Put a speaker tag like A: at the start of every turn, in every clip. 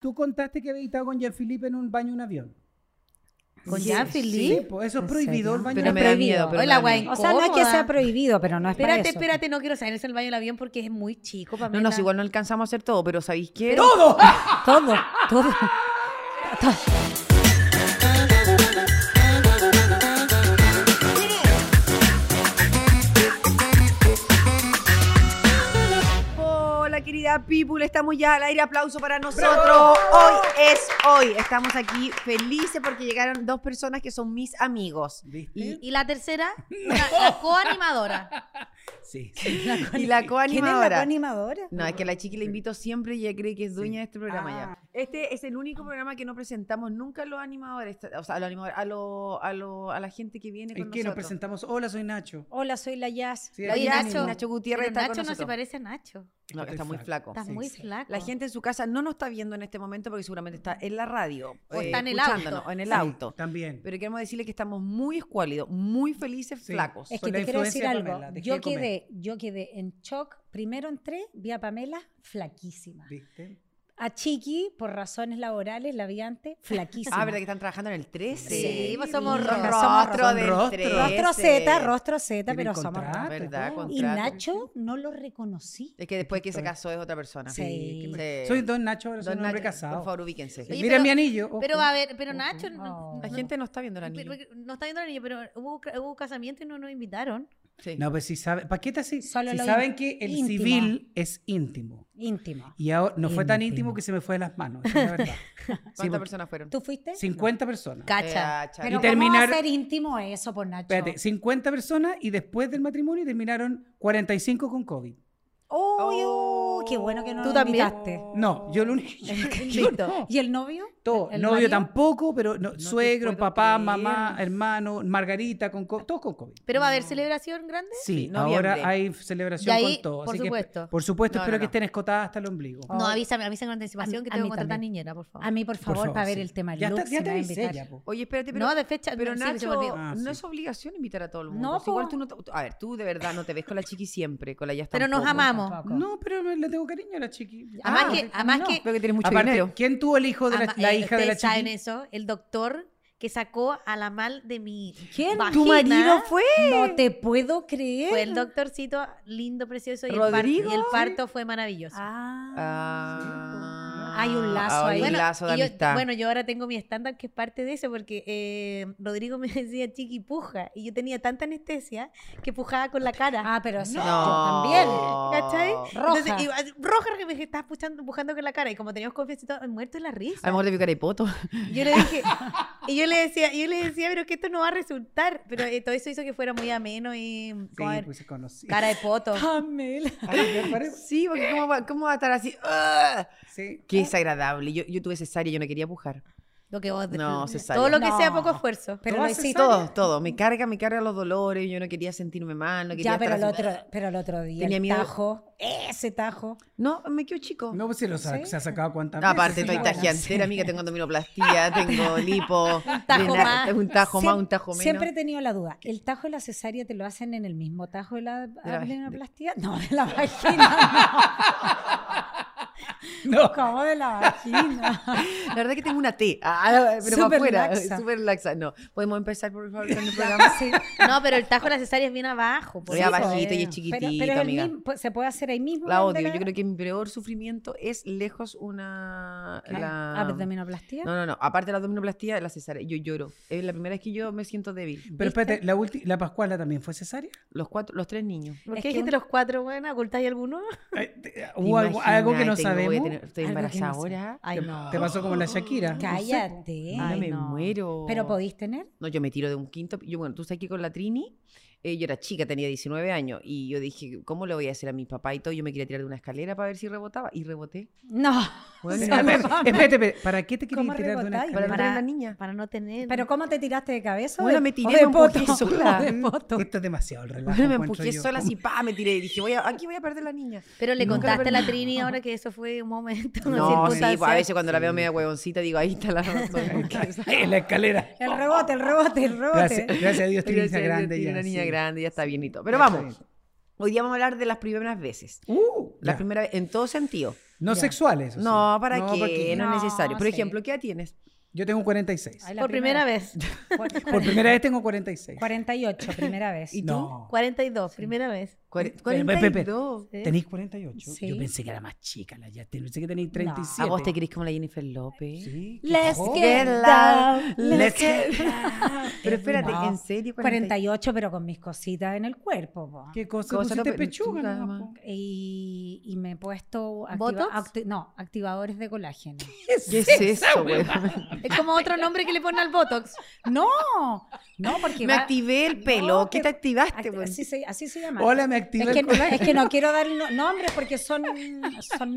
A: Tú contaste que habías estado con Jean-Philippe en un baño de un avión.
B: ¿Con
A: Sí,
B: Jean-Philippe?
A: Sí, pues eso es
B: ¿En
A: prohibido
B: serio?
A: el baño de
C: Pero
A: un
C: me da
A: avión.
B: prohibido.
C: miedo. Pero
B: Hoy
C: me
B: la
C: da
B: guay-
C: miedo.
B: Incómoda.
D: O sea, no es que sea prohibido, pero no es para
B: Espérate,
D: eso.
B: espérate, no quiero saber eso el baño del avión porque es muy chico para
C: No, nos igual no alcanzamos a hacer todo, pero ¿sabéis qué?
A: ¡Todo!
D: Todo, todo.
C: Hola, querida people, estamos ya al aire. Aplauso para nosotros. Hoy es hoy. Estamos aquí felices porque llegaron dos personas que son mis amigos.
A: ¿Viste?
C: Y,
B: Y la tercera, la, la coanimadora.
A: Sí, sí.
C: y la
D: ¿Quién es la
C: coanimadora.
D: animadora?
C: No, es que la chiqui la invito siempre y ella cree que es dueña de este programa ya. Este es el único programa que no presentamos nunca a los animadores, o sea, a los animadores, a, lo- a, lo- a la gente que viene con
A: ¿En qué nos
C: nosotros.
A: presentamos? Hola, soy Nacho.
D: Hola, soy la Jazz.
A: Sí,
C: Oye,
A: aquí
C: Nacho,
A: mismo.
C: Nacho Gutiérrez
B: Pero
C: está
B: Nacho
C: con
B: no se
C: nosotros.
B: parece a Nacho.
C: No, que está muy flaco.
B: Está
A: Sí,
B: muy
A: sí.
B: flaco.
C: La gente en su casa no nos está viendo en este momento porque seguramente está en la radio. eh,
B: O está en el
C: escuchándonos,
B: auto.
C: O en el
A: Sí,
C: auto.
A: También.
C: Pero queremos decirle que estamos muy escuálidos, muy felices,
A: Sí.
C: flacos.
D: Es
A: Soy la
D: que te quiero
A: influencia
D: decir
A: de
D: algo.
A: Pamela, dejé
D: Yo
A: de comer.
D: quedé, yo quedé en shock. Primero entré, vi a Pamela flaquísima.
A: ¿Viste?
D: A Chiqui, por razones laborales, la vi antes, flaquísima.
C: Ah, ¿verdad que están trabajando en el 13?
B: Sí, pues
D: Sí,
B: somos
D: son
B: rostros.
C: rostro
A: son
C: del
A: rostro.
C: 13.
D: Rostro Z, rostro Z,
A: Tienen
D: pero somos
A: contrato,
D: raros.
C: ¿verdad?
A: todo.
C: Con-
D: Y
C: contrato.
D: Nacho no lo reconocí.
C: Es que después que se
A: Estoy-
C: casó es otra persona.
D: Sí. Sí.
C: Sí.
A: Soy Don Nacho, ahora soy
C: Don
A: un hombre
C: Nacho,
A: casado.
C: Por favor, ubíquense.
A: Sí,
B: Oye,
A: Mira
B: pero-
A: mi anillo. ojo.
B: Pero va a ver, pero
A: Ojo.
B: Nacho. no-
D: Oh.
C: La
B: no-
C: gente no está viendo la niña.
B: pero- No está viendo el anillo, pero hubo, ca- hubo casamiento y no nos invitaron.
C: Sí.
A: No, pues si saben, ¿para qué te así?
D: Solo
A: si
D: lo
A: saben
D: ín-
A: que el
D: íntimo.
A: civil es íntimo.
D: Íntimo.
A: Y ahora no fue tan íntimo
D: Íntimo.
A: que se me fue de las manos. esa es la verdad. Sí,
C: ¿Cuántas
A: porque
C: personas fueron?
D: ¿Tú fuiste?
A: 50 personas.
B: Cacha.
C: Eh,
D: Pero
A: Y
D: ¿cómo
A: terminar-
D: va a ser íntimo eso, por Nacho?
A: Espérate, 50 personas y después del matrimonio terminaron 45 con COVID.
D: Uy, uy, qué bueno que no
B: ¿Tú
D: nos
B: también?
D: invitaste.
A: No, yo lo único. yo
C: Oh. Listo.
A: no.
D: ¿Y el novio?
A: Todo,
D: ¿El
A: novio
D: marido?
A: tampoco, pero no,
C: te
A: suegro,
C: puedo
A: papá,
C: creer.
A: mamá, hermano, Margarita, con co- todos con COVID.
B: Pero va a haber celebración grande.
A: Sí,
C: Sí, noviembre.
A: ahora hay celebración
B: Y ahí,
A: con todo.
B: por
A: así que,
B: supuesto.
A: por supuesto,
C: No,
A: espero
C: no,
A: que
C: no.
A: estén escotadas hasta el ombligo.
D: Oh,
B: No, avísame, avísame con anticipación
D: A-
B: que
D: a
B: tengo que
D: mí
B: contratar
D: también.
B: niñera, por favor.
D: A mí, por favor, para ver
A: sí.
D: el tema del
A: Ya,
D: look,
A: está- ya te
D: si me va a
A: avisé
D: invitar.
A: ya, po.
C: Oye, espérate, pero.
B: no, de fecha.
C: Pero
B: no, sí, se me
C: Nacho,
B: olvidó.
A: Ah,
C: no
A: sí.
C: es obligación invitar a todo el mundo.
D: No,
C: Si igual
D: po.
C: tú no te- tú- a ver, tú de verdad no te ves con la chiqui siempre, con la ya está.
B: Pero nos amamos.
D: Tampoco.
A: No, pero me- le tengo cariño a la chiqui.
B: Además
C: Ah,
B: que, además que
C: Veo que tienes mucho
A: Aparte,
C: dinero.
A: ¿quién tuvo el hijo de la,
B: Ama-
A: la
B: eh,
A: hija de la
B: ustedes saben
A: chiqui?
B: eso? El doctor que sacó a la mal de mi
D: ¿Quién?
B: vagina
C: ¿Tu marido fue?
D: No te puedo creer.
B: fue el doctorcito lindo, precioso y,
C: ¿Rodrigo?
B: El, parto, y el parto fue maravilloso.
D: Ah,
C: Ah,
D: Hay un lazo
C: hay
D: ahí.
C: un
B: Bueno,
C: lazo de
B: y yo,
C: amistad.
B: Bueno, yo ahora tengo mi estándar que es parte de eso porque eh, Rodrigo me decía chiqui puja y yo tenía tanta anestesia que pujaba con la cara.
D: Ah, pero eso
B: No.
D: yo
C: Oh.
B: ¿Cachai?
D: Roja.
B: Entonces, iba- roja que me dije, estás puchando- pujando con la cara. Y como teníamos confianza y todo, muerto de la risa.
C: A lo mejor te vio caripoto.
B: Yo le dije, y yo le decía, yo le decía, pero es que esto no va a resultar. Pero eh, todo eso hizo que fuera muy ameno y como
A: Sí,
B: ver,
A: pues se Ah, conocí.
B: cara de poto.
D: también. Pamela.
A: Ay, me pare-
C: Sí, porque ¿cómo va, cómo va a estar así? ¡Ah!
A: Sí.
C: Qué desagradable. Yo, yo tuve cesárea y yo no quería pujar.
B: Lo que vos-
C: No, cesárea.
B: todo lo que sea
D: No.
B: poco esfuerzo.
D: Pero
A: ¿Tú
D: lo
A: haces
D: hiciste.
C: Todo, todo. Me carga, me carga los dolores. Yo no quería sentirme mal, no quería
D: Ya, pero el,
C: estar así.
D: otro, pero el otro día,
C: Tenía
D: el
C: miedo.
D: tajo, ese tajo.
C: No, me quedo chico.
A: No, pues se, lo sa-
D: Sí.
A: se ha sacado cuántas veces.
C: Aparte,
A: sí,
C: estoy
A: la-
D: bueno,
C: tajiantera, amiga. Tengo abdominoplastia, tengo lipo. Un
B: tajo más.
C: Un tajo más,
D: Siem-
C: un tajo menos.
D: Siempre he tenido la duda. ¿El tajo y la cesárea te lo hacen en el mismo tajo de la
C: la vag-
D: abdominoplastia? No, de la vagina.
A: No.
D: No, como de la vagina.
C: La verdad que tengo una T. Ah, pero para
D: Súper
C: afuera.
D: laxa.
C: Súper laxa. No. Podemos empezar, por favor, con el programa.
D: Sí.
B: No, pero el tajo de la cesárea es bien abajo. por
C: Re
B: eso.
C: abajito y es
D: pues. Pero,
C: chiquitito,
D: pero es el
C: amiga.
D: mismo- pues, se puede hacer ahí mismo.
C: La
D: el de
C: odio. Yo creo que mi peor sufrimiento es lejos una. La...
D: Ah, ¿Abdominoplastia?
C: No, no, no. Aparte de la abdominoplastia, la cesárea. Yo lloro. Es la primera vez que yo me siento débil.
A: Pero espérate, la, ulti- la Pascuala también fue cesárea.
C: Los cuatro, los tres niños.
B: ¿Por
D: Es
B: qué
D: que
B: dijiste
D: un-
B: los cuatro, bueno? ¿Ocultáis alguno?
A: Ay, te- ah, ¿Hubo algo, algo que no
C: Imagináis, tengo- voy a
A: sabemos?
C: tener- estoy
D: Algo que no
C: embarazada
D: sé.
C: ahora.
B: Ay,
A: ¿Te-
B: no.
A: ¿Te pasó como la Shakira?
D: Cállate.
C: Ay,
B: Ay,
C: me
B: no.
C: muero.
D: ¿Pero podéis tener?
C: No, yo me tiro de un quinto. Yo, bueno, tú sabes que con la Trini, eh, yo era chica, tenía 19 años, y yo dije, ¿cómo le voy a hacer a mi papá y todo? Yo me quería tirar de una escalera para ver si rebotaba, y reboté.
D: No.
C: Bueno,
A: Espérate, espérate, espérate, ¿para qué te querías
D: ¿Cómo
A: tirar de una
D: rebotáis?
C: para
A: escalera?
C: no
B: Para-
C: tener la niña.
B: Para no tener.
D: ¿Pero cómo te tiraste de cabeza? o
C: Bueno,
D: de-
C: me
D: o
C: tiré,
D: de
C: me empujé
D: poto?
C: sola.
D: O de poto.
A: Esto es demasiado el relajo.
C: Bueno, me
A: encuentro
C: empujé
A: yo.
C: sola así, pa, me tiré, y dije, voy a- aquí voy a perder la niña.
B: Pero le
C: Nunca lo
B: contaste a la
C: perdí.
B: Trini ahora que eso fue un momento. una
C: No, sí,
B: circunstancia.
C: pues, a veces cuando la veo
A: Sí.
C: media huevoncita, digo, ahí está la razón.
A: en la escalera.
D: El rebote, el rebote, el rebote.
A: Gracias, gracias a Dios, tiene
C: Gracias
A: hija
C: a Dios,
A: grande
C: tiene
A: ya.
C: una niña
A: sí.
C: grande, ya está bien y todo. Pero
A: Ya está
C: vamos.
A: bien.
C: Hoy día vamos a hablar de las primeras veces.
A: Uh,
C: Las
A: ya.
C: primeras ve- en todo sentido.
A: no
D: Ya.
A: sexuales. eso sí.
C: No, ¿para qué?
A: porque
C: No, es
D: No,
C: necesario. Por
D: sí.
C: ejemplo, ¿qué edad tienes?
A: Yo tengo 46.
D: Ay, la
B: Por primera, vez.
D: Por,
A: Por primera vez tengo 46.
D: 48, primera vez.
C: ¿Y tú?
A: no.
B: 42, primera vez. ¿Eh?
C: Cuare-
A: Pero, pe- pe- pe-
C: 42.
B: Sí.
A: ¿Tenéis 48?
B: Sí.
A: Yo pensé que era más chica la ya. te- Pensé que tenéis 37.
C: ¿A vos te crees como la Jennifer López?
A: Sí, qué
D: Let's
A: joven.
D: get
C: down,
D: down.
A: let's get
C: Pero espérate,
D: No.
C: ¿en serio?
D: 48, pero con mis cositas en el cuerpo. po.
A: ¿Qué cosa?
C: Cosa
A: pusiste
C: lo-
A: pechuga,
C: pechuga,
A: no,
C: ma.
A: po.
D: Y, y me he puesto. activa-
B: ¿Botox?
D: acti- no, activadores de colágeno.
C: ¿Qué es eso, güey?
B: Es como otro nombre que le ponen al Botox.
D: ¡No! No, porque.
C: Me pues.
D: va-
C: activé el pelo.
D: No,
C: ¿Qué
D: que-
C: te activaste,
D: acti-
C: güey?
D: así, se, así se llama.
A: Hola, me activé
D: Es que,
A: el
D: no, es que no quiero dar no- nombres porque son, son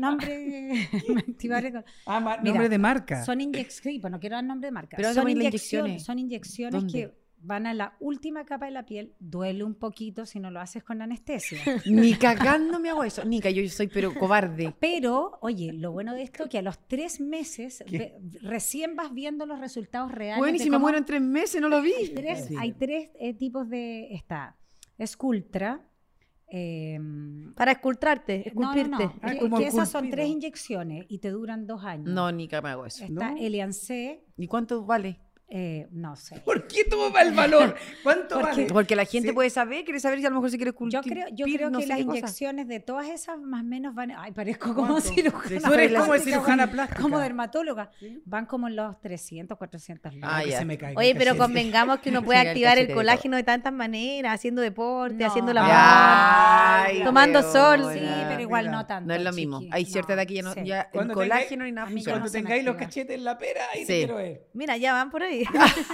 D: nombres. activadores de-
A: Ah, ma-
D: Mira,
A: nombre de marca.
D: Son inyecciones, pues no quiero dar nombre de marca.
C: Pero
D: son
C: ¿dónde ponen las
D: inyecciones,
C: inyecciones?
D: son inyecciones
C: ¿Dónde?
D: que van a la última capa de la piel. Duele un poquito si no lo haces con anestesia.
C: Ni cagando me hago eso. Nica, yo yo soy pero cobarde.
D: Pero, oye, lo bueno de esto es que a los tres meses
A: ¿Qué?
D: ve- recién vas viendo los resultados reales.
C: Bueno, y
D: de
C: si me
D: cómo-
C: muero en tres meses, no lo vi.
D: tres-
A: Sí.
D: Hay tres eh, tipos de esta. Escultra. em,
B: Para escultrarte,
D: no,
B: esculpirte.
D: no, no.
A: Ah,
D: que-
A: como
D: que esas son
A: esculpido.
D: tres inyecciones y te duran dos años.
C: No, Nica, me hago eso.
D: Está
A: No.
D: Eliancé,
C: ¿Y cuánto vale?
D: eh, no sé.
A: ¿Por qué toma el valor? ¿Cuánto vale?
C: Porque la gente
A: Sí.
C: puede saber, quiere saber si a lo mejor se quiere
D: Yo
C: cultivar.
D: creo, yo creo que las inyecciones de todas esas más o menos van. Ay, parezco como
A: ¿Cuánto?
D: cirujana.
A: Tú eres como
D: plástica,
A: cirujana
D: güey,
A: plástica.
D: Como dermatóloga.
A: Sí.
D: Van como en los 300, 400
A: Ah,
D: lucas.
C: Ah,
A: que
C: ya.
A: se me caiga el
B: Oye, pero
A: cachete.
B: convengamos que uno puede
C: Llega el
B: activar el
C: cachete de
B: colágeno de tantas maneras, haciendo deporte,
D: No.
B: haciendo la
C: Ya,
B: Ay, tomando sol,
D: Pues Sí,
A: Hola,
D: pero igual
A: mira.
D: no tanto.
C: No es lo mismo.
D: chiqui.
C: Hay cierta
D: No,
C: edad que ya no.
D: sí.
C: Ya el
A: Cuando tengáis-
C: colágeno ni nada
D: a mí ya
C: funciona.
A: Cuando
D: no se me
A: tengáis los
D: activa.
A: cachetes en la pera, ahí
C: Sí.
A: te quiero ver.
B: Mira, ya van por ahí.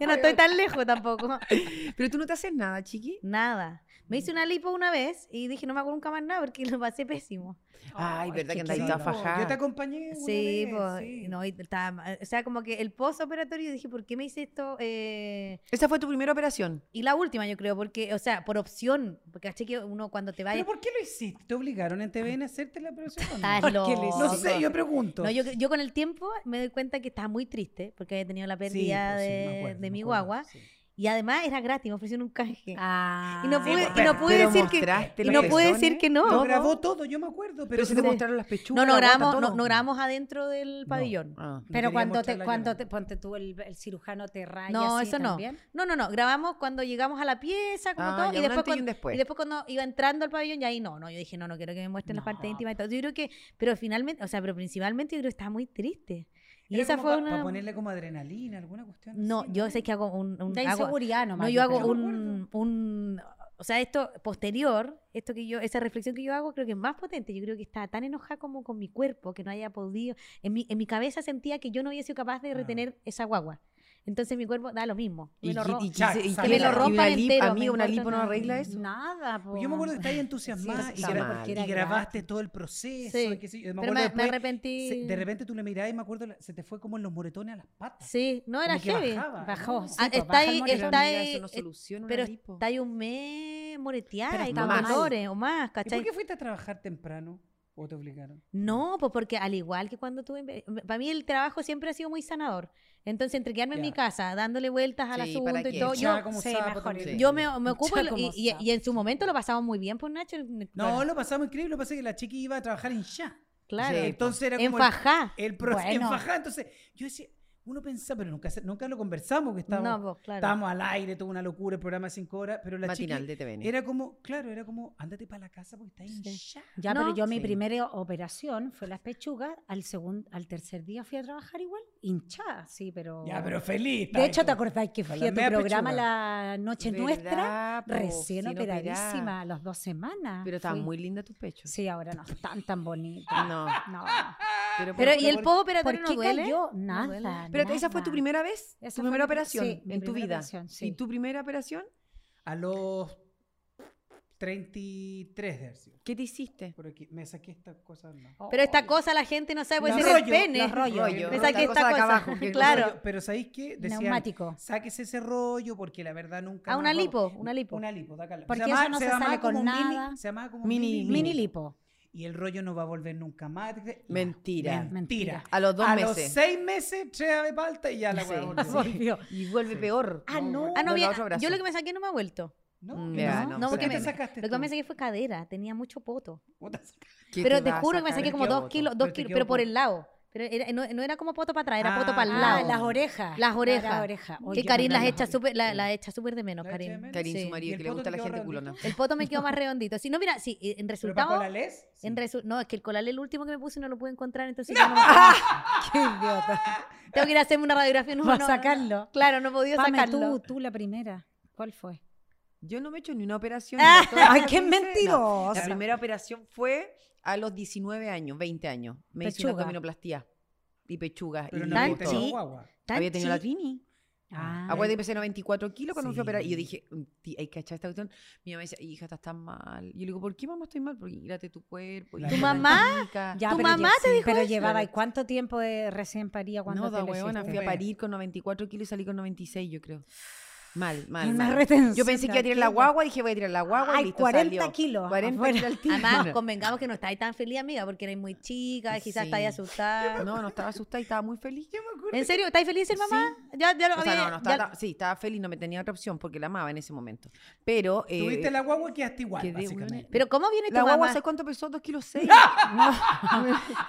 B: Yo no estoy tan lejos tampoco.
C: Pero tú no te haces nada, chiqui.
B: Nada. Me
A: Mm.
B: hice una lipo una vez y dije, no me hago nunca más nada porque lo pasé pésimo.
C: Ay, verdad que
D: qué
C: andáis
A: Sí,
C: toda
A: po,
C: fajada.
A: Yo te acompañé. una
B: Sí,
A: vez,
B: pues,
A: sí.
B: no, y estaba ma- o sea, como que el postoperatorio dije, ¿por qué me hice esto? Eh,
C: Esa fue tu primera operación.
B: y la última, yo creo, porque, o sea, por opción, porque caché que uno cuando te vaya...
A: ¿Pero por qué lo hiciste? ¿Te obligaron en TVN a hacerte la operación? o no?
B: Estás
A: ¿Por qué le- No
B: loco.
A: sé, yo pregunto.
B: No, yo, yo con el tiempo me doy cuenta que estaba muy triste porque había tenido la pérdida
A: pues, sí, me
B: de,
A: acuerdo,
B: de
A: me
B: mi
A: acuerdo,
B: guagua
A: sí.
B: y además era gratis, me ofrecieron un canje.
D: Ah.
B: Y no pude-
A: y no
B: pude decir que- y no pude decir que no.
A: No, grabó todo, yo me acuerdo. Pero,
C: Pero se te
A: no-
C: mostraron las pechugas.
B: no, no
C: la guata,
B: grabamos, no,
C: todo.
B: no grabamos adentro del pabellón.
C: Ah.
A: no
D: Pero
A: quería
D: cuando te,
A: mostrarla yo.
D: cuando te ponte tú el, el cirujano te raya.
B: No,
D: así
B: eso no.
D: también.
B: No, no, no. Grabamos cuando llegamos a la pieza, como
C: Ah,
B: todo.
C: ya,
B: Y después,
C: un antes y un
B: cuando,
C: después.
B: y después cuando iba entrando al pabellón, ya ahí no, no. Yo dije, no, no quiero que me muestren la parte
D: No.
B: íntima y todo. Yo creo que, pero finalmente, o sea, pero principalmente yo creo que estaba muy triste. Y
A: Era
B: esa
A: como
B: fue
A: pa-
B: una.
A: Para ponerle como adrenalina, alguna cuestión.
B: No,
A: así,
B: yo sé que hago un. un
D: Da
B: hago-
D: inseguridad nomás.
B: no, yo hago
D: creo.
A: me
B: un, un. O sea, esto posterior, esto que yo, esa reflexión que yo hago, creo que es más potente. Yo creo que estaba tan enojada como con mi cuerpo que no haya podido. En mi, en mi cabeza sentía que yo no había sido capaz de
A: Ah.
B: retener esa guagua. Entonces mi cuerpo da lo mismo.
C: Y,
B: Me lo
C: qui-
B: ro-
C: y
A: Chac,
C: quise- y
A: saca.
C: que
A: Que me
C: la-
A: lo
C: y una
B: rompan
C: lip-
B: entero,
C: A mí
B: me
C: una
B: importa
C: lipo no
B: nada.
C: arregla eso.
D: Nada, po.
A: Pues yo me acuerdo que estabas entusiasmada
D: Sí,
A: y,
C: está
A: gra-
C: mal.
A: y
D: era
A: grabaste todo el proceso.
B: Sí,
A: y qué sé yo. Me
B: Pero
A: acuerdo
B: me, me
A: después,
B: arrepentí.
A: se- de repente tú le mirabas y me acuerdo, la- se te fue como en los moretones a las patas.
B: Sí, no era
A: Como que
B: heavy.
A: bajaba,
D: Bajó,
A: ¿no?
D: sí,
B: Ah,
D: po,
B: está
D: baja el
B: ahí,
D: moreno.
B: está
C: Amiga,
B: ahí,
C: eso no
B: eh,
C: soluciona una
B: Pero
C: lipo.
B: está ahí un mes moreteada
D: Pero
B: y
D: está
B: con
D: mal.
B: dolores o más,
A: ¿Y por
B: ¿cachai?
A: qué fuiste a trabajar temprano? ¿O te obligaron?
B: No, pues porque al igual que cuando tuve. Para mí el trabajo siempre ha sido muy sanador. Entonces, entre quedarme en mi
A: Ya.
B: casa, dándole vueltas al
C: Sí, ¿para
B: asunto
C: qué?
B: y todo,
A: Ya,
B: yo,
A: como
D: sí,
A: sapo
D: mejor
A: también.
C: sí.
B: yo me, me ocupo
D: Ya
B: y lo-
D: como
B: y, y-
D: sapo.
B: y en su momento lo pasamos muy bien, pues Nacho.
A: No, lo pasamos increíble. Lo que pasa es que la chiqui iba a trabajar en ya.
B: claro.
C: Sí,
A: Entonces era como.
B: pues. en
A: el- eh,
B: Fajá.
A: El proceso
D: Bueno.
A: Entonces, yo decía, uno pensaba, pero nunca, se- nunca lo conversamos, que estábamos,
B: No, pues claro.
A: estábamos al aire, toda una locura, el programa de cinco horas, pero la
C: Matinal
A: chiqui
C: de TVN.
A: era como, claro, era como, ándate para la casa porque está ahí ya.
D: Ya,
B: No.
D: pero yo mi
A: Sí.
D: primera operación fue las pechugas. Al segundo, al tercer día fui a trabajar igual, hinchada, sí, pero.
A: Ya, pero feliz.
D: de
A: estaba
D: hecho, ¿te
A: como-
D: acordás que
A: con
D: fui
A: la
D: a tu
A: media
D: programa
A: pechuga.
D: la noche nuestra?
C: ¿Verdad, po?
D: Recién
C: Sin operar.
D: operadísima, a las dos semanas.
C: Pero estaban
D: fui.
C: muy linda tus pechos.
D: Sí, ahora no están tan bonitas.
C: No.
D: No.
B: Pero, ¿y el
C: por-
B: post
D: ¿Por
B: operatorio
D: qué
B: no duele?
D: cayó?
B: No
D: Nada.
B: duele.
C: Espérate, esa fue tu
D: nada.
C: primera vez,
D: Esa
C: tu
D: fue
C: primera
D: mi pri-
C: operación
D: sí, mi
C: en tu
D: primera
C: vida.
D: operación,
C: ¿Y
D: sí.
C: tu primera operación?
A: A los 33 de haber sido.
C: ¿Qué te hiciste?
A: Por aquí, me saqué esta cosa. no.
B: Pero esta
D: Oh,
B: cosa la gente no sabe, puede
A: Los
B: ser el
A: rollos,
B: pene.
A: los rollos.
B: Me
A: Rollo,
B: saqué
C: otra cosa
B: esta
C: de acá
B: cosa.
C: abajo, que-
B: claro.
A: Pero ¿sabéis qué? Decían,
D: Neumático. Ah,
A: sáquese ese rollo porque la verdad nunca.
B: A
A: más
B: una
A: vamos".
B: lipo, una lipo.
A: Una lipo, dácala.
D: Porque
A: llamaba-
D: eso no se
A: llamaba
D: sale con
A: como mini-
D: nada.
A: se llamaba como
C: Mini
A: mini,
C: lipo.
D: Mini lipo.
A: y el rollo no va a volver nunca más.
C: Mentira.
A: Mentira.
D: Mentira.
C: A los dos
A: a los
C: meses.
A: seis meses, tres aves palta y ya la
C: Sí.
A: hueá volvió.
D: Volvió.
C: Y vuelve peor.
D: Ah, no.
B: Ah, no,
C: Vuelve a
B: bien,
C: otro brazo.
B: yo lo que me saqué no me ha vuelto.
A: No,
C: Ya,
A: no,
C: no,
A: no,
C: porque
A: porque
C: me-
A: te sacaste
B: Lo que más me
A: tú?
B: saqué fue cadera, tenía mucho poto.
A: ¿Cómo te sacaste?
C: ¿Qué
B: pero
C: te
B: te
C: vas a
B: juro que me
C: sacar?
B: saqué como
A: Pero
B: dos
A: qué
B: kilos,
A: poto,
B: dos
A: pero te
B: kilos,
A: quedó
B: pero por
A: poto.
B: el lado. Pero era- no, no era como poto para atrás, era poto
A: Ah,
B: para el
A: ah,
B: lado.
A: la-
D: las orejas.
B: Las orejas.
D: Las orejas. Oye,
B: que Karin
D: ¿verdad?
B: las echa
A: orejas.
B: súper la,
A: Sí.
B: la echa súper de menos,
A: ¿La echa de
B: Karin.
A: menos?
C: Karin,
B: Sí.
C: su marido,
A: ¿Y el
C: que le
A: poto te
C: gusta la
A: quedó
C: gente culona.
A: redondito?
B: El poto me quedó más redondito. Sí, no, mira, sí, eh, en
A: ¿Pero para
B: resultado.
A: Colalés? Sí.
B: En resu- no, es que el colalel último que me puse no lo pude encontrar, entonces ya no me-
D: Qué idiota.
B: tengo que ir a hacerme una radiografía. No,
D: Para
B: no, no,
D: sacarlo.
B: no. Claro, no he podido
D: Pame,
B: sacarlo.
D: tú, tú la primera. ¿Cuál fue?
C: Yo no me he hecho ni una operación.
B: Ah.
C: ni doctor,
D: Ay,
C: no
D: qué
C: me hice nada.
D: mentirosa.
C: La primera operación fue a los 19 años, 20 años. Me hice una
D: Pechuga.
C: abdominoplastia y pechuga.
A: Pero
C: y
B: Tan
A: no,
C: todo.
A: te
B: chi-
A: guagua.
B: Tan
C: Había tenido la
B: chico.
C: trini.
D: Ah,
C: Acuérdate que pesé 94 kilos cuando me fui a operar. Y yo
A: Sí.
C: dije, "Mm, "Ti- hay que echar esta cuestión. Mi mamá dice, hija, estás tan mal. Y yo le digo, ¿por qué mamá estoy mal? Porque mírate tu cuerpo. y
A: La
C: tú
B: ¿Tu
C: tan
B: mamá?
C: rica".
D: ya,
B: ¿Tu
D: pero
B: mamá
D: lle-
B: te
D: sí,
B: dijo
D: Pero
B: eso?
D: llevaba, ¿y cuánto tiempo de recién paría cuando
C: No,
D: te
C: da
D: lo
C: huevona.
D: hiciste?
C: Fui a
A: Ve.
C: parir con 94 kilos y salí con 96, yo creo. Mal, mal.
D: Una
C: mal.
D: retención
C: Yo pensé que iba a tirar la
D: tranquila.
C: guagua. Dije, voy a tirar la guagua. y
D: Ay,
C: listo,
D: 40
C: salió.
D: kilos.
C: 40
D: afuera.
C: kilos al tiro.
B: Además, convengamos que no estabas tan feliz, amiga, porque eres muy chica, quizás
C: Sí.
B: estabas asustada.
C: No, no estaba asustada y estaba muy feliz.
B: ¿En serio? ¿Estáis feliz de ser mamá? Ya, ya lo
C: O sea,
B: había-
C: no, no estaba,
B: ya-
C: tan- sí, estaba feliz, no me tenía otra opción porque la amaba en ese momento. Pero. eh,
A: Tuviste la guagua y quedaste igual,
C: quedé,
A: básicamente.
B: Pero ¿cómo viene tu
C: la guagua,
B: mamá?
C: ¿sabes cuánto pesó? Dos kilos seis.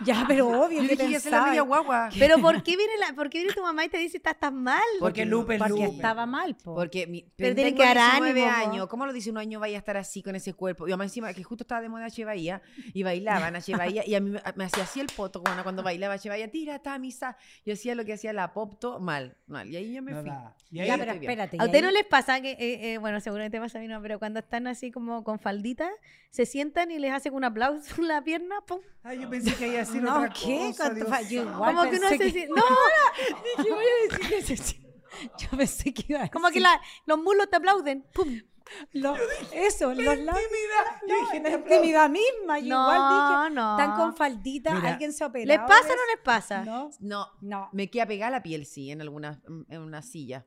D: Ya, pero obvio
C: Yo
D: que
C: dije que hacer la
D: pensaba.
C: media guagua.
B: Pero ¿por qué viene la, por qué viene tu mamá y te dice estás tan mal?
A: Porque Lupe es
D: Porque
A: Lupe.
D: estaba mal, po.
C: Porque mi,
B: Pero tiene
C: tiene
B: que dar ánimo, po.
C: años. ¿Cómo a los 19 años vaya a estar así con ese cuerpo? Y además encima que justo estaba de moda Che Bahía y bailaban a Che Bahía y a mí me, me hacía así el poto bueno, cuando bailaba Che Bahía, tira, ta, misa. Yo hacía lo que hacía la popto mal, mal. Y ahí yo me
A: No
C: fui.
A: da. Y
C: Ya,
A: ahí
D: Ya,
C: ahí
D: pero
C: estoy bien.
D: espérate.
B: ¿A
D: y
B: usted
D: ahí-
B: no les pasa que, eh, eh, bueno, seguramente pasa a mí no, pero cuando están así como con faldita, se sientan y les hacen un aplauso en la pierna, pum.
A: Ah, yo pensé que iba a decir
D: No,
A: otra
D: ¿qué?
A: cosa.
D: Cuánto
A: Dios
D: fa- Yo
A: santo.
D: igual
B: como que uno
D: pensé
B: hace así, no,
D: Dije, voy a decir que se- Yo pensé que iba a
B: como que
D: decir-
B: la- los mulos te aplauden, pum.
D: lo- eso, los labios.
A: Intimidad. Yo dije,
D: La
A: te
D: intimidad misma. Yo igual
B: No, no.
D: dije, tan con faldita,
A: Mira,
D: alguien se operó.
B: ¿Les pasa o no les pasa?
D: No,
C: No,
D: no.
C: me queda pegada la piel, sí, en alguna en una silla.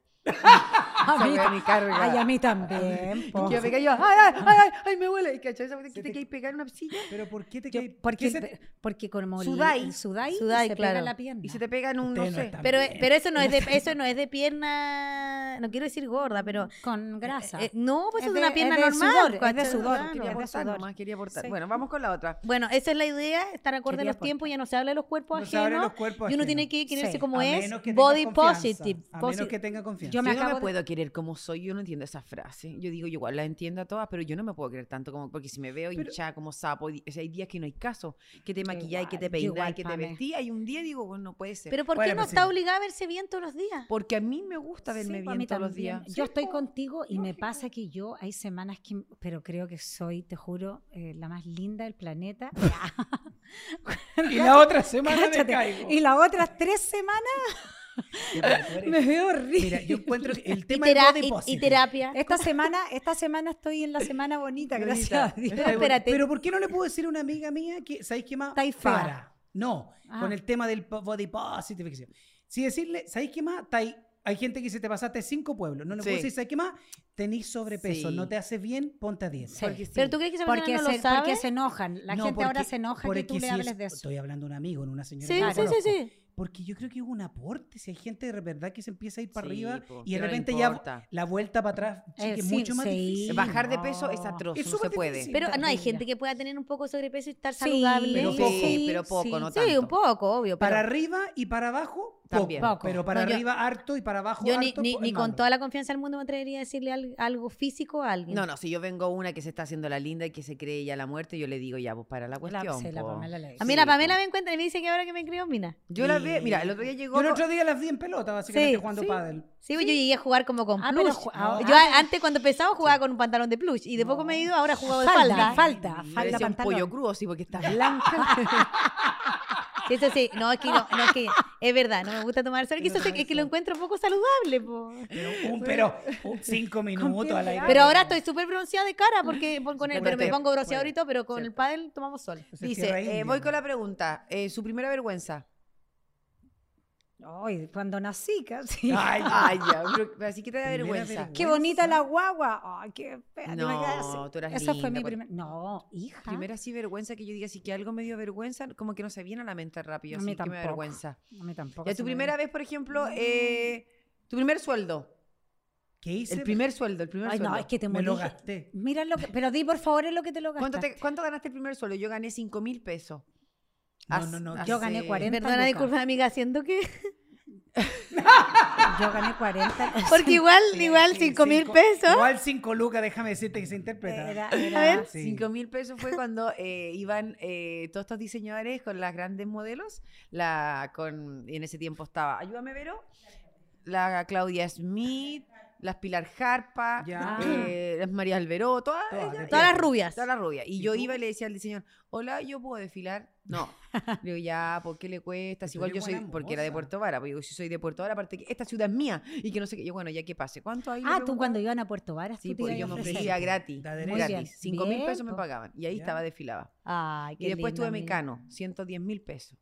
D: A mí,
C: Esa wea me carga.
D: Ah, ay, a mí también, po.
C: Y queda pegada yo, ay, ay, ay, ay, ay, me huele. Y cachai, esa wea que te quedas pegada en una silla
A: apl- Pero ¿por qué te
D: Yo-
A: caí?
D: porque,
A: ¿Qué se-
D: porque como el-
C: Sudai.
D: el sudai,
B: Sudai,
D: se
B: claro.
D: pega la pierna.
C: y se te pega en un, no
A: Ustedes no
C: sé.
A: están
B: Pero,
A: bien.
B: pero eso no es de, eso no es de pierna, no quiero decir gorda, pero
D: Con grasa.
B: eh, no, pues
D: Es
B: es,
D: de-
B: una pierna
D: es de
B: normal,
D: sudor, es de
B: ¿cachai?
D: sudor,
B: Claro.
C: quería
D: es de
C: aportar
D: sudor.
C: nomás, quería aportar.
D: Sí.
C: Bueno, vamos con la otra.
B: Bueno, esa es la idea, estar acorde a
D: Quería
B: los tiempos, ya no se habla de los cuerpos
A: No se
B: ajenos.
A: habla de los cuerpos
B: y uno
A: ajenos.
B: tiene que quererse
D: Sí,
B: como
A: pues, A
B: es,
A: menos que tenga
B: body
A: confianza,
B: positive.
A: A
B: posi-
A: menos que tenga confianza.
D: Yo me
C: yo no me
D: acabo de-
C: puedo querer como soy, yo no entiendo esa frase. Yo digo, yo igual la entiendo a todas, pero yo no me puedo querer tanto como porque si me veo hinchada como sapo, y- o sea, hay días que no hay caso, que te maquilláis, que te
D: igual,
C: peináis,
D: igual,
C: que te
D: Pame.
C: vestís, y un día digo, bueno, no puede ser.
B: Pero ¿por qué
A: Bueno,
B: no
A: pues sí.
B: está obligada a verse bien todos los días?
C: porque a mí me gusta verme
D: Sí, po, a
C: bien
D: mí
C: todos los
D: también.
C: días.
D: Yo estoy contigo y me pasa que yo hay semanas que, pero creo que soy, te juro, eh, la más linda del planeta.
A: Y la otra semana me
D: Cáchate.
A: caigo.
D: Y las otras tres semanas
A: Ya, pero tú eres-
D: me veo horrible.
A: Mira, yo encuentro que el
B: Y,
A: tema del
B: tera-
A: body
B: y- y
A: positive.
B: terapia.
D: Esta semana, esta semana estoy en la semana bonita,
C: Bonita.
D: gracias a Dios.
B: Pero espérate.
A: Pero ¿por qué no le puedo decir a una amiga mía que, ¿sabéis qué más?
D: Estáis fea.
A: Para. No,
D: Ah.
A: con el tema del po- body positive. qué sé yo. Si decirle, ¿sabéis qué más? Tai- hay gente que dice, te pasaste cinco pueblos. No le puedo
C: Sí.
A: decir, ¿sabéis qué más? Tenís sobrepeso,
C: Sí.
A: no te hace bien, ponte a dieta.
D: Sí.
C: Porque sí.
B: Pero tú crees que esa persona
D: Porque,
B: no lo
D: se,
B: sabe.
D: porque se enojan. La
A: No,
D: gente ahora
A: porque-
D: se enoja que
A: porque
D: tú le
A: si
D: hables
A: es-
D: de eso.
A: Estoy hablando de un amigo, no una señora.
B: Sí,
A: que
B: sí, sí,
A: conozco.
B: sí.
A: Porque yo creo que es un aporte. Si hay gente de verdad que se empieza a ir para
C: Sí,
A: arriba
C: po,
A: y de
C: que no le
A: repente ya
C: importa.
A: la vuelta para atrás chiqui,
D: Eh,
A: es
D: sí,
A: mucho más
D: sí.
A: difícil.
C: Bajar de peso es
D: No.
C: atroz,
A: Es
C: no se
A: súper
C: puede.
A: difícil.
B: Pero no hay
D: Terrible.
B: gente que pueda tener un poco de sobrepeso y estar
D: Sí,
B: saludable.
C: Pero
A: Sí,
C: poco,
A: sí,
C: pero poco, no
B: Sí,
C: tanto.
B: un poco, obvio.
A: Para
B: pero
A: arriba y para abajo, poco,
C: También.
D: Poco.
A: Pero para
B: No, yo-
A: arriba harto y para abajo
B: yo ni,
A: harto.
B: ni-
A: po-
B: ni
A: es
B: con
A: malo.
B: toda la confianza del mundo me atrevería a decirle al- algo físico a alguien.
C: No, no, si yo vengo una que se está haciendo la linda y que se cree ya la muerte, yo le digo ya, pues para la
D: La-
C: cuestión.
D: se la
C: po.
D: Pamela le dice.
B: A mí la
C: Sí, po.
B: Pamela me encuentra y me dice que ahora que me creo, mina.
C: Yo la veo, mira, el otro día llegó.
A: Yo el
C: co-
A: otro día las vi en pelota, básicamente
B: Sí,
A: jugando
B: sí.
A: pádel.
B: Sí, pues yo llegué a jugar como con
D: Ah,
B: plush.
D: pero ju- ah,
B: yo
D: ah,
B: a- antes cuando empezaba jugaba con un pantalón de plush y de poco me he ido, ahora jugaba de falda.
D: falda, falda,
A: Ay,
D: falda,
C: Parecía un
D: pantalón.
C: pollo crudo, sí, porque está blanca.
B: Sí, eso sí, no, es que no, no, es que es verdad, no me gusta tomar sol, que eso sí, es que lo encuentro poco saludable, po.
A: Pero un pero, un cinco minutos al aire.
B: Pero ahora estoy súper bronceada de cara porque por- con el,
C: Bueno,
B: pero me
C: te-
B: pongo bronceador y
C: bueno,
B: todo, pero con
C: sí.
B: el pádel tomamos sol.
D: Pues
A: Esa es tierra
C: Dice, eh,
A: india.
C: voy con la pregunta. eh, su primera vergüenza.
D: Ay, cuando nací casi.
A: Ay,
C: Ay, ya, pero- pero así que te da
A: Primera
C: vergüenza.
A: vergüenza.
D: Qué bonita la guagua. Ay, qué fea.
C: No,
D: Imagínate,
C: tú eras
D: Esa
C: linda
D: fue mi
C: cuando-
D: primera. No, hija.
C: Primera sí vergüenza que yo diga, así que algo me dio vergüenza, como que no se viene a la mente rápido,
D: A
C: así
D: mí
C: que me da
D: tampoco.
C: vergüenza.
D: A mí tampoco.
C: Ya
D: se
C: tu
D: me
C: primera vez, por ejemplo, eh, tu primer sueldo.
A: ¿Qué hice?
C: El primer sueldo, el primer
D: Ay,
C: sueldo.
D: no, es que te
A: me lo
D: morís.
A: gasté.
D: Mira lo que, pero di por favor en lo que te lo
C: ¿Cuánto,
D: gastaste.
C: te- cuánto ganaste el primer sueldo? Yo gané 5 mil pesos.
A: No,
C: Hace-
A: no, no,
C: hace-
D: yo gané 40
B: Perdona,
D: lucas.
B: disculpa, amiga, siento que.
D: Yo gané 40.
B: Porque igual,
A: Sí,
B: igual,
A: sí,
B: 5 mil
A: cinco-
B: pesos.
A: Igual 5 lucas, déjame decirte que se interpreta. Ah,
D: Era,
B: A
D: era-
B: ver.
A: Sí.
C: 5 mil pesos fue cuando eh, iban eh, todos estos diseñadores con las grandes modelos. La, con, y en ese tiempo estaba, ayúdame, Vero. La Claudia Smith, las Pilar Jarpa,
A: Ya.
C: eh, las María Alberó, todas,
A: Todas,
C: ellas-
A: de
B: Todas las rubias.
C: Todas las rubias. Y
A: ¿Y
C: yo
A: tú?
C: iba y le decía al diseñador, hola, ¿yo puedo desfilar? No. Le digo, ya, ¿por qué le cuesta? Si
A: Pero
C: Igual
A: eres
C: yo soy,
A: buena
C: porque era de
A: moza.
C: Puerto Vara, pues digo, si soy de Puerto Vara, aparte que esta ciudad es mía y que no sé qué. Yo, bueno, ya que pase. ¿Cuánto hay? Le
D: Ah, tú
C: preguntaba.
D: cuando iban a Puerto Varas,
C: Sí,
D: tú te
C: pues
D: ibas
C: yo
D: a
C: me
D: ofrecer.
C: ofrecía gratis.
A: Da derecho.
D: Muy
C: Gratis.
D: bien.
C: 5 mil
D: Bien,
C: pesos me
D: po.
C: pagaban. Y ahí
A: Ya.
C: estaba, desfilaba.
B: Ay, qué
C: Y después
B: lindo,
C: tuve
B: amiga.
C: Mecano, 110 mil pesos.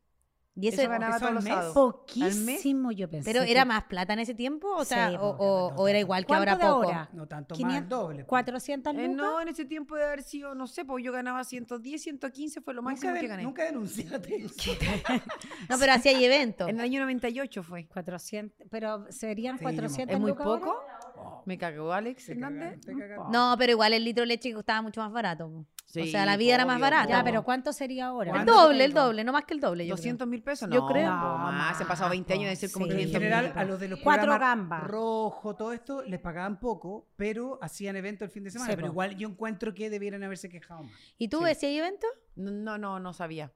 B: Y eso,
C: Eso ganaba
A: ¿Eso
C: todos
A: al
C: los
A: mes?
C: sábados.
D: Poquísimo yo pensé.
B: Pero era
D: que-
B: más plata en ese tiempo, o
D: Sí,
B: sea, o,
D: po,
B: o- o era igual que
D: ¿Cuánto
B: ahora
D: de
B: poco.
D: ahora?
A: No tanto más,
D: 500,
A: el doble. pues.
D: 400
C: Eh,
D: lucas.
C: no, en ese tiempo de haber sido, no sé, pues yo ganaba 110, 115 fue lo máximo
A: Nunca,
C: que
A: de-
C: gané.
A: nunca denunciaste.
B: No, pero hacía ahí eventos.
C: En el año 98 fue.
D: 400, pero serían
A: Sí, yo me-
D: 400
C: ¿Es muy
D: lucas ahora?
C: poco?
A: Oh,
C: Me cagó Alex
A: te cagaron,
C: Hernández.
A: te cagaron.
B: No, pero igual el litro de leche costaba mucho más barato. po.
C: Sí,
B: sea, la vida era más
C: obvio,
B: barata.
D: Ya,
C: po.
D: pero ¿cuánto sería ahora?
B: El
A: ¿Cuánto
B: doble, el
A: tengo?
B: doble, no más que el doble. Yo creo.
C: 200 mil pesos, no.
B: Yo creo.
C: po,
D: No,
C: más. Se han pasado
D: más,
C: 20 años de
D: po.
C: ser como
D: Sí.
A: Pero en
C: 500
A: general,
C: mil.
A: a los de los
D: Cuatro
A: programas
D: gambas.
A: rojo, todo esto, les pagaban poco, pero hacían eventos el fin de semana.
D: Sí,
A: pero
D: po.
A: igual yo encuentro que debieran haberse quejado más.
B: ¿Y tú
A: Sí.
B: decías eventos?
C: No, no, no sabía.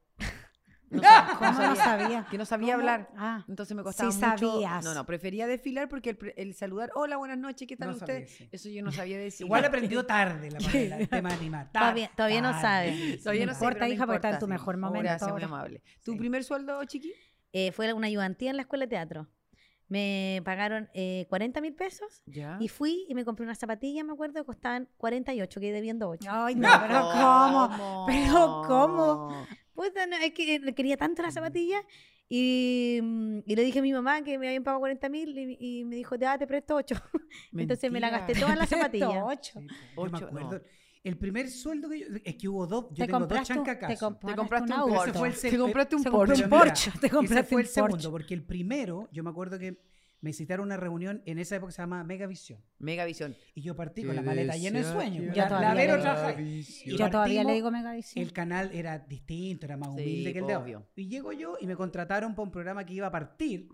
D: ¿Cómo no sabía?
C: Que no sabía
D: ¿Cómo?
C: hablar.
D: Ah,
C: Entonces me costaba
D: Sí
C: mucho.
D: sabías.
C: No, no, prefería desfilar porque el, pre- el saludar, hola, buenas noches, ¿qué tal
A: No sabía,
C: usted?
A: sí.
C: Eso yo no sabía decir.
A: Igual aprendió tarde la Pamela, el tema de animar. Tar-
B: Todavía- todavía no
A: tarde.
B: sabe.
C: Todavía
D: no
C: no sé, pero
D: importa, hija, porque está en
C: importa.
D: tu mejor momento
C: Gracias, muy
D: ahora.
C: amable. ¿Tu
A: Sí.
C: primer sueldo, chiqui?
B: Eh, fue una ayudantía en la escuela de teatro. Me pagaron eh, 40 mil pesos
C: Ya.
B: y fui y me compré unas zapatillas, me acuerdo, que costaban 48, quedé debiendo 8.
D: Ay, no, pero ¿cómo? Pero ¿cómo?
B: Pues no, es que le quería tanto las zapatillas y, mm, y le dije a mi mamá que me habían pagado 40 mil y, y me dijo, ya, te presto 8. Entonces me la gasté
C: Mentira.
B: todas las zapatillas.
D: 108.
A: Sí, po. yo me
C: Ocho,
A: acuerdo.
C: no.
A: El primer sueldo que yo. Es que hubo dos. Yo
D: Te
A: tengo dos
D: compraste, un-
A: chancacas.
D: te compraste,
C: Te compraste
D: un
C: un
A: Pero
D: auto.
A: ese fue el
C: Porsche.
A: seg-
C: Te compraste un
D: Se compró
C: Porsche.
D: un
A: mira,
D: Porsche. Te
A: Ese
D: compraste
A: fue el
D: un Porsche.
A: segundo, porque el primero, yo me acuerdo que me citaron a una reunión en esa época que se llamaba Megavisión.
C: Megavisión.
A: Y yo partí con la maleta llena de sueños.
D: Yo
A: La, la
D: todavía
A: Vero
D: le-
A: trabaja ahí. Y
D: Yo todavía
A: partimos-
D: le digo Megavisión.
A: El canal era distinto, era más
C: Sí,
A: humilde que el de ahora.
C: obvio.
A: Y llego yo y me contrataron para un programa que iba a partir,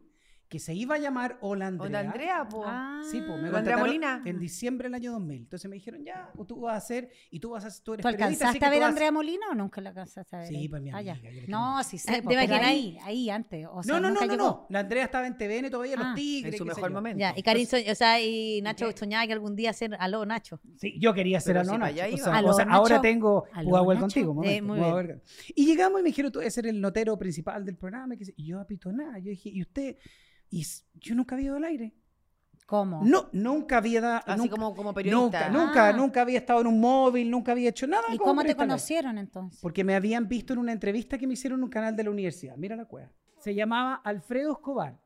A: que se iba a llamar Hola Andrea.
C: Onda Andrea, po.
D: Ah,
A: Sí, pues me
C: ¿Con Andrea
A: contrataron
C: Molina?
A: en diciembre del año 2000. Entonces me dijeron, ya, tú vas a hacer, y tú vas a tú eres
D: ¿Tú
A: periodista, así
D: alcanzaste
A: que
D: a ver
A: tú
D: a
A: vas-
D: Andrea Molina o nunca la alcanzaste a ver?
A: Sí,
D: ahí?
A: pues, mi
D: Ah, ya.
A: amiga, yo la quiero
D: No, sí,
B: ¿Te
D: sé. pues, pero
B: imaginas?
D: ahí, ahí antes. O sea,
A: no, no,
D: nunca
A: no, no,
D: llegó.
A: no. La Andrea estaba en TVN todavía,
D: Ah,
A: los tigres.
C: En su
A: qué sé
C: mejor
A: yo.
C: momento.
B: Ya, y Karin, Soñ- o sea, y Nacho soñaba que algún día ser aló Nacho.
A: Sí, yo quería ser
C: Pero
A: aló
C: si para
A: Nacho.
C: allá
A: O
C: iba.
A: sea,
D: Aló
A: o sea,
D: Nacho.
A: ahora tengo
D: Aló
A: Pudahuel
D: Nacho.
A: contigo. un
B: Eh,
A: momento,
B: muy
A: Pudahuel con- Y llegamos y me dijeron, tú debes ser el notero principal del programa. y que sí. Y yo apitonada. Yo dije, ¿y usted? Y s- yo nunca había ido al aire.
D: ¿Cómo?
A: No, nunca había dado.
C: Así
A: nunca,
C: como, como
A: nunca,
C: periodista.
A: nunca,
D: Ah.
A: nunca había estado en un móvil, nunca había hecho nada.
D: ¿Y
A: como
D: cómo te
A: periodista al aire.
D: conocieron entonces?
A: Porque me habían visto en una entrevista que me hicieron en un canal de la universidad. Mira la cueva. Se llamaba Alfredo Escobar,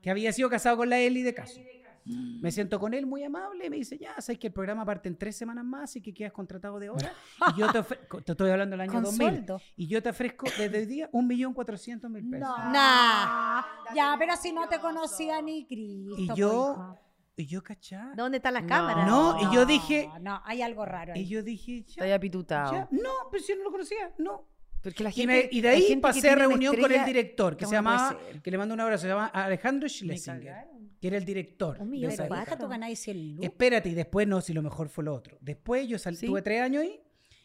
A: que había sido casado con la Eli de Caso. Me siento con él muy amable y me dice, ya, sabes que el programa parte en tres semanas más y que quedas contratado de hora. Y yo te ofrezco, te estoy hablando del año
D: Con
A: 2000,
D: sueldo.
A: y yo te ofrezco desde hoy día un millón cuatrocientos mil pesos.
B: Nah.
D: Ya, pero si no te conocía ni Cristo.
A: Y
D: po,
A: yo-
D: hijo.
A: Y yo, ¿cachá?
B: ¿Dónde están las
C: No.
B: cámaras?
A: No, y yo dije-
D: No, hay algo raro
A: Y
D: ahí.
A: yo dije,
C: Está
A: ya,
C: ya pitutado.
A: ya. No, pero si yo no lo conocía, no.
C: Porque la
A: Y, me-
C: gente-
A: y de
C: hay
A: ahí
C: gente que
A: pasé a
C: tiene una
A: reunión con el
C: estrella-
A: director, que
C: que
A: se
C: uno puede
A: llamaba,
C: ser.
A: que le mando un abrazo, se llama Alejandro
C: Me
A: Schlesinger.
C: cagaron.
A: que era el director.
B: Un
A: de
B: millón
A: esa
B: de
A: época.
B: cuatro.
D: Baja tú ganas 100 lucas.
A: Espérate, y después no, si lo mejor fue lo otro. Después yo sal-
C: Sí.
A: tuve tres años ahí. y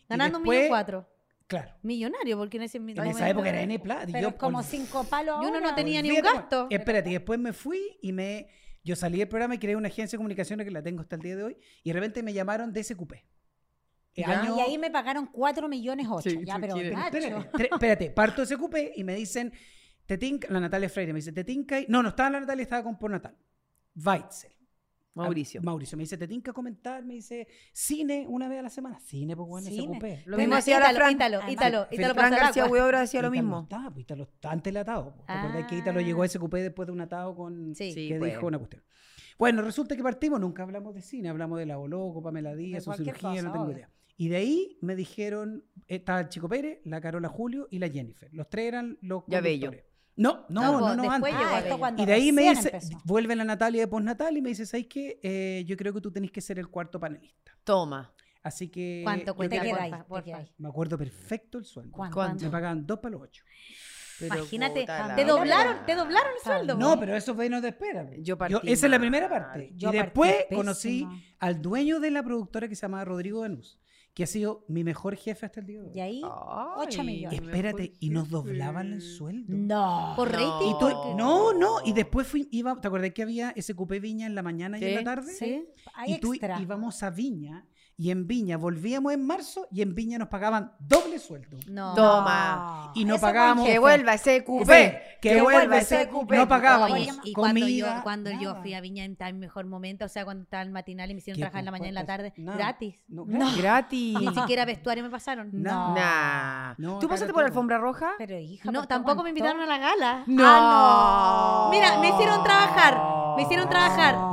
B: Ganando un
A: después-
B: millón cuatro.
A: Claro.
B: Millonario, porque en ese
A: En esa época era N Plata. y
D: Pero
A: yo
D: es como
A: ol-
D: cinco palos
B: yo no- no
D: ahora.
B: tenía ni un
A: olvídate,
B: gasto.
A: bueno. Espérate, y después me fui y me. Yo salí del programa y creé una agencia de comunicaciones que la tengo hasta el día de hoy. Y de repente me llamaron de SQP. Eh,
D: Ya,
A: año-
D: Y ahí me pagaron 4 millones 8.
C: Sí,
D: ya,
C: tú
D: pero
C: quieres.
D: Nacho,
A: Espérate, tre- espérate, parto de SQP y me dicen. Te tinca- la Natalia Freire me dice, te tinca. No, no estaba la Natalia, estaba con por Natal. Weitzel.
C: Mauricio.
A: Ah, Mauricio me dice, te tinca comentar, me dice, cine una vez a la semana. Cine, pues bueno, se
D: Cine.
A: ocupé.
B: Pero
C: Lo mismo
B: no,
C: hacía la
B: Ítalo,
C: Fran.
B: Ítalo,
D: Ah,
B: Ítalo,
A: Fran-
B: Ítalo
C: Fran
B: pasó el
C: García
D: pues.
B: agua.
C: Hueobra hacía lo
A: Ítalo
C: mismo.
A: Está, pues, Ítalo está antelatado. ¿Te acordás que
B: Ah.
A: Ítalo llegó a ese cupé después de un atado con...
B: Sí.
C: Sí,
A: que
C: pues.
A: dijo una cuestión. Bueno, resulta que partimos, nunca hablamos de cine, hablamos de la Boloco, Pamela Díaz, su
D: cualquier
A: cirugía,
D: cosa,
A: no tengo
D: obvio.
A: idea. Y de ahí me dijeron, eh, estaba el Chico Pérez, la Carola Julio y la Jennifer. Los tres eran los
C: Ya Bello.
A: conductores. No, no, no,
B: No,
A: no,
B: pues, después
A: antes.
B: llegó
D: Ah,
B: a
D: esto
B: ella.
D: cuando
A: Y de ahí me
D: recién
A: dice,
D: empezó.
A: vuelve la Natalia de postnatal y me dice, ¿sabes qué? Eh, yo creo que tú tenés que ser el cuarto panelista.
C: Toma.
A: Así que...
B: ¿Cuánto
A: yo
B: cuesta?
A: creo-
D: Te quedáis,
B: porfa,
D: te
B: porfa.
D: quedáis.
A: Me acuerdo perfecto el sueldo.
D: ¿Cuánto?
C: ¿Cuánto?
A: Me pagaban dos para los ocho.
C: Pero
B: Imagínate,
C: puta la
B: te
D: verdad.
B: doblaron, te
C: wea.
B: doblaron el sueldo.
D: No,
A: No,
B: po.
A: pero eso fue no te espera.
C: Yo partí
A: esa es la
C: mal.
A: primera parte.
D: Yo
A: y
D: partí
A: después
D: pésimo.
A: conocí al dueño de la productora que se llamaba Rodrigo Danús, que ha sido mi mejor jefe hasta el día de hoy.
D: Y ahí, Ocho
C: Ay,
D: millones.
C: mi mejor
A: Espérate, y nos
C: jefe.
A: doblaban el sueldo.
D: no.
B: Por
C: No.
B: rating.
A: Y tú-
B: porque-
A: no, no, y después fui, iba, ¿te acordás que había ese cupé viña en la mañana y en
C: Sí,
A: la tarde?
D: Sí, hay
A: Y tú
D: extra.
A: íbamos a Viña y en Viña volvíamos en marzo y en Viña nos pagaban doble sueldo.
B: No.
C: Toma.
A: Y no
D: Ese buen
A: pagábamos-
D: jefe.
C: Que vuelva ese cupé. Que vuelva ese cupé.
A: No pagábamos
B: Oye, y cuando yo,
A: comida.
B: cuando yo
A: nada.
B: fui a Viña en tal mejor momento, o sea, cuando estaba el matinal y me hicieron
A: ¿Qué
B: trabajar en la mañana y en la tarde,
A: compuertas? Nada.
B: gratis.
A: No,
D: No.
C: Gratis.
B: Ni siquiera vestuario me pasaron.
A: No.
C: Nah.
A: Ah. No,
C: ¿Tú
A: acá
C: pasaste
A: no
C: por
A: tuvo.
C: alfombra roja?
D: Pero hija,
B: No,
D: ¿por qué
B: tampoco me
D: aguantó?
B: invitaron a la gala.
C: No.
B: Ah, no. Mira, me hicieron trabajar. Me hicieron trabajar.
D: No.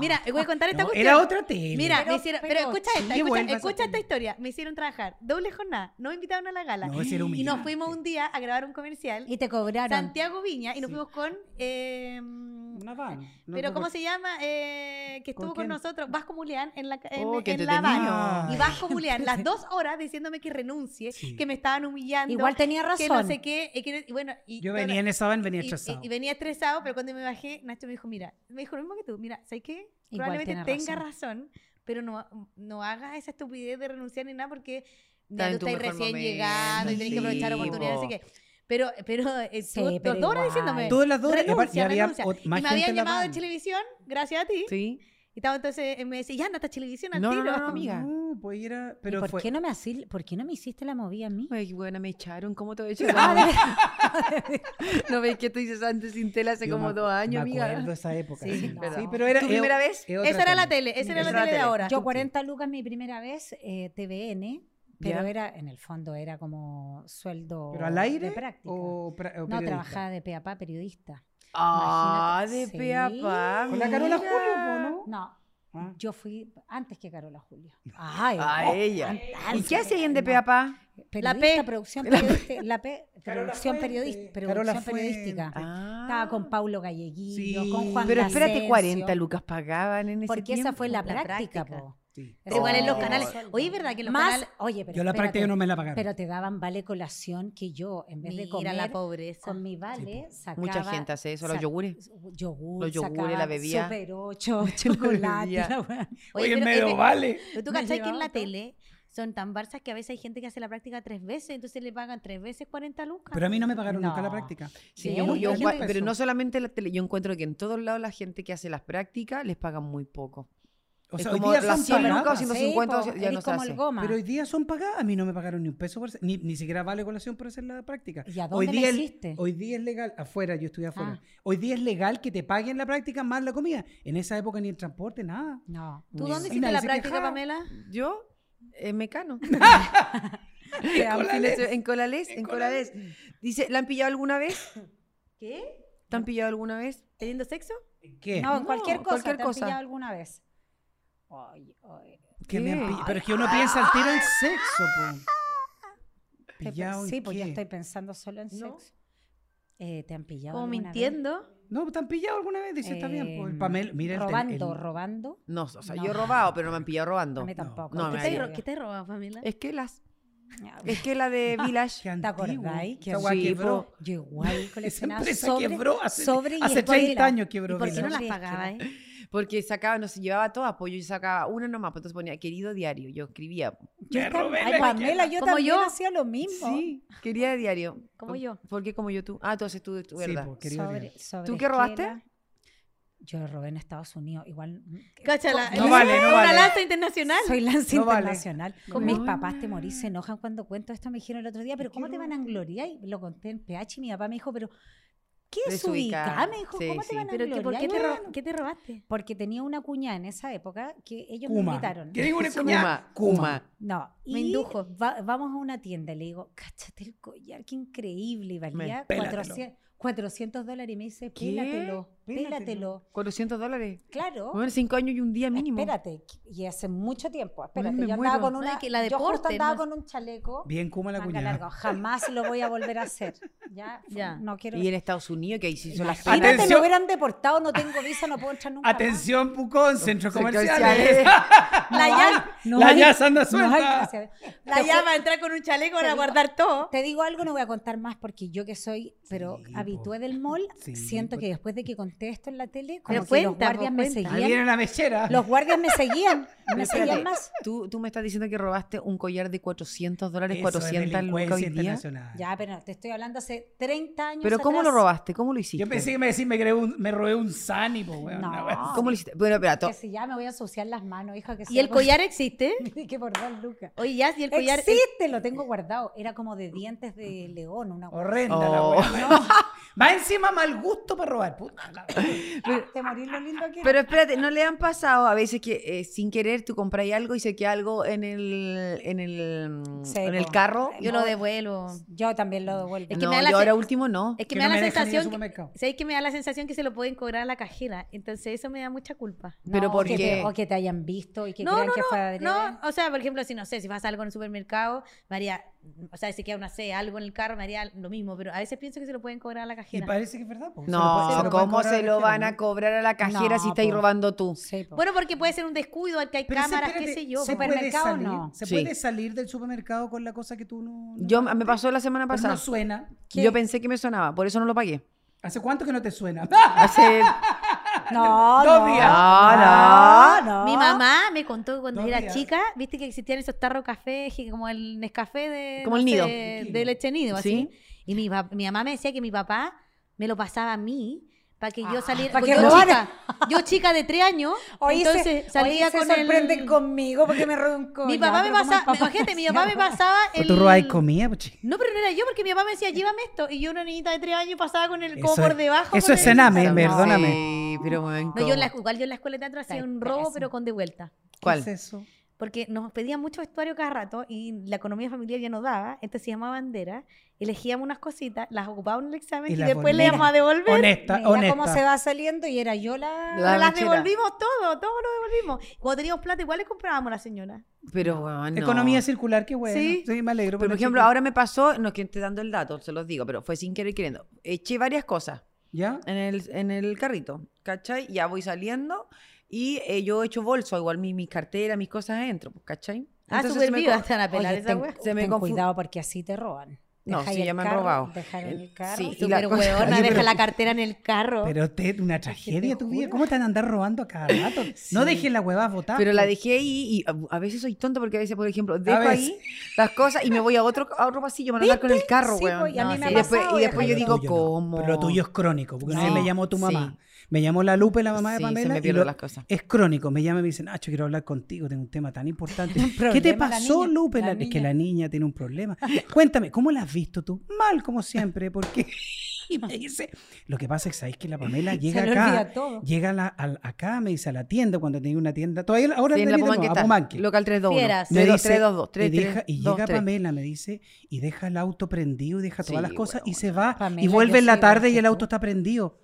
B: Mira, voy a contar esta
A: No,
B: cuestión.
A: era otra tele.
B: Mira,
D: Pero-
B: me hicieron, pero,
D: pero
B: escucha
A: sí,
B: esta, escucha,
A: vuelvas a
B: escucha esta
A: tener.
B: historia. Me hicieron trabajar doble jornada, no me invitaron a la gala.
A: No, ese era
B: y nos
A: humillante.
B: fuimos un día a grabar un comercial.
D: Y te cobraron.
B: Santiago Viña y nos
A: Sí.
B: fuimos con eh,
A: Una van. No
B: pero
A: me
B: cómo
A: acuerdo.
B: se llama eh, que
A: ¿Con
B: estuvo con,
A: quién?
B: nosotros Vasco Mulián en la ca- en,
C: Oh, qué
B: en la van
A: entretenido.
B: y Vasco Mulián las dos horas diciéndome que renuncie
A: Sí.
B: que me estaban humillando
D: Igual tenía razón.
B: que no sé qué y que- y bueno y
A: Yo
B: toda la-
A: venía en esa van, venía
B: y-
A: chasado.
B: y, y venía estresado, pero cuando me bajé, Nacho me dijo, mira, me dijo lo mismo que tú, mira, ¿sabes qué?
D: Igual
B: Probablemente
D: tiene
B: tenga
D: razón.
B: razón, pero no, no hagas esa estupidez de renunciar ni nada porque ya
C: Está
B: tú
C: en
B: estás
C: tu mejor
B: recién
C: momento,
B: llegando y tenés que aprovechar
A: sí,
B: oportunidades, así
C: po.
B: que... Pero, pero, eh,
D: Sí,
B: estuvo
D: pero
B: dos horas
D: igual.
B: diciéndome,
A: Todas las dos, y aparte-
B: renuncia,
A: y había
B: renuncia.
A: ot-
B: Y
A: más
B: me
A: gente
B: habían
A: en la
B: llamado de
A: van.
B: televisión, gracias a ti.
C: Sí.
B: Y estaba entonces, eh, me decía, ya anda a televisión al
C: No, no,
B: tiro.
C: no, no, amiga.
A: No, pues era.
D: ¿Y
A: Pero
D: ¿Por
A: fue.
D: qué no me así, por qué no me hiciste la movida a mí?
C: Ay, buena, me echaron. ¿Cómo te voy a echar? ¿No ves que tú dices antes sin tela hace
A: Yo
C: como
A: me-
C: dos años,
A: me
C: amiga?
A: acuerdo esa época.
D: Sí,
A: Sí,
D: no.
A: Sí, pero era.
C: ¿Tu
A: eh,
C: primera vez?
A: eh, otra
B: Esa era la tele, esa era la
C: Esa era la
B: tele de
C: tele.
B: ahora.
D: Yo 40 lucas mi primera vez, eh, TVN, pero
C: Ya.
D: era, en el fondo era como sueldo
A: ¿Pero al aire?
D: de práctica.
A: O, pra- o
D: no,
A: periodista?
D: trabajaba de pe a pa, periodista.
C: Ah, de
D: Imagínate,
C: pe a
D: sí.
C: pa.
A: Con la Carola Julio, po, ¿no?
D: No,
A: Ah.
D: yo fui antes que Carola Julio. Ay, oh,
C: A ella. ¿Y qué hacía ahí en de
D: No.
C: pe a pa?
D: La
B: P.
D: P. Producción periodística. La P.
A: Carola
D: Producción,
A: Fuente.
D: periodista,
A: Carola
D: producción
A: Fuente.
D: periodística.
C: Ah.
D: Estaba con Paulo Galleguillo,
A: Sí.
D: con Juan
C: Pero espérate,
D: D'Asensio,
C: 40 lucas pagaban en ese
D: Porque esa fue la,
B: La
D: práctica,
B: práctica.
D: po.
A: Sí.
D: Esa
B: Igual en los
D: fue la
B: canales.
D: práctica.
B: Oye, ¿verdad que los
D: Más,
B: canales...
D: oye, pero
A: Yo la
D: espérate,
A: práctica no me la pagaron.
D: Pero te daban vale colación que yo, en vez de
B: Mira
D: comer
B: la pobreza.
D: con mi vale, sacaba...
C: Mucha gente hace eso, los
D: sac-
C: yogures.
D: Yogur,
C: Los yogures,
D: sacaba
C: la bebía.
D: Super 8, chocolate,
C: bebía.
D: la weá.
B: Oye,
A: Oye,
B: pero-
A: medio
B: eh,
A: vale.
B: Pero tú
D: Me
B: cachai que en la
D: llevaban todo.
B: tele son tan barsas que a veces hay gente que hace la práctica tres veces, entonces le pagan tres veces 40 lucas.
A: Pero a mí no me pagaron nunca la
D: No.
A: práctica.
C: Sí,
D: Sí,
C: yo-
D: mucha
C: yo
A: gente
C: encua-
A: hace
C: pero
A: eso.
C: no solamente la tele, yo encuentro que en todos lados la gente que hace las prácticas les pagan muy poco.
A: O
C: Es
A: sea, hoy
C: como
A: día
C: las
A: son
C: 100 lucas o
A: pagadas.
C: 100 150
D: po,
C: ya no
D: eres
C: se
D: como
C: hace.
D: el goma.
A: Pero hoy día son pagadas. A mí no me pagaron ni un peso por hacer- ni, ni siquiera vale colación por hacer la práctica.
D: ¿Y a
A: hoy
D: dónde
A: día
D: la
A: el-
D: hiciste?
A: Hoy día es legal, afuera, yo estudié afuera.
D: Ah.
A: Hoy día es legal que te paguen la práctica más la comida. En esa época ni el transporte, nada.
D: No.
B: ¿Tú
A: Ni- y
B: dónde hiciste
A: nadie
B: la
A: se
B: práctica,
A: quejaba.
B: Pamela?
C: Yo, eh, mecano.
A: Colales.
C: en Colales, en Colales. Dice, ¿la han pillado alguna vez?
B: ¿Qué?
C: ¿Te han pillado alguna vez?
B: ¿Teniendo sexo?
A: ¿Qué?
D: No, en
C: No,
D: cualquier cosa.
C: cualquier
D: ¿Te han
C: cosa.
D: pillado alguna vez? Ay, ay.
A: ¿Qué me han
C: ¿Qué?
A: pillado? Pero es que uno piensa al tiro en sexo, po.
D: Estoy pe-
A: ¿Pillado en
D: sí, pues yo
A: qué?
D: estoy pensando solo en
C: No.
D: sexo. Eh, ¿Te han pillado
B: Como
D: alguna vez?
B: mintiendo.
A: No, ¿te han pillado alguna vez? Dice, está bien, po. El
D: Em,
A: Pamela, mira el tel-
D: Robando,
A: el-
D: robando.
C: No, o sea,
D: No.
C: yo he robado, pero no me han pillado
D: A
C: robando.
D: mí tampoco.
C: no,
B: ¿Qué
C: me
B: te,
C: ha
B: ro- qué te robas, Pamela?
C: Es que las,
D: Ya,
C: es que la de Village.
A: Qué
D: ¿Te
A: antiguo.
D: acordáis? Que
A: Esa weá
C: sí,
A: quebró.
C: po.
D: Yo igual
A: Esa
D: coleccionaba
A: empresa
D: sobre,
A: quebró hace,
D: sobre y
A: hace
D: escuela.
A: 30 años
B: ¿Y
A: quebró.
B: por qué no
A: Village.
B: las
D: Village.
B: pagaba, eh?
C: Porque sacaba, no se llevaba todas, pues yo sacaba una nomás, pues entonces ponía querido diario. Yo escribía.
D: Yo
A: Me
D: tam-
A: robé
D: Ay,
A: la
D: Pamela, yo
B: Como
D: también
B: yo.
D: hacía lo mismo.
C: Sí, quería diario.
B: Como yo.
C: Porque como yo tú. Ah, entonces tú, tú,
A: Sí,
C: ¿verdad?
A: po, pues, querido
D: Sobre,
A: Dios.
D: sobre
C: ¿Tú qué robaste?
D: esquela. Yo robé en Estados Unidos. Igual mm,
B: Cáchala.
A: No
B: es
A: vale, no
B: una
A: vale.
B: lanza internacional.
D: soy lanza
A: No vale.
D: internacional.
A: No
D: Mis
C: vale.
D: papás te morís, se enojan cuando cuento esto. Me dijeron el otro día, pero ¿cómo te van a gloriar? Y lo conté en PH y mi papá me dijo, pero ¿qué es
C: Desubicada.
D: Me dijo,
C: Sí,
D: ¿cómo
C: sí.
D: te van a
B: ¿Pero
D: gloriar?
B: que, por qué te,
D: Bueno,
B: ro- qué te robaste?
D: Porque tenía una cuñada en esa época que ellos me
A: Kuma.
D: invitaron.
A: ¿Qué digo una cuñada?
C: Kuma, Kuma.
D: No,
B: Me
D: y
B: indujo.
D: va- vamos a una tienda y le digo, cáchate el collar, qué increíble. Y valía
A: pélatelo.
D: 400, 400 dólares y me dice,
C: ¿Qué?
D: pélatelo,
A: Pélatelo.
D: pélatelo.
C: 400 dólares.
D: Claro.
C: Bueno, 5 años y un día mínimo.
D: Ah, Espérate, y hace mucho tiempo, espérate,
C: me
D: yo andaba
C: muero.
D: con
B: No,
D: una,
B: y que la
D: yo justo
B: deporten,
D: andaba
B: no
D: con un chaleco,
A: Bien Kuma la
D: manga
A: cuñada.
D: larga, jamás lo voy a volver a hacer, ya,
B: Ya.
D: no quiero,
C: Y en Estados Unidos, que ahí se hizo la
D: imagínate,
C: fila.
A: Atención.
D: me hubieran deportado, no tengo visa, no puedo entrar nunca más.
A: Atención, Pucón, centros comerciales.
C: Comerciales.
D: la ya, no
A: La
D: hay-
A: Yas anda
D: no hay
A: suelta.
D: gracia de-
B: La
D: Te ju-
B: llama a entrar con un chaleco
D: Te
B: para
D: digo-
B: guardar todo.
D: Te digo algo, no voy a contar más porque yo que soy, pero
A: Sí,
D: habitué
A: po.
D: del mall,
A: Sí,
D: siento
A: po.
D: que después de que contesto en la tele, como que los
B: cuenta,
D: guardias
B: po,
D: me
B: cuenta.
A: Ahí viene
D: seguían,
A: la mechera.
D: los guardias me seguían,
C: Pero
D: me
C: espérate,
D: seguían más.
C: ¿Tú, tú me estás diciendo que robaste un collar de 400 dólares,
A: Eso es
C: 400 lucas hoy
A: delincuencia
C: día.
A: internacional.
D: Ya, pero te estoy hablando hace 30 años
C: Pero ¿cómo lo
D: atrás.
C: robaste? ¿Cómo lo hiciste?
A: Yo pensé que me decís, me, creé un- me robé un Sani, po, weón.
D: No.
A: una weá.
C: ¿Cómo lo hiciste? Bueno, espera, to-
D: Que si ya me voy a ensuciar las manos, hija, que
B: ¿Y el collar existe?
D: que por dos lucas.
B: Oye, ya, y el collar. el-
D: Existe, lo tengo guardado. Era como de dientes de león, una hueá.
A: Horrenda
C: Oh.
A: la weá. Va encima mal gusto para robar. Puta, la weá.
D: Ah, Te morir lo lindo que
C: Pero espérate, ¿no le han pasado a veces que eh, sin querer tú compras algo y se queda algo en el, en el, mm,
D: Sí,
C: en el
D: po.
C: carro?
D: Ay,
B: Yo lo devuelvo.
D: Yo también lo devuelvo.
B: Eh, Es que
C: no,
B: me da la
C: yo
B: se-
C: ahora último no.
B: Es que,
A: Que
B: me
A: no
B: da
A: me
B: la
A: dejan ir al
B: sensación. que-
A: supermercado.
B: ¿Sabes que me da la sensación que se lo pueden cobrar a la cajera? Entonces eso me da mucha culpa.
D: No,
C: pero
D: o que
C: porque-
D: te- o que te hayan visto y que
B: No,
D: crean
B: no,
D: que fue adrede.
B: No, o sea, por ejemplo, si no sé, si vas a algo en el supermercado, María, o sea, si queda una C, algo en el carro, María, lo mismo, pero a veces pienso que se lo pueden cobrar a la
A: Y
B: cajera.
A: parece que es verdad. po. Se lo puede-
C: No,
A: se lo pueden
C: ¿cómo
A: cobrar
C: se
A: al
C: lo
A: cajero,
C: van a
A: ¿no?
C: cobrar a la cajera
D: No,
C: si estáis
D: po.
C: robando tú?
D: Sí, po.
B: Bueno, porque puede ser un descuido, al que hay
A: Pero ese,
B: cámaras, qué
A: espérate,
B: sé yo. pues,
A: ¿se puede
D: ¿Supermercado
A: salir?
D: no?
A: ¿Se
C: Sí.
A: puede salir del supermercado con la cosa que tú no... no
C: Yo,
A: pagaste?
C: me pasó la semana
A: Pero
C: pasada.
A: no suena.
C: Yo pensé que me sonaba, por eso no lo pagué.
A: ¿Hace cuánto que no te suena? ¡Ah!
C: Hace...
D: No,
A: Dos
D: no.
A: días.
C: No,
D: no.
B: Mi mamá me contó que cuando
A: Dos
B: era
A: días.
B: chica, viste que existían esos tarro café, gi- como el Nescafé de,
C: Como el nido.
B: sé, de leche nido, así. Y mi, pa- mi mamá me decía que mi papá me lo pasaba a mí para que yo
D: Ah,
B: saliera.
D: pa'
B: porque
D: que
B: yo
D: robara.
B: chica, yo chica de tres años,
D: Hoy
B: entonces
D: se,
B: salía
D: hoy se
B: con
D: sorprenden
B: el...
D: conmigo porque me robé un collar.
B: Mi papá me
D: pero como el
B: pasaba,
D: papá
B: imagínate, mi
D: decía,
B: papá me pasaba el...
A: Pero tú robas pues, comida, pochi.
B: No, pero no era yo, porque mi papá me decía, llévame esto. Y yo, una niñita de tres años, pasaba con el
A: Eso
B: como por
A: es-
B: debajo.
A: eso
B: con
A: es
B: el-
A: cename,
B: No.
A: perdóname.
C: Sí, pero bueno,
B: No, yo en la,
C: ¿cómo?
B: igual yo en la escuela de teatro hacía
D: Está
B: un robo,
D: pésimo.
B: pero con de vuelta.
C: ¿Cuál?
A: ¿Qué es eso?
B: porque nos pedían mucho vestuario cada rato y la economía familiar ya no daba, entonces se llamaba bandera, elegíamos unas cositas, las ocupábamos en el examen
A: Y
B: y,
A: las
B: después le
A: volvías.
B: íbamos a devolver.
A: Honesta,
D: Mira
A: honesta.
D: cómo se va saliendo y era yo la...
C: La-
B: las
C: mochila.
B: devolvimos todo, todo lo devolvimos. Cuando teníamos plata, igual le comprábamos a la señora.
C: Pero bueno, no.
A: Economía circular, qué bueno. Sí,
B: Sí.
A: me alegro.
C: Pero, por
A: la
C: ejemplo,
A: chica.
C: ahora me pasó, no es que esté dando el dato, se los digo, pero fue sin querer queriendo. Eché varias cosas
A: ¿Ya?
C: en el, en el carrito, ¿cachai? Ya voy saliendo y eh, yo echo bolso, igual mi- mis carteras, mis cosas adentro, pues, ¿cachai?
B: Ah,
C: Entonces
B: súper
C: se me
B: viva,
C: co-
B: están a pelar
D: Oye,
B: esa
D: ten,
B: wea.
C: Se me
D: ten
C: confu-
D: cuidado porque así te roban.
C: No,
D: Dejáis
C: sí,
D: el
C: ya me han
D: carro,
C: robado.
D: Dejaron
C: El-
D: el carro.
C: sí, y la
B: Súper
C: cosa-
B: hueona,
A: Oye,
B: deja
A: pero-
B: la cartera en el carro.
A: Pero te, una tragedia tu vida.
D: juro.
A: ¿Cómo te van a andar robando a cada rato? No
C: Sí.
A: dejes la huevada pues. votar.
C: Pero la dejé ahí y uh, a- a veces soy tonta porque a veces, por ejemplo, dejo
A: veces.
C: ahí las cosas y me voy a otro, a otro pasillo para andar con el carro,
D: Sí,
C: weón.
D: pues, y a
B: No,
D: mí me
B: sí.
D: ha
C: y después,
D: pasado, pues,
C: y después
D: dejar
C: yo
D: el-
C: digo,
A: tuyo no,
C: ¿cómo?
A: pero lo tuyo es crónico, porque una vez
C: No,
A: me llamó tu
C: sí.
A: mamá. Me llamó la Lupe, la mamá de
C: Sí,
A: Pamela.
C: se me
A: y
C: pierden
A: lo-
C: las cosas.
A: Es crónico. Me llama y me dice, Nacho, quiero hablar contigo, tengo un tema tan importante. ¿Qué te
D: problema, la
A: pasó,
D: niña,
A: Lupe?
D: la
A: La- es que
D: niña.
A: la niña tiene un problema. Cuéntame, ¿cómo la has visto tú? Mal, como siempre, porque... Y me dice, lo que pasa es que sabéis que la Pamela llega
D: le
A: acá,
D: olvida todo.
A: llega a la- al- acá, me dice, a la tienda, cuando tenía una tienda, todavía ahora
C: Sí, en
A: tenía
C: la
A: de
C: Pumanque
A: nuevo, a
C: está.
A: Pumanque.
C: Local 321.
B: Fieras.
A: Me dice,
C: 322,
A: y, deja- y llega
C: 322.
A: Pamela, me dice, y deja el auto prendido, y deja todas
C: Sí,
A: las cosas, y
C: huevona.
A: se va, y
D: Pamela,
A: vuelve
D: yo
A: en la
D: soy igual
A: tarde y
D: que
A: el
D: tú.
A: auto está prendido.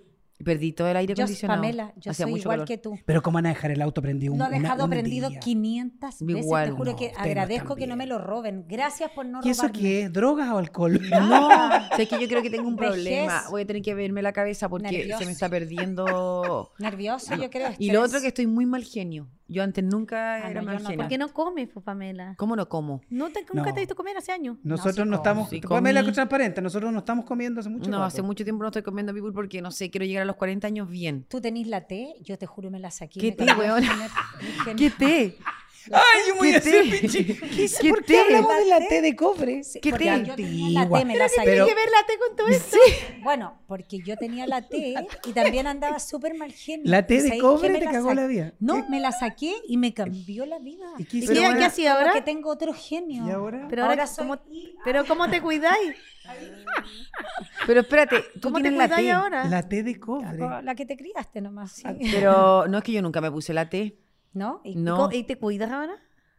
C: Perdí todo el aire
D: Yo,
C: acondicionado.
D: Pamela, yo
C: Hacía
D: soy
C: mucho
D: igual
C: calor.
D: que tú.
A: Pero ¿cómo van a dejar el auto prendido un
D: Lo he
A: una-
D: dejado
A: un
D: prendido
A: día?
D: 500 veces.
C: Igual,
D: te juro
A: no,
D: que
A: ustedes no
D: agradezco
A: están
D: que no me
A: bien.
D: lo roben. Gracias por no
A: ¿Y eso
D: robarme.
A: qué es? ¿Drogas o alcohol?
C: No, sé que yo creo que tengo un
D: Vejez.
C: problema. Voy a tener que verme la cabeza porque se
D: Nervioso.
C: me está perdiendo.
D: Nervioso, yo creo.
C: Y lo
D: estrés.
C: otro que estoy muy mal genio. Yo antes nunca
D: Ah,
C: era
D: no,
C: mal
D: yo no,
C: genio.
B: ¿Por qué no comes, pues, Pamela?
C: ¿Cómo no como?
B: No te- nunca
A: No.
B: te he visto comer hace años.
A: Nosotros no,
D: sí
A: estamos.
C: comí. Sí
A: Pamela,
C: comí.
A: que transparente, nosotros no estamos comiendo hace mucho
C: no,
A: rato.
C: hace mucho tiempo no estoy comiendo people porque no sé, quiero llegar a los 40 años bien.
D: Tú tenés la T, yo te juro me la saqué.
C: ¿Qué
D: me
C: té,
D: cambié de
C: weona?
D: género. Dije,
C: ¿Qué té?
A: Ay, yo me voy a
C: ¿Qué
A: hacer
C: té?
A: pinche.
C: ¿Qué
A: ¿Por qué,
C: té?
A: hablamos de la T de cobre?
C: ¿Qué
D: porque
C: té?
D: Yo tenía la T, me la saqué.
A: Pero-
B: Tienes que ver la té con todo esto.
D: Bueno, porque yo tenía la T y también andaba súper mal genio.
A: La T
D: ¿Y
A: de
D: sabéis
A: cobre
D: Pues qué? Me
A: te cagó
D: saqué.
A: la vida.
D: No,
A: ¿Qué?
D: me la saqué y me cambió la vida.
A: ¿Y qué
B: ¿Y
A: hiciste? Pero
B: qué, qué
A: ahora-
B: hacía
D: Ahora
B: ahora?
D: que tengo otro genio.
A: ¿Y ahora?
B: Pero ahora,
D: Ahora soy-
B: ¿cómo, pero ¿cómo te cuidáis?
C: Pero espérate, tú
B: ¿Cómo te
C: tienes la
B: cuidáis
C: té.
B: ahora?
A: La T de cobre.
D: La que te criaste nomás, sí.
A: Ah.
C: Pero no es que yo nunca me puse la té.
D: ¿No? Y-
B: ¿Y
C: No.
B: co- ¿Y te cuidas ahora?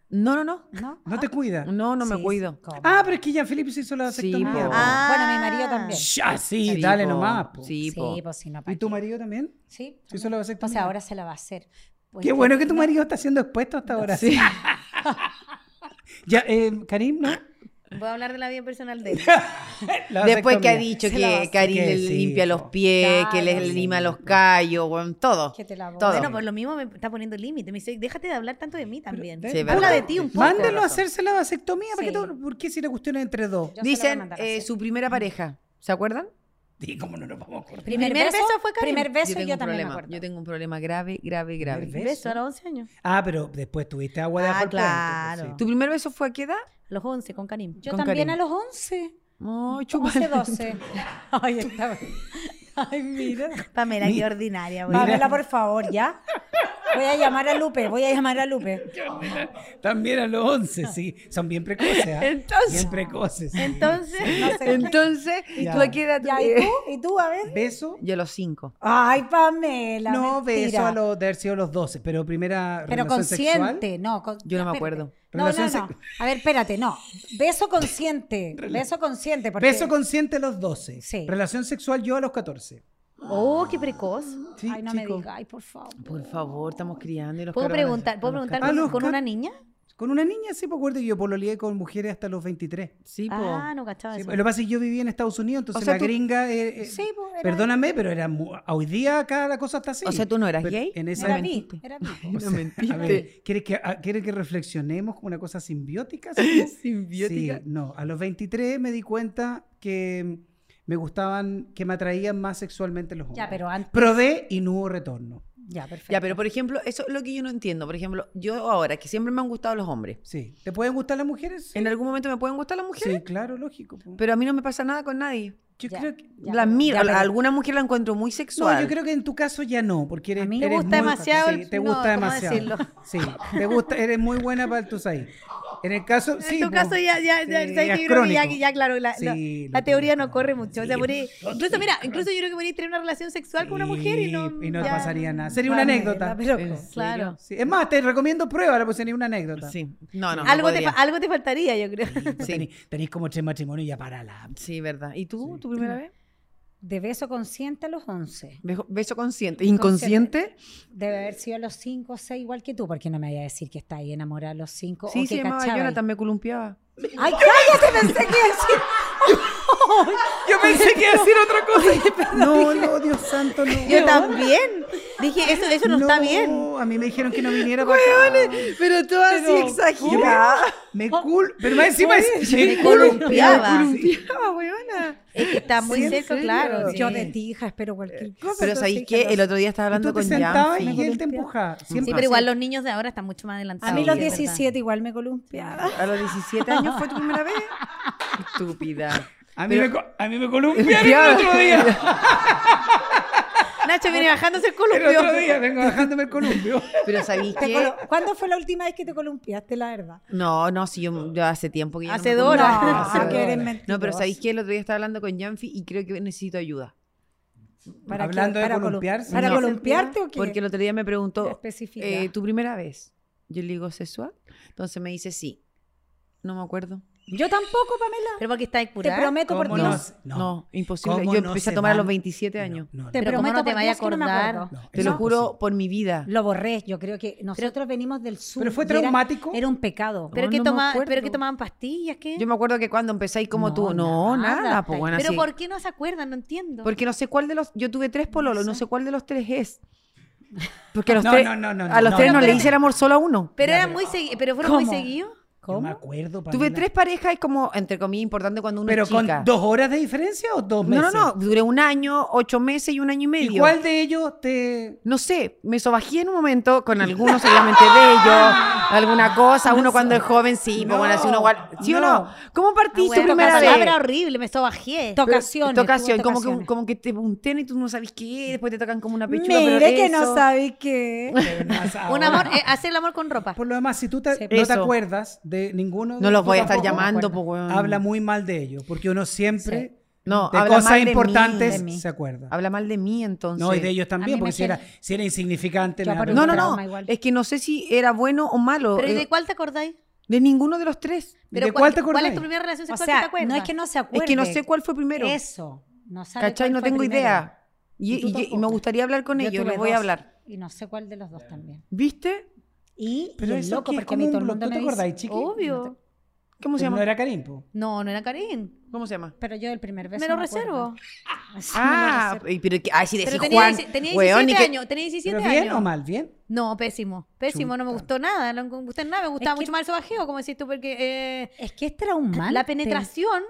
C: No, no, no.
D: ¿no?
A: No te cuida.
C: No, no me
D: Sí, sí,
C: cuido.
D: ¿cómo?
A: Ah, pero es que Jean-Philippe se hizo la
C: Sí,
A: vasectomía.
C: po.
A: po.
B: Ah,
D: Bueno, mi marido también.
A: Ya, sí, dale
C: po.
A: nomás. po.
C: Sí, po.
D: Sí, pues si no ¿pa'
A: ¿Y tu
D: qué?
A: marido también?
D: Sí.
A: ¿Se hizo
D: también.
A: la vasectomía?
D: Entonces ahora se la va a hacer. Pues
A: Qué
D: que-
A: bueno que tu
D: no,
A: marido está siendo expuesto hasta ahora.
C: Sí.
A: Ya, eh, Karim, ¿no?
B: Voy a hablar de la vida personal de él.
A: La
C: Después que ha
A: vasectomía.
C: dicho
D: Se la
C: que
D: vas-
C: Karim
A: que
C: le
A: sí,
C: limpia los
A: po.
C: pies, que le
D: Claro, sí.
C: lima los callos, weón, todo.
D: Que te la
C: Todo.
D: voy
B: Bueno, por lo mismo me está poniendo límite. Me dice, déjate de hablar tanto de mí también.
A: de-
C: Sí,
B: Habla
C: verdad.
B: de ti un poco.
A: Mándenlo a hacerse la vasectomía. ¿Para
D: Sí.
A: qué todo- ¿Por qué si la cuestión es entre dos?
D: Yo se la voy a
C: Dicen
D: mandar a
C: eh,
D: hacer.
C: su primera pareja. ¿Se acuerdan?
A: Sí, cómo no nos vamos a acordar.
D: Primer,
B: Primer
D: beso,
B: beso fue Karim.
D: Primer beso yo,
C: tengo un
D: también me
C: problema.
D: acuerdo.
C: Yo tengo un problema grave, grave, grave.
A: Primer
B: Beso a los 11 años.
A: Ah, pero después tuviste agua de
B: Ah,
A: ajo al
B: claro.
A: puente, pues, sí.
C: ¿Tu primer beso fue a qué edad?
B: A los 11 con Karim.
D: Yo
C: con
D: también
C: Karim.
D: a los 11.
C: No, chupa.
D: 11, 12. Ay, está- Ay, mira.
B: Pamela,
A: Mi-
B: qué ordinaria. güey.
D: Pamela, por favor, ¿ya? Voy a llamar a Lupe, voy a llamar a Lupe.
A: También a los 11, sí. Son bien precoces, ¿ah?
C: Entonces,
A: Bien precoces. sí.
B: Entonces,
C: entonces,
A: Ya.
C: ¿tú a qué edad?
D: Ya, ¿y tú? ¿Y tú? A ver.
A: Beso.
C: Yo a los cinco.
D: Ay, Pamela.
A: No, beso
D: mentira.
A: a los de haber sido los 12, pero primera
D: Pero
A: relación sexual.
D: consciente, no. con-
C: Yo no me
D: espérate.
C: acuerdo.
D: No,
A: Relación
D: no, no.
A: sexual.
D: A ver, espérate, no. Beso consciente. Beso consciente. Porque...
A: Beso consciente a los 12.
D: Sí.
A: Relación sexual yo a los 14.
B: oh, qué precoz.
A: Sí,
D: Ay, no me
A: chico.
D: digas. Ay, por favor.
C: Por favor, estamos criando y los
B: ¿Puedo
C: cabros van a-
B: preguntar, ¿puedo
C: van a
B: preguntar
A: catorce. A
B: con,
A: los
B: con
A: cat-
B: una niña?
A: Con una niña sí, pues acuerdo que yo pololeé con mujeres hasta los 23.
C: Sí, po.
B: Ah, no cachaba
A: Sí, pues,
B: eso.
A: lo que pasa es que yo vivía en Estados Unidos, entonces
C: sea,
A: la
C: tú-
A: gringa... eh, eh,
D: Sí, pues, era-
A: Perdóname, pero era mu- hoy día acá la cosa está así.
C: O sea, ¿tú no eras
A: Pero
C: gay?
A: En esa
D: Era
A: men-
D: vi, era vi.
A: o sea, a ver, ¿quieres que, a- ¿Quieres que reflexionemos como una cosa simbiótica? así como?
C: Simbiótica.
A: Sí, no. A los 23 me di cuenta que me gustaban, que me atraían más sexualmente los hombres.
D: Ya, pero antes.
A: Probé y no hubo retorno.
D: Ya, perfecto.
C: Ya, pero por ejemplo, eso es lo que yo no entiendo. Por ejemplo, yo ahora, que siempre me han gustado los hombres.
A: Sí. ¿Te pueden gustar las mujeres? Sí,
C: ¿En algún momento me pueden gustar las mujeres?
A: Sí, claro, lógico. po.
C: Pero a mí no me pasa nada con nadie.
A: yo
D: Ya.
A: creo que...
D: Ya,
C: la
D: pero-
C: miro.
D: ya,
C: a
D: pero-
C: alguna mujer la encuentro muy sexual.
A: No, yo creo que en tu caso ya no, porque eres,
D: A mí me
A: eres muy-
B: gusta demasiado el-
A: sí, te
B: no,
A: gusta
B: ¿cómo
A: demasiado.
B: decirlo?
A: Sí, te gusta, eres muy buena para el tusai. En el caso, sí.
B: en tu
A: po.
B: caso ya, ya, ya,
A: Sí,
B: sabes
A: ya
B: que
A: es
B: yo creo que ya,
A: crónico.
B: ya, claro, la,
A: Sí,
B: la-
A: lo
B: la
A: que-
B: teoría no corre mucho. O sea,
A: Sí,
B: podría-
A: no,
B: incluso,
A: sí,
B: mira,
A: claro.
B: incluso yo creo que podría tener una relación sexual con una mujer y no...
A: y no
B: ya-
A: pasaría nada. Sería una
D: Pamela,
A: anécdota.
D: pero-
B: Claro.
A: Sí, Es más, te recomiendo prueba, pues sería una anécdota.
C: Sí. No, no, no
B: Algo te,
C: podría.
B: fa- algo te faltaría, yo creo.
A: Pues
C: Sí.
A: Tenéis, tenéis como tres matrimonios y ya para la.
C: Sí, verdad. ¿Y tú,
A: Sí.
C: tu primera vez?
D: De beso consciente a los 11.
C: Bejo- Beso consciente. ¿Inconsciente?
D: Debe haber sido a los 5 o 6, igual que tú, porque no me vaya a decir que está ahí enamorada a los 5
C: Sí,
D: o
C: se
D: que
C: llamaba
D: cachaba.
C: Jonathan, me columpiaba.
D: Ay, cállate, pensé que iba a decir.
A: Yo pensé que iba a decir otra cosa. No, no, Dios santo, no.
B: Yo también. Dije, eso, eso no, está bien.
A: A mí me dijeron que no viniera para acá.
C: Pero tú así
A: Pero- Me cul... Pero más encima es... Me Ah,
B: columpiaba.
C: Ah, pues, Columpiaba, weona.
B: Es que está muy
C: Sí, en
B: cerca,
C: serio.
B: claro. sí.
D: Yo de ti, hija, espero cualquier cosa.
C: Pero ¿sabéis qué? El otro día
A: Y
C: estaba hablando
A: tú te
C: con
A: sentabas
C: Jan.
A: y él te empujaba.
B: Sí,
A: Siempre.
B: pero igual los niños de ahora están mucho más
D: A
B: adelantados.
D: mí
C: Sí,
D: los
B: de verdad.
D: 17 igual me columpiaba.
C: A los 17 años fue tu primera vez. Estúpida.
A: A mí,
C: Pero-
A: me, co- a mí me columpiaron el otro día.
B: Nacho viene bajándose el columpio.
A: El otro día vengo bajándome el columpio.
C: Pero ¿sabéis
D: Te
C: qué?
D: colo- ¿Cuándo fue la última vez que te columpiaste, la verdad?
C: No, no, sí, yo, yo hace tiempo que ya no
B: Hace
C: me acuerdo.
B: dos horas.
C: No,
A: Ah,
C: hace
A: que
C: dos
A: eres
C: horas.
D: mentiroso.
C: No, pero ¿sabéis qué? El otro día estaba hablando con Janfi y creo que necesito ayuda.
D: ¿Para qué?
A: Hablando de
D: ¿Para colu-
A: columpiarse.
D: ¿Para
C: No.
D: columpiarte o qué?
C: Porque el otro día me preguntó,
D: Especifica.
C: eh, ¿tu primera vez? Yo le digo, ¿sexual? Entonces me dice, sí. No me acuerdo.
D: Yo tampoco, Pamela.
B: Pero porque está de
D: Te
B: curar.
D: prometo por
A: ¿Cómo
D: Dios.
A: No.
C: No, imposible.
A: ¿Cómo
C: Yo
A: no
C: empecé a
A: se
C: tomar a
A: van?
C: los 27 años.
A: No, no,
D: Te
B: Pero ¿cómo
D: prometo
B: no te
D: por
B: vaya a
D: Dios que no me
B: acordar?
D: acuerdo.
A: no,
C: Te
A: eso
C: lo
A: es
C: juro
A: imposible.
C: por mi vida.
D: Lo borré. Yo creo que nosotros venimos del sur.
A: Pero fue
D: y era-
A: traumático.
D: Era, un pecado.
B: Pero,
C: No,
B: que
C: no me
B: toma-
C: acuerdo.
B: pero que tomaban pastillas, ¿qué?
C: Yo me acuerdo que cuando empezáis como
D: No,
C: tú, no,
D: nada,
C: nada,
D: hasta
C: pues
D: ahí.
C: bueno,
B: pero
C: así.
B: ¿por qué no se acuerdan? No entiendo.
C: Porque no sé cuál de los. Yo tuve tres pololos, no sé cuál de los tres es. Porque a los
A: No,
C: tres,
A: no, no, no,
C: a los
A: no,
C: tres
A: no,
C: no, le
A: espérate.
C: hice el amor solo a uno.
B: pero,
A: Ya,
B: eran
A: pero-
B: muy segui- pero fueron muy
D: ¿Cómo? Ah,
B: seguidos.
A: Yo me
D: ¿Cómo?
A: acuerdo,
C: Tuve
A: Pamela.
C: tres parejas y como, entre comillas, importante cuando uno
A: ¿Pero
C: es chica.
A: con dos horas de diferencia o dos
C: no,
A: meses?
C: no, no. Duré un año, ocho meses y un año y medio.
A: ¿Y cuál de ellos te...?
C: No sé, me sobajé en un momento con algunos, seguramente de ellos, alguna cosa. Uno cuando es joven, sí,
A: No,
C: pues bueno, así uno igual. ¿Sí o no?
A: no.
C: ¿Cómo
B: Ah,
C: partí
B: bueno,
C: tu primera
B: la
C: vez?
B: palabra horrible, me sobajé.
D: Pero- Tocaciones,
C: Tocación,
D: tuvo
C: como que, un-
D: tocaciones.
C: como que te punten y tú no sabes qué, después te tocan como una pechuga. pero
D: Mire que no
C: eso-
D: sabes qué.
B: Un amor, eh, hacer el amor con ropa.
A: Por lo demás, si tú te-
D: Sí.
A: no te
C: Eso.
A: acuerdas de ninguno... de
C: No los
A: tú
C: voy a estar
A: tampoco,
C: llamando,
D: acuerdo.
C: pues, weón.
A: Habla muy mal de ellos, porque uno siempre
D: Sí.
C: No,
A: de
C: habla mal
A: cosas
C: de mí,
A: importantes
D: de mí.
A: se acuerda.
C: Habla mal de mí, entonces.
A: No, y de ellos también,
D: me
A: porque si era,
D: sale-
A: si era insignificante...
D: Yo
A: me
D: por
A: hablo-
D: un
C: No, no,
D: trauma
C: no.
D: igual.
C: Es que no sé si era bueno o malo.
B: Pero ¿y
C: Eh,
B: de cuál te acordáis?
C: De ninguno de los tres.
A: ¿De cuál te
B: ¿Cuál es
A: acordáis?
B: tu primera relación
D: O
B: sexual que te
D: sea,
B: acuerdas?
D: no es que no se
C: Es
D: acuerde.
C: que no sé cuál fue primero.
D: Eso. No sabe
C: ¿Cachai?
D: cuál
C: No
D: fue
C: tengo
D: primero.
C: idea. Y,
D: Y tú
C: y- y me
D: tampoco.
C: gustaría hablar con
D: Yo
C: ellos,
D: tuve
C: les voy a
D: dos,
C: hablar.
D: Y no sé cuál de los dos también.
C: ¿Viste?
D: Y,
A: Pero
D: y el
A: eso
D: loco,
A: que es
D: porque a
A: como
D: mí
A: un
D: todo el
A: blog.
D: mundo
A: ¿Tú
D: me
A: te
D: dice-
A: acordáis, chiqui?
B: Obvio.
A: No,
C: ¿Cómo se
A: te-
C: llama?
A: no era Karim, po.
B: No, no era Karim.
C: ¿Cómo se llama?
D: Pero yo el primer beso
B: Me lo
D: no acuerdo.
B: reservo.
D: Sí, me lo
C: Ah,
D: reservo.
C: y- pero que, ay, si decís
B: Pero tenía,
C: Juan,
B: dieci- tenía
C: weón,
B: 17
C: y que-
B: años. Tenía 17
A: ¿Pero bien
B: años.
A: o mal? ¿Bien?
B: No, pésimo. Pésimo, no me
A: Chuta.
B: gustó nada. No me gustó nada. Me gustaba
D: que-
B: mucho más el sobajeo, como decís tú, porque eh,
D: Es que este es traumante.
B: la penetración.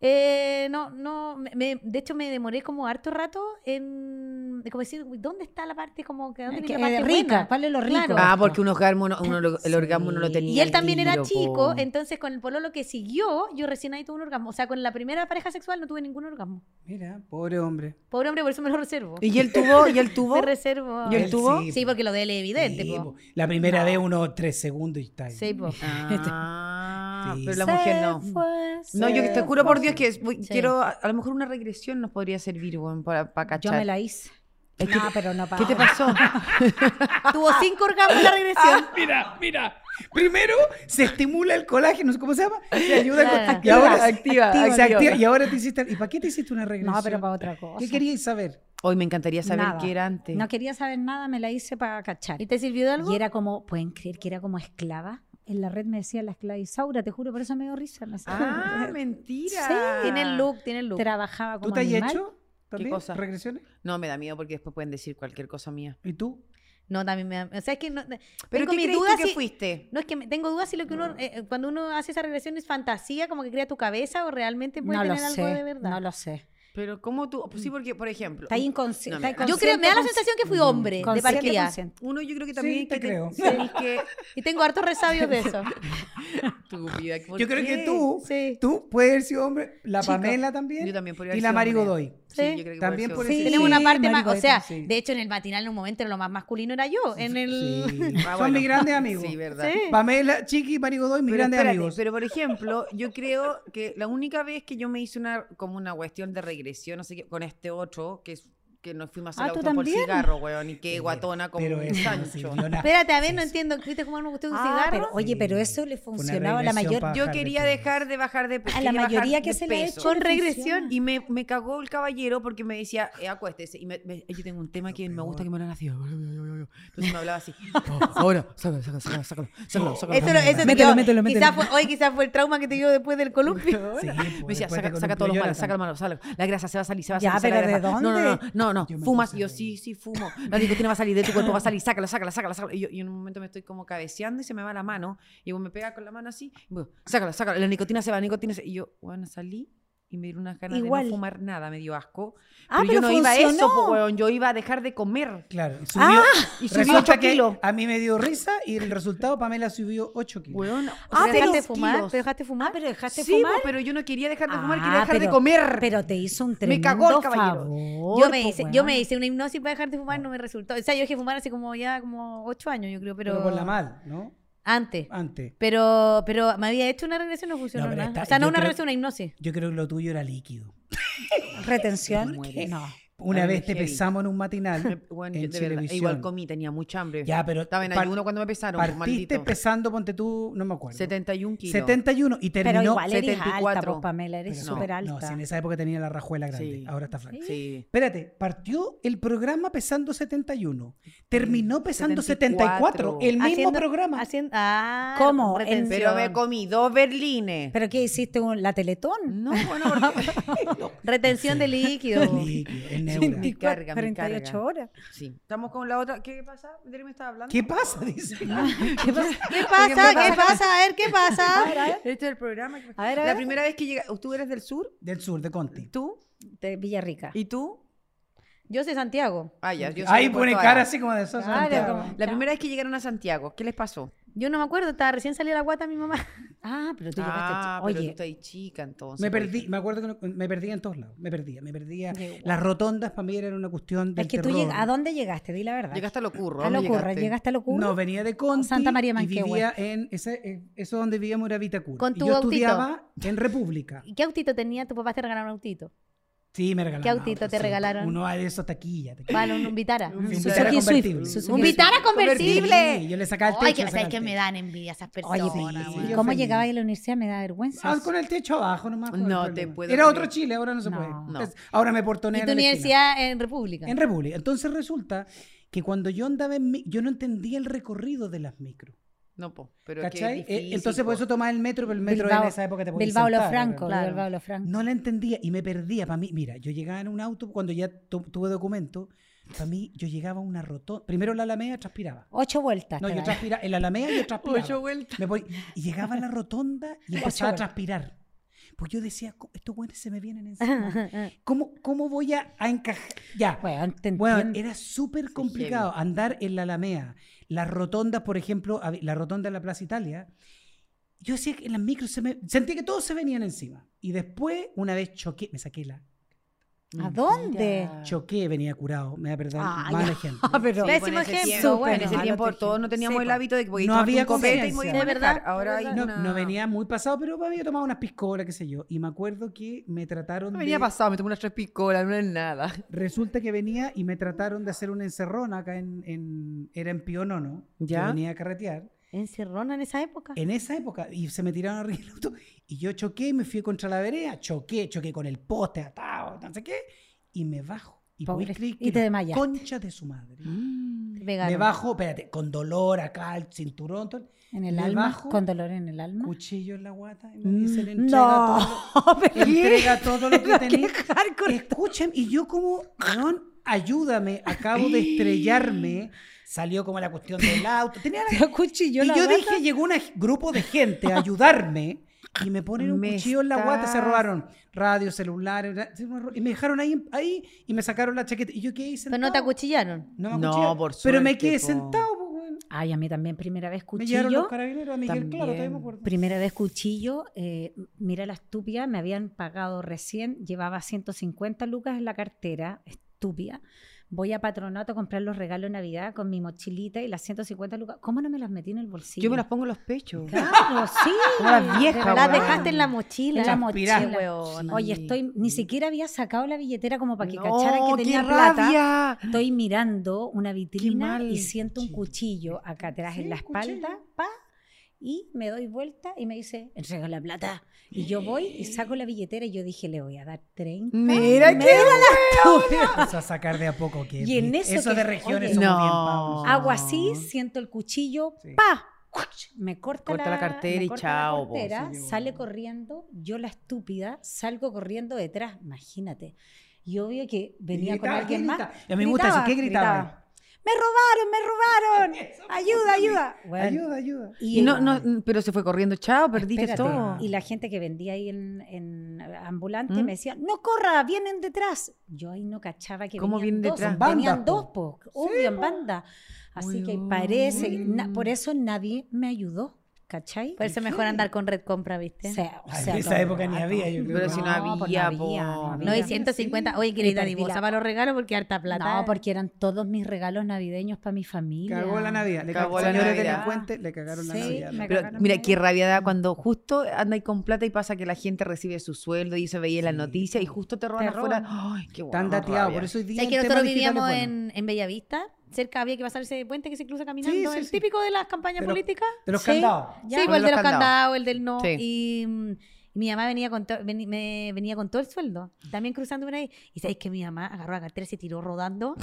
B: eh, no, no, me- me- de hecho me demoré como harto rato en como decir, uy, ¿dónde está la parte como que dónde
D: Es
B: viene
D: que
B: la parte
D: es rica,
B: buena?
D: ¿cuál es lo rico?
B: Claro.
C: Ah, porque un orgasmo, no- uno lo- el
D: Sí.
C: orgasmo no lo tenía.
B: Y él
C: al
B: también era
C: tiro, po.
B: chico, entonces con el pololo que siguió, yo recién ahí tuve un orgasmo. O sea, con la primera pareja sexual no tuve ningún orgasmo.
A: Mira, pobre hombre.
B: Pobre hombre, por eso me lo reservo.
C: ¿Y él tuvo? ¿Y él
B: Me
C: tuvo?
B: reservo.
C: ¿Y él
A: Él
C: tuvo?
A: sí,
B: Sí, porque lo de él es evidente.
A: Sí,
B: po.
A: po. La primera vez uno tres segundos y está ahí.
B: Sí, po.
C: Ah,
A: Sí.
C: pero la mujer no.
B: Se fue,
C: No, yo
B: se
C: te juro por
B: fue.
C: Dios que es- voy-
B: Sí.
C: quiero, a, a lo mejor una regresión nos podría servir, weón, para, para
D: Yo
C: cachar.
D: me la hice. no, pero no para.
C: ¿Qué te pasó?
B: Tuvo cinco orgasmos en la regresión.
A: Mira, mira. Primero se estimula el colágeno, ¿cómo se llama? Se ayuda
B: Claro.
A: con- y ahora
C: Activa,
A: se
C: activa.
A: activa. Y ahora te hiciste. ¿Y para qué te hiciste una regresión?
D: No, pero para otra cosa.
A: ¿Qué queríais saber?
C: Hoy me encantaría saber
D: Nada.
C: qué era antes.
D: No quería saber nada, me la hice para cachar.
B: ¿Y te sirvió de algo?
D: Y era como, ¿pueden creer que era como esclava? En la red me decía la esclava Isaura, te juro, por eso me dio risa. me decía.
C: Ah, mentira.
D: Sí,
B: Tiene el look, tiene el look.
D: Trabajaba como
A: ¿Tú te has
D: animal.
A: hecho también
C: cosa?
A: regresiones?
C: No, me da miedo porque después pueden decir cualquier cosa mía.
A: ¿Y tú?
B: No, también me da... O sea, es que no...
C: Pero
B: tengo
C: ¿qué
B: mis
C: crees tú
B: dudas
C: que
B: si-
C: fuiste?
B: No, es que me- tengo dudas si lo que uno... eh, cuando uno hace esa regresión es fantasía, como que crea tu cabeza o realmente puede
D: No lo
B: tener algo de
D: sé,
B: verdad.
D: no lo sé.
C: Pero ¿cómo tú? Pues sí, porque, por ejemplo...
D: Está inconsci-
C: No,
D: está
C: mira,
B: Yo creo, me da la
D: inconsciente,
B: sensación que fui hombre de
D: consciente,
B: partida.
D: consciente.
C: Uno yo creo que también...
A: Sí, te
C: que
A: creo.
C: tenés que...
B: Y tengo hartos resabios de eso.
C: Estúpida, ¿por
A: Yo creo que
C: qué?
A: tú,
B: Sí.
A: tú puedes haber sido hombre, la
B: Chico.
A: Pamela también,
C: Yo también
A: y
C: podría haber
A: la
C: sido
A: Mari
C: hombre.
A: Godoy.
B: Sí.
C: Sí, yo creo que
A: También
C: podría
A: por eso.
C: ser hombre.
B: Tenemos una
A: Sí,
B: parte más...
A: marico,
B: O
A: de
B: sea,
A: por sí.
B: de hecho en el matinal en un momento lo más masculino era yo. En el...
A: Sí.
C: Ah,
A: Son
C: bueno.
A: mis grandes amigos.
C: Sí, verdad.
B: Sí.
A: Pamela, Chiqui y Mari Godoy, mis
C: Pero
A: grandes
C: espérate,
A: amigos.
C: Pero por ejemplo, yo creo que la única vez que yo me hice una como una cuestión de regresión, no sé qué, con este otro, que es que nos fuimos a
D: Ah,
C: hacer
D: ¿tú
C: auto por
D: también?
C: cigarro, weón, y qué guatona como
A: Pero
C: un
A: eso no
C: Sancho.
A: sirvió nada.
B: Espérate, a ver, no entiendo. ¿Viste cómo me gustó un
D: Ah,
B: cigarro?
D: pero, oye, pero
A: Sí.
D: eso le
A: Una
D: funcionaba a la
A: regresión
D: mayor.
A: pa-
C: Yo
A: Bajar de
C: quería
A: peso.
C: dejar de bajar de
D: A la
C: quería bajar
D: mayoría que
C: de
D: se le ha
C: peso.
D: hecho
B: Con
D: le
B: regresión.
D: funciona.
C: Y me, me cagó el caballero porque me decía, "Eh, acuéstese. Y me- me- yo tengo un tema que me gusta que me lo han nacido. Entonces me hablaba así. Oh, Ahora, sácalo, sácalo, sácalo, sácalo, sácalo, sácalo.
B: Eso, lo- eso te
D: Mételo,
B: quedó-
D: mételo,
B: Quizás fue, hoy quizás fue el trauma que te dio después del columpio.
A: Sí, pues,
C: Me decía,
A: después
C: saca,
A: te columpió
C: saca todos los malos,
A: Jonathan.
C: saca los malos, saca. La grasa se va a salir, se va a
D: Ya,
C: salir. sale
D: pero
C: la
D: ¿de
C: grasa. No,
D: dónde?
C: No, no, no,
A: Yo
C: no.
A: me
C: Fumas.
A: puse
C: Y yo,
A: ahí.
C: sí, sí, fumo. La nicotina va a salir de tu cuerpo, va a salir, sácala, sácala, sácala, sácala. Y yo, y en un momento me estoy como cabeceando y se me va la mano. Y bueno, me pega con la mano así. y bueno, sácala, sácala. La nicotina se va, la nicotina se... Y yo, bueno, salí. Y me dieron unas ganas de
D: Igual.
C: no fumar nada, me dio asco.
D: Ah,
C: yo no
D: pero
C: iba a eso, po,
D: funcionó.
C: weón. Yo iba a dejar de comer.
A: Claro,
D: Ah,
C: Y subí
A: Resulta
C: 8
A: que
C: kilos.
A: a mí me dio risa y el resultado Pamela subió 8 kilos.
C: Weón,
D: Ah,
B: ¿Te
D: pero- Ah,
B: dejaste fumar? ¿Te
C: dejaste
B: dejaste fumar?
D: pero dejaste
C: sí,
D: fumar.
C: po, pero yo no quería dejar de fumar, quería
D: Ah,
C: dejar de
D: pero-
C: comer.
D: Pero te hizo un
C: Me
D: tremendo
C: cagó el caballero.
D: favor,
B: yo, me
D: po,
B: hice, yo me
D: pues, weón.
B: hice una hipnosis para dejar de fumar y no me resultó. O sea, yo dejé fumar hace como ya como ocho años, yo creo, pero...
A: pero, por la mal, ¿no?
B: Antes.
A: Antes.
B: Pero, pero me había hecho una regresión y no funcionó
A: No, pero
B: nada.
A: está-
B: o sea, no
A: yo
B: una
A: creo-
B: regresión, una hipnosis.
A: Yo creo que lo tuyo era líquido.
D: Retención.
C: mueres.
D: No.
A: Una
C: Ay,
A: vez te
C: qué heavy.
A: pesamos en un matinal
C: Bueno,
A: en
C: yo de verdad,
A: televisión.
C: igual comí, tenía mucha hambre.
A: Ya, pero
C: Estaba en
A: par-
C: ayuno cuando me pesaron, pues,
A: partiste
C: maldito.
A: pesando, ponte tú, no me acuerdo.
C: 71 kilos.
A: 71 y terminó.
D: Pero igual eres alta,
C: 74.
D: po, Pamela, eres
A: no,
D: súper alta.
A: No, si en esa época tenía la rajuela grande,
C: Sí.
A: ahora está flaca.
C: Sí.
A: Espérate, partió el programa pesando 71, terminó pesando 74,
C: 74.
A: el mismo
B: Haciendo-
A: programa.
B: Haciendo, ah,
D: ¿Cómo?
B: retención.
C: Pero me comí dos berlines.
D: ¿Pero qué hiciste? un- ¿La Teletón?
C: No, bueno, porque...
B: Retención de líquido.
A: Líquido, en neura.
C: Mi carga, mi
D: 48
C: carga.
D: horas.
C: Sí. Estamos con la otra. ¿Qué pasa? ¿De qué me estaba hablando?
A: ¿Qué pasa? Dice. ah,
C: ¿Qué pasa?
B: ¿Qué pasa? ¿Qué pasa? A ver, ¿qué pasa?
C: Este es el programa. que-
D: A ver, a
C: La
D: ver.
C: primera vez que llega... ¿Tú eres del sur?
A: Del sur, de Conti.
C: ¿Tú?
D: De Villarrica.
C: ¿Y tú?
B: Yo soy Santiago.
C: Ah, ya. yo soy
A: Ahí
C: de
A: pone
C: Puerto
A: cara
C: Ara.
A: así como de eso.
D: Claro,
A: Santiago.
D: como-
C: La primera vez que llegaron a Santiago, ¿qué les pasó?
B: Yo no me acuerdo, estaba recién salía la guata de mi mamá.
D: Ah, pero tú
C: Ah, pero tú
D: llegaste. a- Oye,
C: estás chica entonces.
A: Me
C: por
A: perdí,
C: ejemplo.
A: me acuerdo que no- me perdía en todos lados, me perdía, me perdía.
D: Da igual.
A: Las rotondas para mí eran una cuestión de
D: es que tú lleg- ¿a dónde llegaste? Di la verdad.
C: Llegaste a lo curro.
D: a
C: ¿dónde
D: lo curra,
C: llegaste?
D: llegaste a lo curra.
A: No, venía de Conti
D: Santa María
A: y
D: Manquehue.
A: vivía en ese, eh, eso donde vivíamos era Vitacura.
B: Con
A: Y
B: tu
A: yo
B: autito.
A: estudiaba en República.
B: ¿Y qué autito tenía? Tu papá te regalaron un autito.
A: Sí, me regalaron.
B: ¿Qué autito
A: auto,
B: te
A: sí.
B: regalaron?
A: Uno de esos taquilla. taquilla.
B: Vale, un, un Vitara.
C: Un
A: Sí,
C: Vitara
A: Vitara
D: Swift.
A: convertible.
D: Suzuki
B: Un Vitara
A: Sí,
B: convertible.
A: yo le sacaba el
B: Ay,
A: techo.
B: que,
A: le
B: sabes
A: sacaba
B: que
A: el
B: me
A: techo.
B: dan envidia esas
D: Oye,
B: personas.
A: sí,
B: weón.
A: yo
D: ¿Cómo
A: feliz.
D: llegaba a la universidad? Me da vergüenza.
A: Ah, con el techo abajo nomás. con el
C: No te
A: problema.
C: puedo
A: Era
C: creer.
A: otro Chile, ahora no se
D: No.
A: puede.
C: No.
A: Es- Ahora me portoneo.
B: Y tu
D: Ah,
B: universidad en República.
A: En República. Entonces resulta que cuando yo andaba en mi- yo no entendía el recorrido de las micros.
C: No, po, pero que es
A: ¿Cachai? Eh,
C: difícil,
A: Entonces por
C: po.
A: eso tomaba el metro, pero el metro
D: Bilbao-
A: en esa época te podía
D: Bilbao lo
A: sentar,
D: Franco,
A: ¿verdad?
B: Claro.
D: Bilbao lo Franco.
A: No la entendía y me perdía. Para mí, mira, yo llegaba en un auto cuando ya tu- tuve documento. Para mí, yo llegaba a una rotonda. Primero la Alameda transpiraba.
D: Ocho vueltas.
A: No,
D: te
A: yo
D: da.
A: transpiraba. En la Alameda yo transpiraba.
C: Ocho vueltas.
A: Me voy- y llegaba a la rotonda y empezaba a
D: vueltas.
A: transpirar. Pues yo decía, "Co- estos güeyes se me vienen encima. ¿Cómo, cómo voy a, a encajar? Ya.
D: Weón, te
A: Bueno,
D: entiendo.
A: era súper complicado andar en la Alamea. Las rotondas, por ejemplo, hab- la rotonda de la Plaza Italia. Yo decía que en las micros se me... Sentía que todos se venían encima. Y después, una vez choqué, me saqué la...
D: ¿A dónde?
C: Ya.
A: Choqué, venía curado, me da perdón,
D: Ah,
A: mal
D: ya.
A: ejemplo.
D: Ah, pero
C: Sí, pues,
B: Pésimo
C: en ese
B: ejemplo,
C: tiempo-
B: bueno.
C: En ese
D: Malo
C: tiempo
D: ejemplo.
C: todos no teníamos
D: Sí,
C: el
D: po.
C: hábito de que podías
A: No
C: tomarte
A: había
C: un copete y
A: conciencia.
C: podías
B: De
C: manejar.
B: verdad,
C: Ahora
B: de
C: hay
B: verdad.
A: No,
C: una...
A: no venía muy pasado, pero había tomado unas piscolas, qué sé yo. Y me acuerdo que me trataron
C: No venía
A: de...
C: pasado, me tomé unas tres picolas, no es nada.
A: Resulta que venía y me trataron de hacer una encerrona acá en... en- era en Pionono.
C: Ya.
A: Yo venía a carretear.
B: Encerrona en esa
D: Ah.
B: época.
A: En esa época, y se me tiraron arriba del auto, y yo choqué y me fui contra la vereda, choqué, choqué con el poste atado, no sé qué, y me bajo. Y,
D: Pobre-
A: podéis creer
D: y
A: que
D: te
A: la
D: desmayaste.
A: Concha de su madre.
B: Te
A: Me
B: pegaron.
A: bajo, espérate, con dolor acá, el cinturón, todo,
D: en el
A: me
D: alma,
A: bajo.
D: con dolor en el alma.
A: cuchillo en la guata, y me dicen, entrega, todo,
D: no, pero
A: entrega todo lo que
D: pero
A: tenés.
D: qué hardcore.
A: Escuchen, y yo como, weón, ayúdame, acabo de estrellarme, salió como la cuestión del auto, tenía la
D: Te acuchilló
A: y
D: la
A: yo
D: guata.
A: dije, llegó un grupo de gente a ayudarme y me ponen un
C: Me
A: cuchillo en la guata, se
C: estás-
A: robaron radio, celulares, ra- se me ro- y me dejaron ahí, ahí y me sacaron la chaqueta. ¿Y yo qué hice?
B: Pero no te acuchillaron.
A: No, me
C: No,
A: acuchillaron,
C: por
A: Pero me
C: suerte,
A: quedé
C: po.
A: sentado, po, weón.
D: Ay, a mí también, primera vez
A: Me llevaron los
D: cuchillo.
A: carabineros a Miguel, claro, todavía me
C: También.
A: acuerdo.
D: Primera vez cuchillo, eh, mira la estúpida, me habían pagado recién, llevaba 150 lucas en la cartera, estúpida. Voy a patronato a comprar los regalos de Navidad con mi mochilita y las 150 lucas. ¿Cómo no me las metí en el bolsillo?
C: Yo me las pongo en los pechos.
D: Claro, sí.
C: Como las viejas,
A: Ah,
D: De
B: Las
D: verdad,
C: weón.
B: dejaste en la mochila.
D: En la
A: Transpirá.
D: mochila.
B: Weona.
D: Oye,
C: Sí.
D: estoy, ni siquiera había sacado la billetera como para que
C: No,
D: cacharan que
C: qué
D: tenía plata.
C: rabia.
D: Estoy mirando una vitrina
C: mal
D: y siento un cuchillo acá atrás
A: Sí,
D: en la
A: un cuchillo.
D: espalda, pa, y me doy vuelta y me dice, entrega la plata. Y yo voy y saco la billetera y yo dije, le voy a dar 30.
C: Mira
D: Me
C: qué
D: da la estúpida.
A: Empezó a sacar de a poco que
D: Y en eso
A: eso
D: que-
A: de regiones
D: oye,
A: somos
C: No.
A: bien pavos.
D: Hago así, siento el cuchillo,
A: Ah. Sí.
D: pa, ¡cuach! me corta,
C: Corta la cartera
D: me
C: y
D: corta
C: chao, po.
D: cartera,
A: Sí, yo-
D: sale corriendo, yo la estúpida, salgo corriendo detrás, imagínate. Y obvio que venía
A: gritaba,
D: con alguien
A: ¿qué
D: más.
A: grita? Y a mí me gusta eso, ¿qué gritaba?
D: Me robaron, me robaron. Ayuda, ayuda. Bueno,
A: Ayuda, ayuda.
C: Y no, no, pero se fue corriendo, chao, perdiste
D: espérate,
C: todo.
D: Y la gente que vendía ahí en, en ambulante
C: ¿Mm?
D: me decía, no corra, vienen detrás. Yo ahí no cachaba que
C: ¿Cómo
D: venían
C: vienen
D: dos,
C: detrás?
A: En banda,
D: venían
A: po.
D: dos, po, obvio, en banda. Así que
C: Weón.
D: parece, que na- por eso nadie me ayudó, ¿cachai?
B: Por eso mejor andar con red compra, ¿viste?
D: O sea, o
A: Ay,
D: sea,
A: en esa
D: todo el
A: época ni
D: rato.
A: había, yo creo.
C: Pero si no
D: pues
C: había, po.
B: No, y
A: Mira,
B: 150.
A: sí.
B: Oye, querida,
D: perdí la-
B: para los regalos porque harta plata.
D: No, porque eran todos mis regalos navideños para mi familia.
A: Cagó la Navidad. Le
C: Cagó
A: cagó
C: la
A: señores
C: Navidad.
A: delincuentes, le cagaron la
D: Sí,
A: Navidad.
D: me
C: Pero
D: cagaron
C: mira,
D: medio.
C: qué rabia da cuando justo andáis con plata y pasa que la gente recibe su sueldo y se veía en las
A: Sí.
C: noticias y justo te roban
D: Te
C: afuera.
D: roban.
C: Ay, qué
A: Tan
C: bueno,
A: dateado,
C: rabia.
A: por eso hoy día
B: ¿Sabes que
A: el tema
B: nosotros
A: digital es
B: vivíamos
A: bueno.
B: en, en Bellavista? Cerca había que pasar ese puente que se cruza caminando.
A: sí,
B: el
A: sí.
B: típico de las campañas
A: De los-
B: políticas.
A: De los
D: Sí.
A: candados.
B: sí,
C: Con
B: igual de los
C: los candados.
B: candados, el del no.
C: Sí.
B: Y mm, mi mamá venía con, to- veni- me venía con todo el sueldo. También cruzando una ahí. Y sabéis que mi mamá agarró la cartera y se tiró rodando.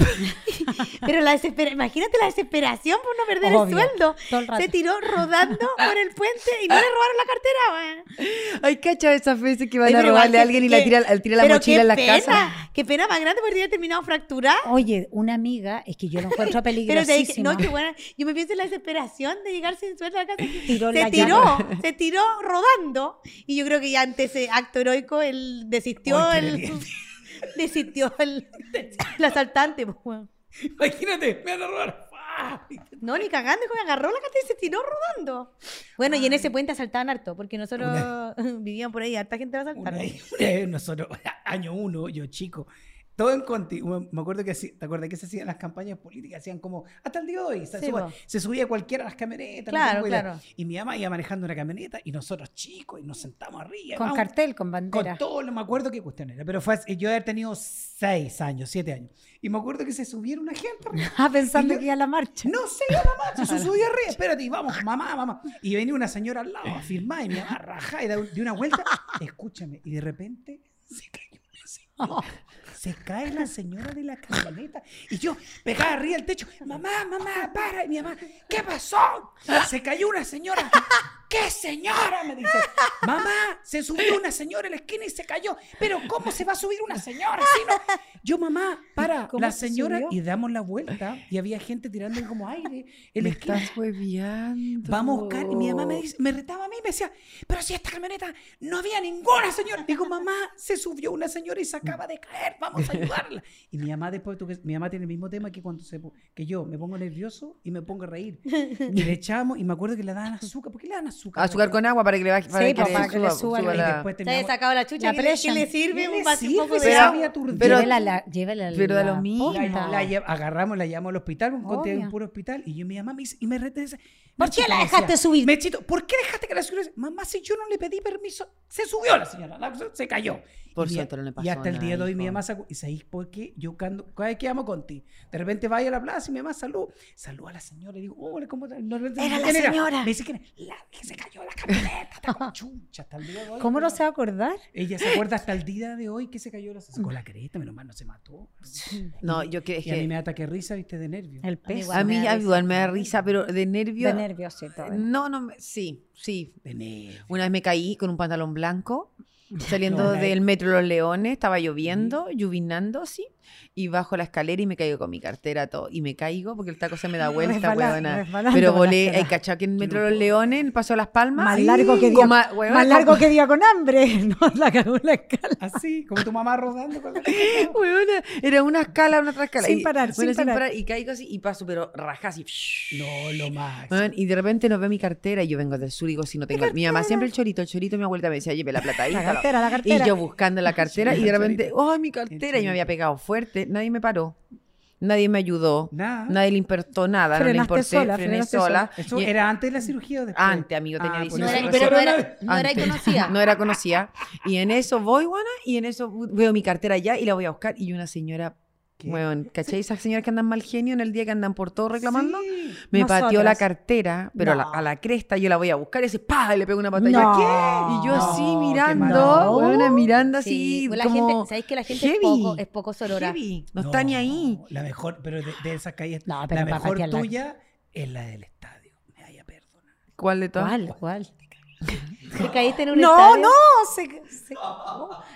B: Pero la desespera imagínate la desesperación por no perder el
D: Obvio.
B: sueldo.
D: Todo el rato.
B: Se tiró rodando por el puente y no le robaron la cartera. weón.
C: Ay, cacha esas veces que van
B: Oye,
C: a
B: pero igual
C: robarle a
B: que-
C: alguien y la
B: que-
C: tira, al- tira la
B: Pero
C: mochila
B: qué
C: en la
B: pena,
C: casa.
B: Qué pena más grande por haber terminado fracturada.
D: Oye, una amiga, es que yo lo encuentro
B: Pero te dije,
D: peligrosísimo.
B: no, qué buena. Yo me pienso en la desesperación de llegar sin sueldo a la casa.
D: tiró
B: se
D: la
B: tiró,
D: llave.
B: se tiró rodando. Y yo creo que ya ante ese acto heroico él desistió
A: Ay, qué
B: el.
A: valiente.
B: Desistió el, el asaltante. pues, weón.
A: Imagínate, me van a robar. ¡Ah!
B: No, ni cagando, que me agarró la cata y se tiró rodando. Bueno, y en ese puente asaltaban harto, porque nosotros vivíamos por ahí, harta gente va a
A: Una
B: asaltar.
A: vez- una vez nosotros, año uno, yo chico, Todo en Conti. Me me acuerdo que así- te acuerdas que se hacían las campañas políticas, hacían como hasta el día de hoy. Se,
B: Sí,
A: suba-
B: po.
A: se subía cualquiera a las camionetas. no
B: Claro,
A: tengo idea.
B: claro.
A: Y mi mamá iba manejando una camioneta y nosotros chicos y nos sentamos arriba.
D: Con
A: vamos,
D: cartel, con
A: Con
D: bandera.
A: todo, no me acuerdo qué cuestión era, pero fue así, yo haber tenido seis años, siete años. Y me acuerdo que se subieron una gente arriba.
D: Ah, pensando
A: Y yo-
D: que iba a la marcha.
A: No sé, la mamá, se subió arriba, espérate, y vamos, mamá, mamá. Y venía una señora al lado a firmar y mi mamá rajá y da un- de una vuelta, escúchame, y de repente se cayó una señora. Se cae la señora de la camioneta y yo pegaba arriba el techo, mamá, mamá, para. Y mi mamá, ¿qué pasó? Se cayó una señora. ¿Qué señora? Me dice, mamá, se subió una señora en la esquina y se cayó. Pero ¿cómo se va a subir una señora? Si no, yo, mamá, para,
D: ¿Cómo
A: la
D: se
A: señora,
D: subió?
A: y damos la vuelta y había gente tirándole como aire en la
C: Me
A: esquina.
C: estás hueviando.
A: Vamos a buscar. Y mi mamá me, dice- me retaba a mí y me decía, pero si esta camioneta no había ninguna señora. Digo, mamá, se subió una señora y se acaba de caer, vamos a ayudarla. Y mi mamá después, tú que- mi mamá tiene el mismo tema que cuando se, po- que yo me pongo nervioso y me pongo a reír. Y le echamos y me acuerdo que le daban azúcar. ¿Por qué le dan azúcar?
C: Azúcar con agua para que le baje.
D: Sí, pues, para que le suba
A: Y
D: la-
A: después
B: Se haya
A: terminamos-
B: sacado la chucha.
D: La
B: ¿Qué le, qué
D: presión.
B: le
A: ¿Qué
B: sirve?
A: le
B: Un, vaso- un
A: sirve?
B: poco
A: Se
B: de
C: Pero-
B: agua.
A: había aturdido.
C: pero-
D: llévela a la, llévela a la,
C: pero da lo mismo.
A: La-
D: posta.
A: la lle- agarramos, la llevamos al hospital, un conte en
D: Obvio.
A: puro hospital. Y yo mi mamá me dice, y me rete dice,
D: ¿Por
A: Nachito,
D: qué la
A: me decía,
D: dejaste subir?
A: Mechito, ¿por qué dejaste que la señora? se-?" Mamá, si yo no le pedí permiso, se subió la señora, la- se cayó.
C: Por
A: Y mi-
C: suerte no le pasó
A: Y hasta el día de
C: nada,
A: hoy mi
C: hijo.
A: mamá sacó, y sabéis por qué yo cuando, cada vez que amo con ti, de repente vaya a la plaza y mi mamá salud, salud a la señora, y digo, hola, ¿cómo estás? No, no, no,
D: Era la
A: ¿quién
D: señora.
A: Me dice que la que se cayó la camioneta, está como chucha, hasta el día de hoy.
D: ¿Cómo no
A: pero-
D: se va a acordar?
A: Ella se acuerda hasta el día de hoy que se cayó la con la creta, menos mal no se mató.
C: No, yo que.
A: Y a mí me da ataque de risa, viste, de nervio.
D: El
B: A mí
D: peso.
B: igual.
C: A mí
B: me da ¿eh?
C: ya igual me da risa, pero de nervio.
D: De nervios y todo.
C: No, no, me- sí, sí.
A: De nervio.
C: Una vez me caí con un pantalón blanco, saliendo
A: No, la-
C: del metro Los Leones, estaba lloviendo, lluvinando, sí, y bajo la escalera y me caigo con mi cartera todo, y me caigo porque el taco se me da vuelta,
D: Resbala-
C: huevona.
D: resbalando
C: Pero
D: con la
C: volé,
D: escalera.
C: hay cachado que en el metro
A: loco.
C: Los Leones, en el paso de las palmas.
D: Más
C: ¡ay!
D: largo que
C: Como-
D: día-
C: huevona,
D: Más largo que día con hambre. No, la cagó en la escala.
A: Así, como tu mamá rodando con la
C: como- huevona, era una escala, una otra escala.
D: Sin
C: y-
D: parar, sin
C: bueno,
D: parar.
C: Y caigo así, y paso, pero rajas y...
A: No, lo más.
C: Weón, y de repente no veo mi cartera y yo vengo del sur y digo, si no tengo... Mi mamá siempre el chorito, el chorito, mi abuelita me decía, lleve la plata ahí.
D: La
C: está la-
D: cartera, la
C: Y
D: cartera.
C: yo buscando la cartera y de
A: El
C: repente,
A: chorito.
C: ¡ay, mi cartera! Y me había
A: chorito.
C: pegado fuerte. Nadie me paró. Nadie me ayudó.
A: Nada.
C: Nadie le importó nada. No le
D: Frenaste
C: importé.
D: sola,
C: frené
D: frenaste
C: Ah. sola.
A: Eso
C: Y-
A: era antes de la cirugía o después.
C: Antes, amigo, tenía
A: Ah, por
C: 19
A: eso
B: No era,
A: recién-
B: pero no era,
A: Antes.
B: no era conocida.
C: No era conocida. Y en eso voy, guana, y en eso veo mi cartera allá y la voy a buscar. Y una señora,
A: ¿Qué?
C: weón, ¿cachai? Esas señoras que andan mal genio en el día que andan por todo reclamando.
A: Sí.
C: Me
D: Nosotras.
C: pateó la cartera, pero a, la,
D: No.
C: a la cresta yo la voy a buscar y así, ¡pah! Y le pego una patada.
D: No.
C: Y yo así
A: No, qué
C: mirando,
D: mal.
C: weona, mirando
B: Sí,
C: así.
B: la
C: como...
B: gente, ¿sabéis que la gente es
C: heavy.
B: poco, es poco sorora?
C: Heavy. No, está ni ahí.
A: La mejor, pero de, de esas calles,
D: No, pero
A: la
D: para
A: mejor
D: patear la-
A: tuya es la del estadio. Me vaya a perdonar.
C: ¿Cuál de todas?
D: ¿Cuál? ¿Cuál?
B: ¿Te caíste en un
D: No,
B: estadio?
D: no. se- se-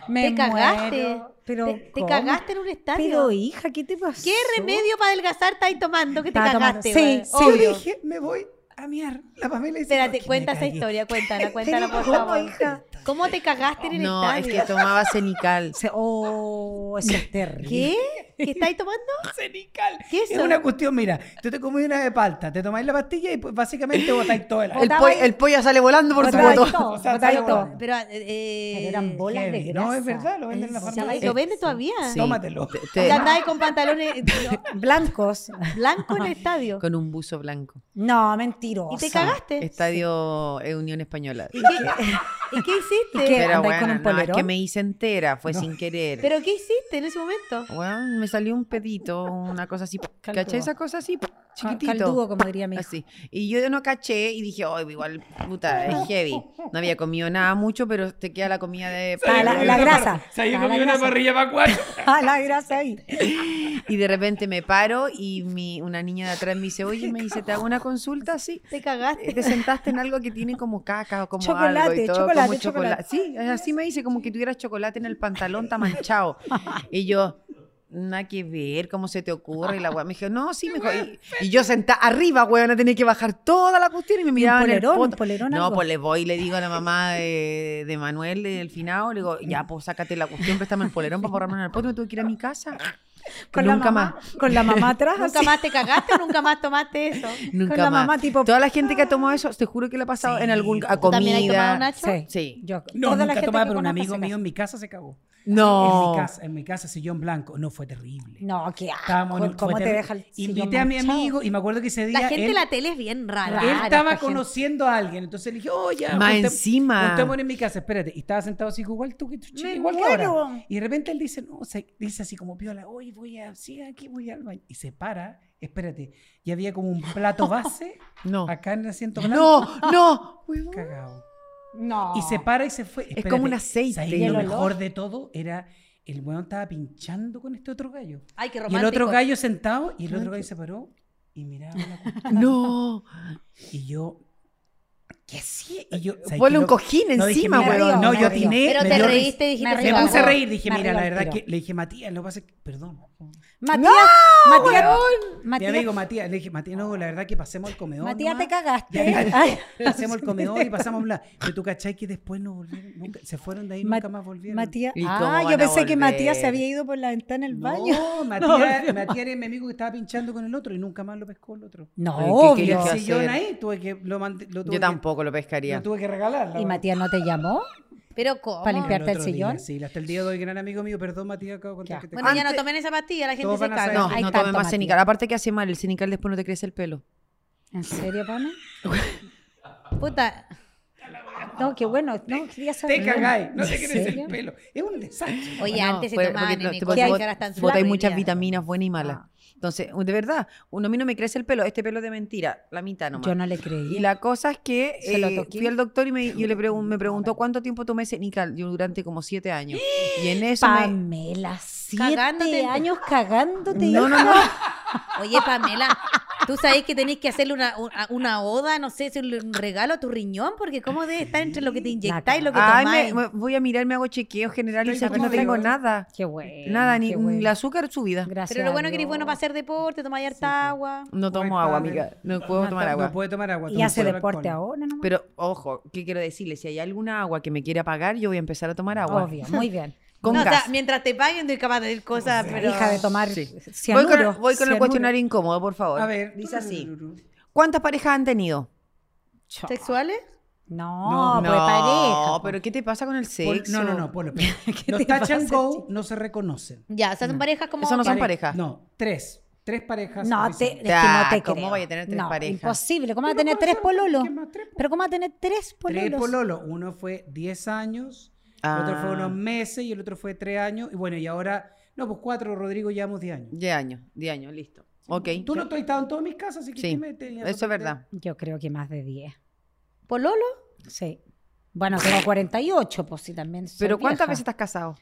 D: me
B: Te cagaste.
D: muero. Pero,
B: Te, te
D: ¿cómo?
B: cagaste en un estadio.
D: Pero, hija, ¿qué te pasó?
B: ¿Qué remedio para adelgazar estáis tomando que te
D: Estaba tomando-
B: cagaste?
D: Sí,
B: weón?
D: sí.
A: Yo
B: Obvio.
A: dije, me voy a miar. La Pamela dice, "No,
B: Espérate,
A: que me
B: cuenta esa
A: cagué".
B: historia, cuéntala,
D: Pero,
B: cuéntala, por
D: ¿cómo,
B: favor.
D: hija?
B: ¿Cómo te cagaste en el
C: No, es
B: estadio?
C: que tomaba cenical.
D: Se- oh, eso es
B: ¿Qué?
D: terrible.
B: ¿Qué estáis tomando?
A: Cenical.
B: ¿Qué
A: es
B: eso?
A: una cuestión, mira, tú te comes una de palta, te tomáis la pastilla y pues, básicamente botáis todo el agua.
C: El,
D: Botaba
C: po-
D: ahí-
C: el pollo sale volando por su
D: Botaba ahí
C: voto.
D: todo,
A: O sea,
D: botaba ahí
A: sale
D: todo.
A: volando.
B: Pero, eh,
D: Pero eran bolas de
A: heavy.
D: grasa.
A: No, es verdad, lo venden en la
D: Es-
B: O sea,
A: farmacia.
B: ¿y ¿Lo vende todavía?
C: Sí.
A: Tómatelo.
C: Te- te-
B: Y andáis con pantalones eh,
D: Blancos.
B: blancos en el estadio.
C: con un buzo blanco.
D: No, mentiroso.
B: ¿Y te cagaste?
C: Estadio eh, Unión Española.
B: ¿Y qué, y qué hiciste?
D: ¿Y qué?
C: Pero
D: ¿Andáis
C: bueno,
D: con un
C: no, es
D: polerón?
C: que me hice entera, fue
A: No.
C: sin querer.
B: ¿Pero qué hiciste en ese momento?
C: Bueno, me salió un pedito, una cosa así.
D: Caldugo.
C: ¿Cachai esa cosa así?
D: Cal-
C: Chiquitito.
D: Caldugo, como diría
A: Ah,
D: mi hija.
C: Así. Y yo no caché y dije, oh, igual, puta, es heavy. No había comido nada mucho, pero te queda la comida de...
D: Ah, la- la grasa.
A: Se había
D: Ah, la
A: comido una
D: grasa.
A: parrilla para cuatro.
D: Ah, la grasa ahí.
C: Y de repente me paro y mi, una niña de atrás me dice, oye, me dice, ¿te hago una consulta? Sí.
B: Te
C: Eh,
B: cagaste.
C: Te sentaste en algo que tiene como caca o como
D: Chocolate,
C: algo y todo,
D: chocolate,
C: como
D: chocolate.
C: chocolate. Sí, así me dice, como que tuvieras chocolate en el pantalón, está manchado. Y yo, nada que ver, ¿cómo se te ocurre? Y la weá me dijo, no, sí, mejor. Y, y yo sentada arriba, weón, a tener que bajar toda la cuestión y me
D: Y un
C: miraba en el
D: polerón, un
C: poto.
D: polerón
C: No,
D: algo.
C: pues le voy y le digo a la mamá de, de Manuel, del finado, le digo, ya, pues sácate la cuestión, préstame el polerón para borrarme en el poto, me tuve que ir a mi casa.
D: con la
C: Nunca
D: mamá, Con la mamá atrás.
B: Nunca
D: así,
B: más te cagaste, nunca más tomaste eso.
C: Nunca
D: con la
C: más.
D: mamá tipo... pues,
C: Toda la gente que ha tomado eso, te juro que le ha pasado
A: Sí,
C: en algún a
A: ¿Tú
B: ¿Tú también has tomado
C: comida.
B: Nacho?
D: Sí.
C: Sí.
D: Yo,
A: No,
D: toda la
A: nunca
D: gente
A: tomaba,
D: que
A: pero un
D: conozco
A: amigo
D: se
A: mío
D: casa.
A: en mi casa se cagó. En
C: No.
A: mi casa, en mi casa, sillón blanco. No, fue terrible.
D: No, qué
A: Estábamos en
D: asco.
A: un-
D: ¿Cómo
A: fue
D: te
A: terri-
D: deja el sillón
A: Invité a mi
D: manchado?
A: amigo y me acuerdo que ese día
B: La gente
A: él,
B: en la tele es bien rara.
A: él
B: la
A: estaba
B: gente.
A: conociendo a alguien. Entonces le dije, oh, ya.
C: Más
A: juntem-
C: encima.
A: juntémonos en mi casa, espérate. Y estaba sentado así, igual tú que tu chica,
D: Me
A: igual que
D: muero.
A: ahora. Y de repente él dice, no, se, dice así como piola, hoy voy a, sí, aquí voy al baño. Y se para, espérate. Y había como un plato base
C: No.
A: acá en el asiento blanco.
C: No, no.
A: Cagado.
D: No.
A: Y se para y se fue.
C: Es como un aceite.
A: ¿Sabes
D: Y el
A: lo
D: olor.
A: mejor de todo era el weón estaba pinchando con este otro gallo.
B: Ay, qué
A: Y
B: romántico.
A: el otro gallo sentado y el otro
C: Romántico.
A: gallo se paró y miraba la cuestión.
C: No.
A: Y yo, ¿qué sí? Y yo, ¿sabes
C: Ponle
A: qué
C: un
A: lo-
C: cojín
A: no, dije,
C: encima,
A: mira,
C: weón.
A: No,
D: me
A: yo
D: río.
A: atiné.
B: Pero
A: me
B: te
A: dio risa.
B: reíste y dijiste,
D: Me
A: Me
D: río.
A: puse a reír, dije,
D: Me
A: mira,
D: río
A: la
D: al
A: verdad
D: tiro.
A: que le dije, Matías, lo que pasa es que, perdón.
D: Matías, Matías,
A: Mi
D: Matías,
A: amigo Matías, le dije, Matías, no, la verdad que pasemos al comedor.
D: Matías,
A: nomás.
D: te cagaste.
A: Ya,
D: Ay,
A: Pasemos al comedor y pasamos a hablar. Pero tú cachai que después no volvieron, nunca- se fueron de ahí,
D: Ma-
A: nunca más volvieron.
D: Matías.
C: ¿Y cómo
D: Ah,
C: van
D: yo
C: a
D: pensé que Matías
C: volver?
D: se había ido por la ventana del baño.
A: No, Matías, Matías era mi amigo que estaba pinchando con el otro y nunca más lo pescó el otro.
D: No,
C: Ay,
A: Y
C: ¿qué
A: el
C: querías
D: obvio.
C: hacer?
A: sillón ahí tuve que lo, mand- lo tuve que-
C: Yo tampoco lo
A: lo
C: pescaría.
A: tuve que regalar. la
D: ¿Y
A: verdad.
D: Matías no te llamó?
B: Pero ¿cómo?
D: Para limpiar. ¿Limpiarte el
A: otro día,
D: sillón?
A: sí, hasta el día de hoy, gran amigo mío, perdón Matías, acabo de contar
D: Ya.
A: que te
B: Bueno, ya no
C: Antes-
B: tomen esa pastilla, la gente
A: Todos
B: se
A: van a saber
B: caga.
C: No,
A: Ay,
C: no
D: tanto,
C: tomes más
D: Matías.
C: cenical. Aparte que hace mal, el cenical después no te crece el pelo.
D: ¿En serio, Pana?
B: Puta.
D: No, qué bueno. No, quería saber.
A: Te cagáis, no te
D: ¿En
A: crees el
D: serio?
A: pelo. Es un desastre.
B: Oye,
C: No,
B: antes se
C: fue-
B: tomaban
C: pues, porque no,
B: en cosas
C: te- porque
B: que ahora están Ah.
C: bot- botáis
B: súper
C: muchas
B: prohibidas.
C: vitaminas buenas y malas. Entonces, de verdad, uno a mí no me crece el pelo, este pelo de mentira, la mitad nomás.
D: Yo no le
C: Y
D: creí.
C: la cosa es que
D: Se lo
C: eh,
D: toqué.
C: fui al doctor y me, yo le pregun- me preguntó cuánto tiempo tomé cenical. Yo durante como siete años. Y en eso me...
D: Pamela, siete
B: Cagándote.
D: años cagándote.
C: No, no, no.
B: Oye, Pamela, tú sabes que tenés que hacerle una, una- una oda, no sé, si un un regalo a tu riñón, porque cómo debe estar entre lo que te inyectáis y lo que
C: Ay, me-
B: tomáis.
C: me- voy a mirar, me hago chequeo general y
A: Estoy
C: sé que no
A: como
C: tengo
A: yo.
C: nada.
D: Qué bueno.
C: Nada, ni
D: qué
C: ni
D: bueno.
C: el azúcar subida.
D: Gracias.
B: Pero lo bueno
D: a
B: es que eres bueno
D: Dios.
B: para hacer deporte, tomar
A: pues.
B: harta agua.
C: No tomo
A: Buen
C: agua,
A: padre.
C: amiga. No puedo
A: No,
C: tomar
A: no
C: agua.
A: puede tomar agua.
D: Y
A: toma
D: hace
A: solo
D: deporte
A: alcohol.
D: ahora, ¿no?
C: Pero, ojo, ¿qué quiero decirle? Si hay alguna agua que me quiera pagar, yo voy a empezar a tomar agua.
D: Obvio, muy bien.
C: Con
B: No, o sea,
C: gas.
B: mientras te paguen, tú eres capaz de decir cosas, pero...
D: Hija de tomar
C: Sí. Voy
D: cianuro,
C: con, voy con el
D: cianuro.
C: cuestionario incómodo, por favor.
A: A ver,
C: Dice así.
A: turururu.
C: ¿Cuántas parejas han tenido?
D: Chao.
B: ¿Sexuales?
D: No, pues
C: no,
D: pareja.
C: pero ¿qué te pasa con el
A: Pol-
C: sexo?
A: No, no, pues. no, Polo. espera.
D: te
A: Los touch and
D: pasa,
A: go no se reconocen.
B: Ya, o sea, son parejas como...
C: Eso no son
A: Pare-
C: parejas.
A: No, tres. Tres parejas.
D: No, te, es
A: oficiales.
D: que no te
C: Ah, ¿cómo
D: creo.
C: vaya a tener tres
D: No,
C: parejas?
D: Imposible. ¿Cómo va a
A: Pero
D: tener
A: ¿cómo
D: tres
A: se-
D: pololos?
A: qué más? Tres po-
D: ¿Pero cómo va a tener tres pololos?
A: Tres pololos. Uno fue 10 años, el otro fue
C: Ah.
A: unos meses y el otro fue 3 años. Y bueno, y ahora, no, pues cuatro, Rodrigo, llevamos 10 años.
C: 10 años, 10 años, listo. Ok.
A: Tú no has estado en todas mis casas, así que
C: Sí,
A: te metes. ya
C: Eso es
A: no te-
C: verdad.
D: Yo creo que más de diez.
B: ¿Pololo?
D: Sí. Bueno, tengo 48, pues sí, también. soy
C: Pero ¿cuántas
D: vieja.
C: veces estás casado?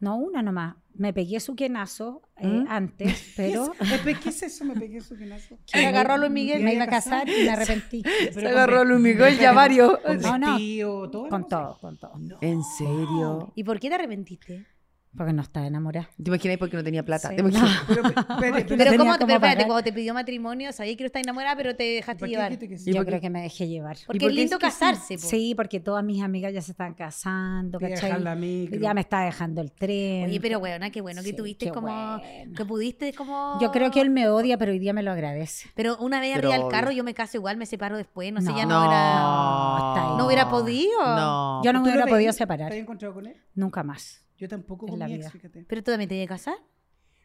D: No, una nomás. Me pegué su quenazo eh,
C: ¿Mm?
D: antes, pero.
A: Me pegué eso, me pegué eso que nació.
D: me
B: agarró a Luis Miguel?
D: Me iba a casar y me arrepentí.
A: Pero
C: agarró
A: con
C: Luis
A: ve-
C: Miguel, ya
A: con
C: varios.
D: No, no.
A: vestido, todo.
D: Con
A: ¿no?
D: todo, con todo.
A: No.
C: ¿En serio?
B: ¿Y por qué te arrepentiste?
D: Porque no estaba enamorada.
C: ¿Te imaginas porque no tenía plata?
D: Sí.
C: ¿Te imaginas?
A: Pero, pe- espérate,
D: Pero
B: Pero, ¿cómo? te-
D: tenía cómo
B: Pero espérate,
D: pagar.
B: cuando te pidió matrimonio, sabía que no estás enamorada, pero te
A: ¿para
B: dejaste
A: qué
B: llevar.
A: dijiste que sí?
C: ¿Y
D: Yo
C: por
D: creo
C: qué?
D: que me dejé llevar.
B: Porque
C: por
B: es
C: qué
B: lindo
C: es que sí?
B: casarse, po.
D: Sí, porque todas mis amigas ya se están casando,
A: Te
D: ¿cachai?
A: dejan la micro.
D: Ya me está dejando el tren.
B: Oye, pero weona, qué bueno que
D: Sí,
B: tuviste
D: qué
B: como...
D: bueno.
B: Que pudiste como...
D: Yo creo que él me odia, pero hoy día me lo agradece.
B: Pero una vez
C: Pero
B: arriba del
C: obvio.
B: carro, yo me caso igual, me separo después, no, sé,
D: No.
B: ya no, hubiera...
D: hasta ahí.
B: No hubiera podido.
C: No.
B: pues,
D: Yo
A: ¿Tú
D: no me
A: lo
D: hubiera
A: veías?
D: podido separar.
A: ¿Te habías encontrado con él?
D: Nunca más.
A: Yo tampoco
D: En
A: con
D: la
A: mi ex,
D: vida.
A: fíjate.
B: Pero tú también te ibas a casar.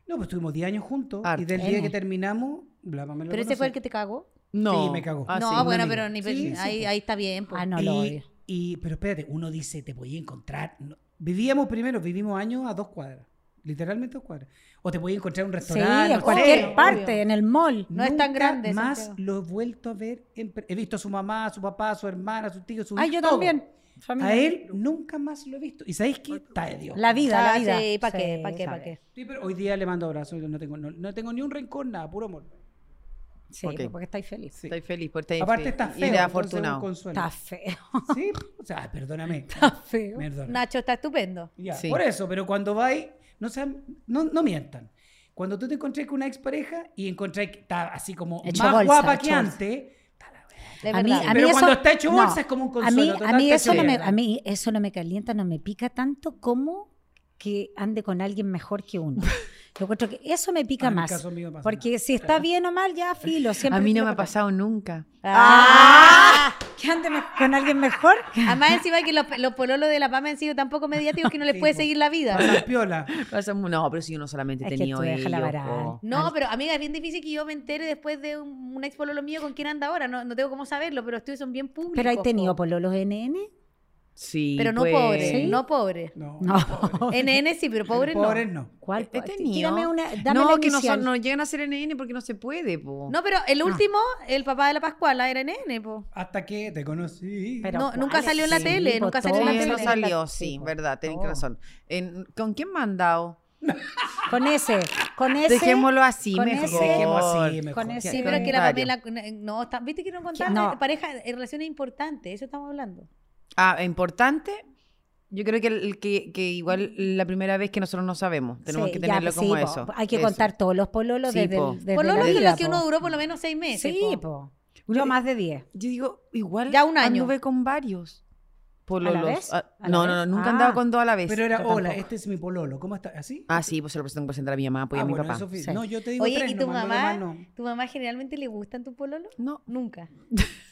A: No, pues estuvimos 10 años juntos
C: Harto.
A: y del día
D: N.
A: que terminamos, la mamá me lo
B: Pero ese
A: conoce.
B: fue el que te cagó.
C: No.
A: Sí, me cagó.
C: Ah,
B: no, pues-
C: sí.
B: bueno,
A: amigo.
B: pero ni,
A: Sí, sí,
B: ahí,
A: sí.
B: ahí está bien. pues. po.
D: Ah, no lo
A: y,
D: odio.
A: y- pero espérate, uno dice, te podía encontrar. No, Vivíamos primero, vivimos años a dos cuadras. Literalmente dos cuadras. O te podía encontrar en un
D: Sí,
A: restaurante.
D: en
A: no sé.
D: cualquier
B: obvio.
D: parte, en el mall.
B: No es
A: Nunca
B: tan grande,
A: Más
B: Santiago.
A: lo he vuelto a ver. en per- he visto a su mamá, a su papá, a su hermana, a su tío, a su
D: Ay,
A: hijo,
D: Ah, yo
A: todo.
D: también. Familia.
A: A él nunca más lo he visto. ¿Y sabéis qué? Está de Dios.
D: La vida,
B: Ah,
D: la vida.
B: Sí, ¿para qué? ¿Para qué?
D: sabe.
B: ¿Para qué?
A: Sí, pero hoy día le mando abrazos. No tengo, no, no tengo ni un rencor, nada, puro amor.
D: Sí,
C: Ok.
D: pues, porque estáis feliz.
A: Sí.
C: Estoy feliz por estar
A: Aparte
C: feliz.
A: está
C: Y
A: feo.
C: de
A: entonces
C: afortunado.
A: un consuelo.
D: Está feo.
A: Sí, o sea, perdóname.
D: Está feo.
A: Perdona.
B: Nacho está estupendo.
A: Ya,
C: Sí.
A: Por eso, pero cuando vais, no, sean, no, no mientan. Cuando tú te encontrás con una expareja y encontrás que está así como
D: Hecho
A: más
D: bolsa,
A: guapa
D: hecho
A: que
D: bolsa.
A: antes,
B: de
D: A mí,
B: verdad.
D: a mí
A: Pero
D: eso,
A: cuando está hecho bolsa
D: no.
A: es como un
D: a mí,
A: consuelo.
D: a mí
A: total,
D: eso
A: te
D: no me,
A: quiero.
D: a mí eso no me calienta, no me pica tanto como que ande con alguien mejor que uno. Yo encuentro que eso me pica
A: En el
D: más.
A: caso mío no pasa
D: porque
A: nada.
D: si está bien o mal, ya filo. Siempre
C: A mí no
D: filo
C: me ha
D: para-
C: pasado nunca.
D: ¡Ah! Que ande me- con alguien mejor.
B: Además, encima que los, los pololos de la PAM han sido tan poco mediáticos que no les
A: Sí,
B: puede
A: po.
B: seguir la vida.
A: Pasas piola.
C: Pasa mu- No, pero si yo no solamente he
D: Es que
C: tenido
D: tú déjala
C: ellos,
D: varar.
C: po.
B: No, pero amiga, es bien difícil que yo me entere después de un, un ex pololo mío con quién anda ahora. No, no tengo cómo saberlo, pero estoy son bien públicos.
D: Pero hay tenido
B: po.
D: pololos NN.
C: Sí,
B: Pero no
C: pues.
B: pobre,
D: ¿Sí?
B: no pobre.
A: No.
D: No.
B: NN sí, pero pobre no.
A: Pobres no.
D: ¿Cuál?
C: He
D: Tí-
C: tenido.
D: Tírame una. Dame
C: no,
D: la
C: que no, son-
D: inicial.
C: no llegan a ser NN porque no se puede, po.
B: No, pero el último, el papá de la Pascuala, era NN, po.
A: Hasta que te conocí.
D: Pero
B: no, nunca
D: ¿cuál?
B: salió en la tele,
D: po,
B: nunca
C: Sí,
B: salió en la
D: todos
B: tele.
C: no
D: en
C: salió,
D: sí,
C: sí, pues.
D: po,
C: verdad, tenés
D: todos.
C: razón. En- ¿Con quién me han dado?
D: Con ese, con ese.
C: Dejémoslo así,
D: con
C: mejor.
D: ese-
A: Dejemos así mejor.
D: con ese-
B: Sí, pero es que la Pamela. No, está- viste que no contaba
D: No.
B: de pareja, de relaciones importantes, eso estamos hablando.
C: Ah, importante. Yo creo que, el- el que, que igual la primera vez que nosotros no sabemos, tenemos
D: Sí,
C: que
D: ya,
C: tenerlo
D: pues sí,
C: como
D: po.
C: eso.
D: Hay que
C: eso.
D: contar todos los pololos
C: Sí,
D: desde,
C: po.
D: el- desde
B: Por lo
D: la
B: menos
D: vida,
B: los que
D: po.
B: uno duró por lo menos seis meses.
D: Sí,
B: po.
D: po. Uno más de 10.
C: Yo digo, igual
B: Ya un año.
C: anduve con varios. pololos.
D: vez?
C: Ah,
D: ¿A la
C: no, no, no,
D: vez?
C: nunca
D: Ah.
C: andaba con dos a la vez.
A: Pero era,
C: Yo
A: hola,
C: tampoco.
A: este es mi pololo. ¿Cómo está? ¿Así?
C: Ah, sí, pues se lo presento por a mi mamá, pues
A: Ah,
C: y a mi
A: bueno,
C: papá.
A: eso fui-
D: sí.
A: No, yo te digo
B: Oye,
A: tres,
B: ¿y tu
A: nomás, lo
B: mamá,
A: demás no.
B: tu mamá generalmente le gustan tu pololo?
C: No,
B: Nunca.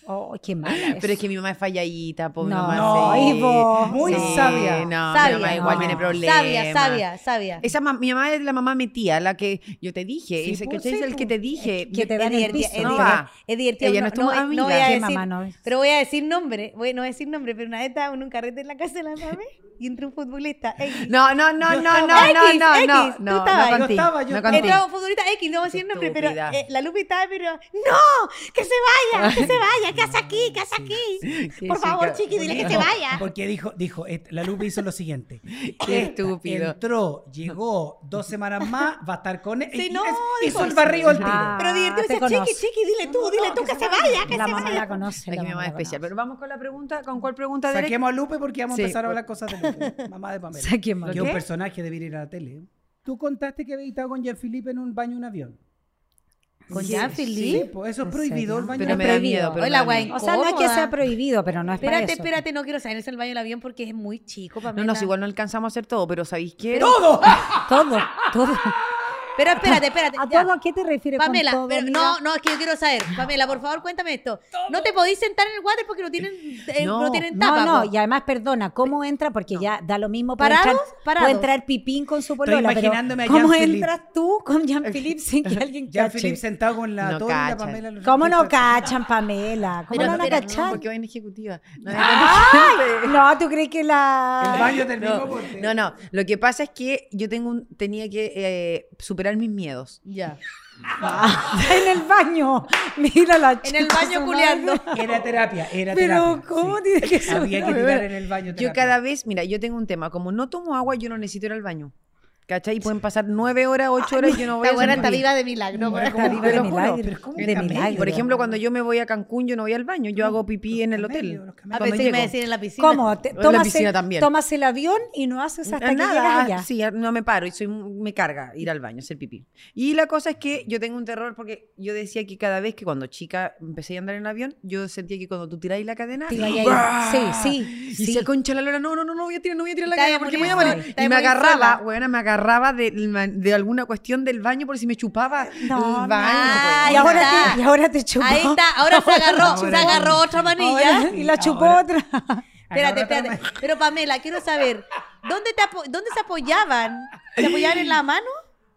D: Oh, qué mala.
C: pero es que mi mamá es falladita, pues
D: No,
C: mamá
A: no,
C: sí.
D: Ivo.
A: Muy
C: Sí,
A: sabia.
C: No,
B: Sabia,
C: mi mamá igual
D: no.
C: tiene problemas.
B: Sabia, sabia, sabia.
C: Esa ma- mi mamá es la mamá metía, la que yo te dije,
A: Sí,
C: ese,
A: pues,
C: ¿cachai?
A: sí,
C: el que
A: pues.
C: te dije.
D: que te
B: Es
D: dan el
B: diverti-
D: piso.
B: es
C: No
B: divertido,
C: va.
B: es divertido.
C: Ella
B: no,
C: no es tu
B: no voy-
C: amiga.
B: no voy a
D: ¿Qué
B: decir-
D: mamá no es?
B: Pero voy a decir nombre. Voy, no voy a decir nombre, pero una vez estaba en un carrete en la casa de la mami y entró un futbolista. X.
C: No, no, no,
A: Yo
C: no, no,
A: estaba-
C: no, no,
B: X,
C: no,
B: X,
C: no,
B: tú
C: no,
B: estabas.
C: no
A: Yo
C: contigo,
A: estaba, yo
C: no
A: estaba.
C: contigo.
B: Entró un futbolista X, no voy a decir nombre, pero
C: Estúpida.
B: eh, la Lupi estaba, pero ¡No! ¡Que se vaya! ¡Que se vaya! ¿Qué hace aquí? ¿Qué hace aquí?
C: Sí,
B: Por
C: sí,
B: favor,
C: que-
B: chiqui, dile que se
A: No,
B: vaya.
A: Porque dijo, dijo, et- la Lupe hizo lo siguiente.
C: Qué
A: Esta
C: estúpido.
A: Entró, llegó, dos semanas más, va a estar con él.
B: Sí,
A: y
B: no,
A: es-
B: dijo
A: hizo el
B: eso.
A: barrigo al tiro.
D: Ah,
B: Pero divertido,
D: te
B: decía, chiqui,
D: conozco.
B: chiqui, dile tú, dile tú que, se vaya, que
D: La
B: se
D: mamá
B: vaya.
D: la conoce.
C: Ay,
D: la
C: que mi mamá es
D: la
C: especial.
D: conoce.
C: Pero vamos con la pregunta, ¿con cuál pregunta directa?
A: Saquemos a Lupe porque vamos a
C: Sí,
A: empezar a
C: por-
A: hablar cosas de Lupe. Mamá de Pamela.
D: Saquémoslo.
A: Que un
C: ¿Qué?
A: personaje debería ir a la tele. Tú contaste que había estado con Jean-Philippe en un baño de un avión.
B: Con
A: Sí,
B: Jean-Philippe.
A: Sí, pues eso
D: ¿En
A: es prohibido
D: serio?
A: el baño
C: Pero
A: en
C: me
A: avión.
C: da
D: prohibido.
C: miedo, pero me
B: Hola,
C: da
B: guay.
C: miedo.
D: O sea, no es que sea
B: Incómoda.
D: prohibido, pero no es para
B: Espérate,
D: eso.
B: espérate, no quiero salir del baño del avión porque es muy chico para
C: No, no, si igual no alcanzamos a hacer todo, pero ¿sabéis qué?
A: ¡Todo!
D: Todo, todo.
B: Pero espérate, espérate.
D: ¿A
B: ya.
D: todo a qué te refieres
B: Pamela,
D: con todo,
B: pero-
D: amiga?
B: no, no, es que yo quiero saber. Pamela, por favor, cuéntame esto. No te podís sentar en el water porque no tienen, eh, no,
C: No,
B: tienen
D: No,
B: tapa.
D: no,
B: po.
D: y además, perdona, ¿cómo entra? Porque ya da lo mismo
B: ¿Parados?
D: entrar, puede
B: Parados.
D: entrar Pipín con su polola, pero
A: imaginándome a
D: ¿cómo
A: Jean-Philippe.
D: entras tú con Jean-Philippe sin que alguien
A: Jean-Philippe
D: cache?
A: sentado con la
C: No
A: Tori y la
C: cachan.
A: Pamela. los-
D: ¿Cómo no cachan, Pamela? ¿Cómo
B: Pero
D: no Ah, van a
B: espera,
C: No,
D: cachar?
C: porque va en ejecutiva. No,
D: No, ¿tú crees que
A: El
D: la...?
A: baño del mismo
C: no,
A: porte.
C: no, no, lo que pasa es que yo tengo un, tenía que eh, superar mis miedos.
B: Ya.
D: En el baño. Mira la
B: En el
D: chica, su
B: baño
D: madre.
B: culeando.
A: Era terapia, era
D: Pero,
A: terapia.
D: ¿cómo
A: sí.
D: tiene que ser?
A: Había que tirar en el baño
C: Yo
A: terapia.
C: cada vez, mira, yo tengo un tema, como no tomo agua, yo no necesito ir al baño. ¿Cachai? Y pueden pasar nueve horas, ocho horas y yo no voy
B: Esta buena
C: a
B: está
C: hacer
B: viva de milagro. pues.
A: Pero
B: po.
A: ¿cómo?
D: viva
A: Te
D: de
A: lo juro, pero
D: milagro.
A: es como
D: De
A: un camello.
D: milagro.
C: Por ejemplo, cuando yo me voy a Cancún, yo no voy al baño, yo hago pipí en el
A: Los
C: hotel. Ah,
A: camellos, los
B: A
A: camellos.
C: cuando
B: Ah, pensé que me iba a
C: llego.
B: decir en la piscina.
D: ¿Cómo? Te-
C: En la
D: tomas,
C: piscina
D: el,
C: también.
D: tomas el avión y no haces hasta que
C: Nada,
D: llegas allá.
C: sí, ah, no me paro y soy, me carga ir al baño, hacer pipí. Y la cosa es que yo tengo un terror porque yo decía que cada vez que cuando chica empecé a andar en avión, yo sentía que cuando tú tiráis la cadena,
D: Te iba a ir.
C: ¡Bah!
D: Sí, sí,
C: Y
D: sí.
C: se concha la lora, no, no, no, no voy a tirar, no voy a tirar la
B: Te
C: cadena
B: vas a
C: porque me voy
B: morir
C: a morir.
B: sola, te
C: Y me
B: vas a morir
C: agarraba,
B: sola.
C: weona, me agarraba de, de alguna cuestión del baño por si me chupaba
D: No,
C: el baño.
B: no.
C: weona.
D: y,
B: Ahí
D: ahora
B: está.
D: te, y ahora te chupó.
B: Ahí está, ahora se agarró, se
A: Ahora-
B: agarró otra manilla.
D: Ahora- y la
A: Ahora-
D: chupó otra.
B: Espérate,
A: Ahora
B: espérate.
A: otra-
B: Pero Pamela, quiero saber, ¿dónde, te apo- ¿dónde se apoyaban? ¿Se apoyaban en la mano?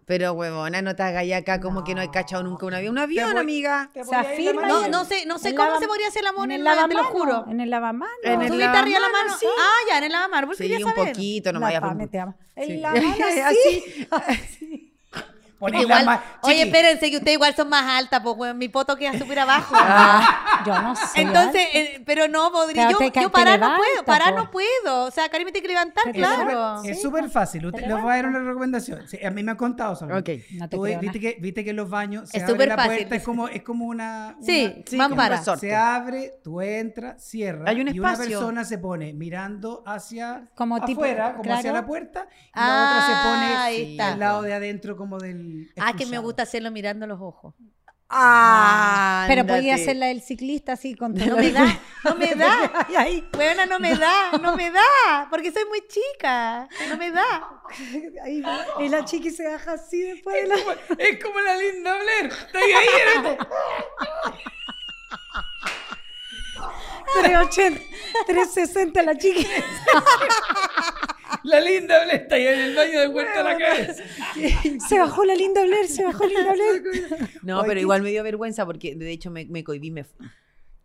C: Pero huevona, no te hagas ya acá como que no he cachado nunca un avión. Un avión,
A: voy-
C: amiga.
A: Te voy a ir la
D: afirma
A: mano.
B: No, no sé, no sé
D: En
B: cómo
D: lava-
B: se podría hacer el amor
D: en
B: en
D: el
B: la mano, te lo
D: lavamanos.
B: juro.
D: En el lavamanos.
C: En el
B: ¿Tú viste arriba la
C: lavamanos,
B: mano?
C: sí.
B: Ah, ya, en el lavamanos, por eso
C: Sí,
B: quería
C: un
B: saber.
C: poquito, no
D: La
C: me vayas a
D: Pame te ama.
C: Sí.
D: En lavamanos, sí.
C: Así.
A: Poner la
B: Igual,
A: ma-
B: oye,
A: Chiqui,
B: espérense que ustedes igual son más altas, pues weón, mi poto queda súper abajo.
D: Ah, yo no sé.
B: Entonces, eh, pero no podría,
D: Pero
B: yo,
D: te ca-
B: yo
D: te
B: parar no
D: levanta,
B: puedo, parar
D: po.
B: no puedo. O sea, Cari me tiene que levantar,
D: Te
B: claro.
A: Es
D: Sí,
A: súper
D: pues,
A: fácil. Usted-
D: te
A: les voy a dar una recomendación. Sí, a mí me han contado sobre
C: Ok.
D: No te
A: Tú,
D: creo
A: viste,
D: nada.
A: que, viste que en los baños se
B: Es
A: abre
B: súper
A: la
B: fácil,
A: puerta, es
B: dice.
A: como, es como una...
B: Sí,
A: una-
B: van
A: como
B: para.
A: un resorte. Se abre, tú entras, cierras.
C: Hay un
A: y una
C: espacio.
A: persona se pone mirando hacia
D: Como tipo-
A: afuera, como hacia
D: claro.
A: la puerta. Y
B: Ah,
A: la otra se
B: ahí
A: pone
B: está.
A: al lado de adentro como del...
B: Ah, que me
A: expulsado.
B: gusta hacerlo mirando los ojos.
C: Ah,
B: Pero podía
C: ándate.
B: ser la del ciclista así con
D: No
B: No
D: me
B: me da, no me da. Weona, no me da, no me da. Porque soy muy chica. No me da.
D: Ahí va. Y la chiqui se baja así después de la...
A: Es como la Linda Blair. Está ahí, ahí, era-
D: 380, 360 la chiqui.
A: La Linda Blair está ahí en el baño de vuelta a la cabeza.
D: Se bajó la linda Blair, se bajó la linda Blair.
C: No, pero igual me dio vergüenza porque de hecho me, me cohibí. Me,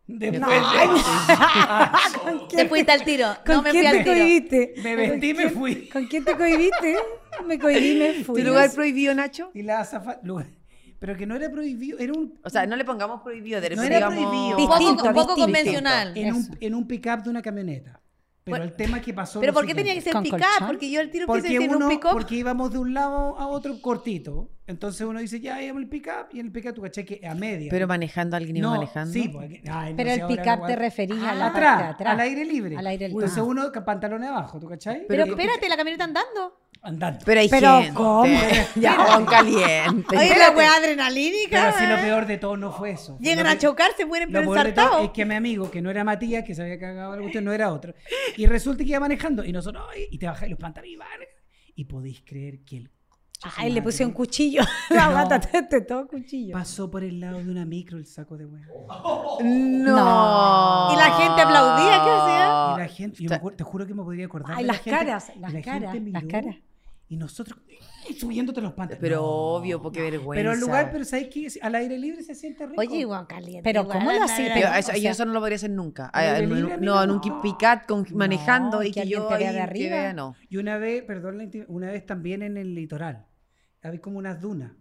A: Después
B: Te fuiste al tiro.
D: ¿Con
B: no me fui
D: quién
B: al
D: te
B: tiro.
D: cohibiste?
A: de- me vestí y me fui.
D: ¿Con quién te cohibiste? Me cohibí y me
C: ¿Tu
D: fui.
C: lugar prohibido, Nacho?
A: Y la azafata. Pero que no era prohibido. Era un,
C: O sea, no le pongamos prohibido, de
A: No
C: repente
A: era
C: digamos-
A: prohibido.
B: Un poco,
D: Distinto,
B: un poco
D: distinto.
B: convencional.
A: en, un, en un pick-up de una camioneta. Pero
B: Bueno,
A: el tema es que pasó.
B: Pero
A: lo
B: ¿por qué tenía que
A: siguiente.
B: ser
D: ¿Con
B: pick
D: colchón?
B: Porque yo al tiro
A: Porque,
B: pensé en
A: uno,
B: un pick-up.
A: porque íbamos de un lado a otro cortito. Entonces uno dice, ya, íbamos el pick-up. Y en el pick-up tú caché que a media.
C: Pero manejando, alguien iba
A: no,
C: manejando.
A: Sí, porque- ay, no
D: Pero
A: sé ahora,
D: el
A: no
D: pick-up te
A: aguanto. Ah,
D: referís a la
A: atrás,
D: parte de atrás.
A: al aire libre.
D: Al aire libre.
A: Entonces
D: Ah.
A: uno con pantalones abajo, ¿tú cachai?
B: Pero
C: Pero-
B: espérate, la camioneta andando.
A: Andando.
C: Pero hay
D: Pero,
C: gente.
D: ¿cómo?
C: Ya, con caliente.
B: Oye, la weá adrenalínica.
A: Pero si
D: eh.
A: lo peor de todo no fue eso. Fue
B: Llegan
A: lo
B: a
A: pe-
B: chocar, se mueren
A: Lo
B: pero
A: peor de todo
B: ensartados.
A: es que mi amigo, que no era Matías, que se había cagado algo, usted no era otro. Y resulta que iba manejando. Y nosotros, ay, y te bajáis los pantalones y van. Y podéis creer que él
D: Ay, le puse un cuchillo. La
A: No.
D: gata te, te todo cuchillo.
A: pasó por el lado de una micro el saco de hueá.
C: No.
B: Y la gente aplaudía, ¿qué hacía?
C: Ah,
A: y la gente, yo me acuer- te juro que me podría acordar. de
D: Ay,
A: la
D: las
A: gente,
D: caras,
A: y
D: las
A: la
D: caras,
A: gente
D: las
A: miró,
D: caras.
A: Y nosotros, ¡ay! subiéndote los pantalones.
C: Pero
A: No.
C: obvio, pues, porque vergüenza.
A: Pero el lugar, pero ¿sabes qué? Al aire libre se siente rico.
B: Oye, igual caliente.
D: Pero
B: igual,
D: ¿cómo lo
B: anda,
D: hacía?
B: anda.
C: Yo,
D: pero,
C: eso,
D: o
C: yo
D: sea,
C: eso no lo podría hacer nunca. Ah,
A: libre,
C: no,
A: libre,
C: no, en
A: amigo,
C: un
A: no.
C: picat con,
D: No,
C: manejando
D: y
C: y
D: que
C: que
D: alguien
C: yo
D: te vea
C: ahí
D: de
C: que
D: arriba.
C: vea, no.
A: Y una vez, perdón, la inti- una vez también en el litoral. Había como unas dunas.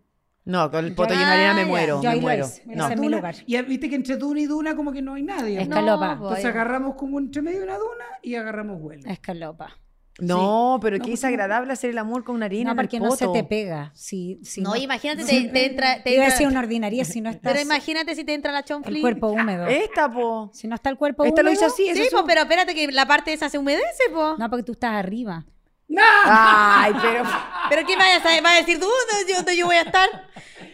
C: No, con el
D: Yo-
C: poto lleno de arena
B: Ah,
C: me
B: ya.
C: muero,
D: Yo ahí
C: me
D: lo
C: muero.
D: hice.
C: No.
D: Ese es mi
A: Duna,
D: lugar.
A: Y viste que entre duna y duna como que no hay nadie.
D: Es
A: ¿no?
D: Escalopa.
B: po,
A: Entonces
B: ahí-
A: agarramos como entre medio de una duna y agarramos vuelo.
D: Escalopa.
C: No, pero
A: No,
C: qué
A: porque-
C: desagradable hacer el amor con una arena
D: No,
C: en el
D: porque no se
C: poto.
D: te pega. Si, si
B: No, imagínate,
D: no-
B: te, te entra. Te
D: Iba a
B: entra-
D: decir una ordinaria si no está
B: Pero imagínate si te entra la chonfli.
D: el cuerpo húmedo.
C: Esta, po.
D: Si no está el cuerpo
C: ¿Eh? Esta lo
D: húmedo.
C: hizo así, eso
B: Sí,
C: es
B: po,
C: un-
B: pero espérate que la parte esa se humedece, po.
D: No, porque tú estás arriba.
A: ¡No!
C: Ay, pero.
B: Pero ¿qué vaya a saber? ¿Va a decir tú dónde, dónde yo voy a estar?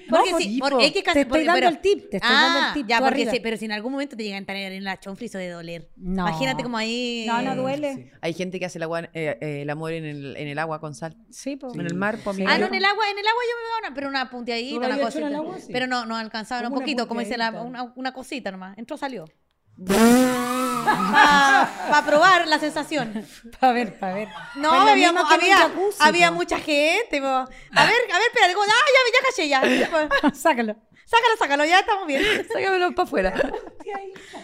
B: Porque
C: No,
B: sí,
C: po,
B: porque hay que
D: pues Te estoy
B: porque-
D: dando
B: pero-
D: el tip, te estoy
B: ah,
D: dando el tip.
B: Ya,
D: tú
B: porque
D: arriba.
B: sí, pero si en algún momento te llega a entrar en la chonfli, eso de doler.
D: No.
B: Imagínate como ahí.
D: No,
A: Ah,
D: no
B: duele.
D: duele.
A: Sí.
C: Hay gente que hace el, agua, eh, eh, el amor en el, en el agua con sal.
D: Sí, pues.
C: En el mar, po, amiga.
B: Ah, no, en el agua, en el agua yo me daba una, pero una punteadita,
A: ¿Tú lo
B: una
A: habías hecho en
B: cosita.
A: el agua? Sí.
B: Pero no, no alcanzaba, era un
A: Como una
B: poquito, como dice la,
A: punteadita.
B: una, una cosita nomás. Entró, salió. Para probar la sensación.
D: A ver, a ver.
B: No,
D: Pues lo
B: había,
D: mismo
B: mu-
D: que en un
B: había,
D: jacuzzi,
B: había
D: po.
B: mucha gente. po. A ver, a ver, espérate. como, Ah, ya, ya caché, ya. Po,
D: Sácalo.
B: Sácalo, sácalo, ya estamos bien.
D: Sácamelo para afuera.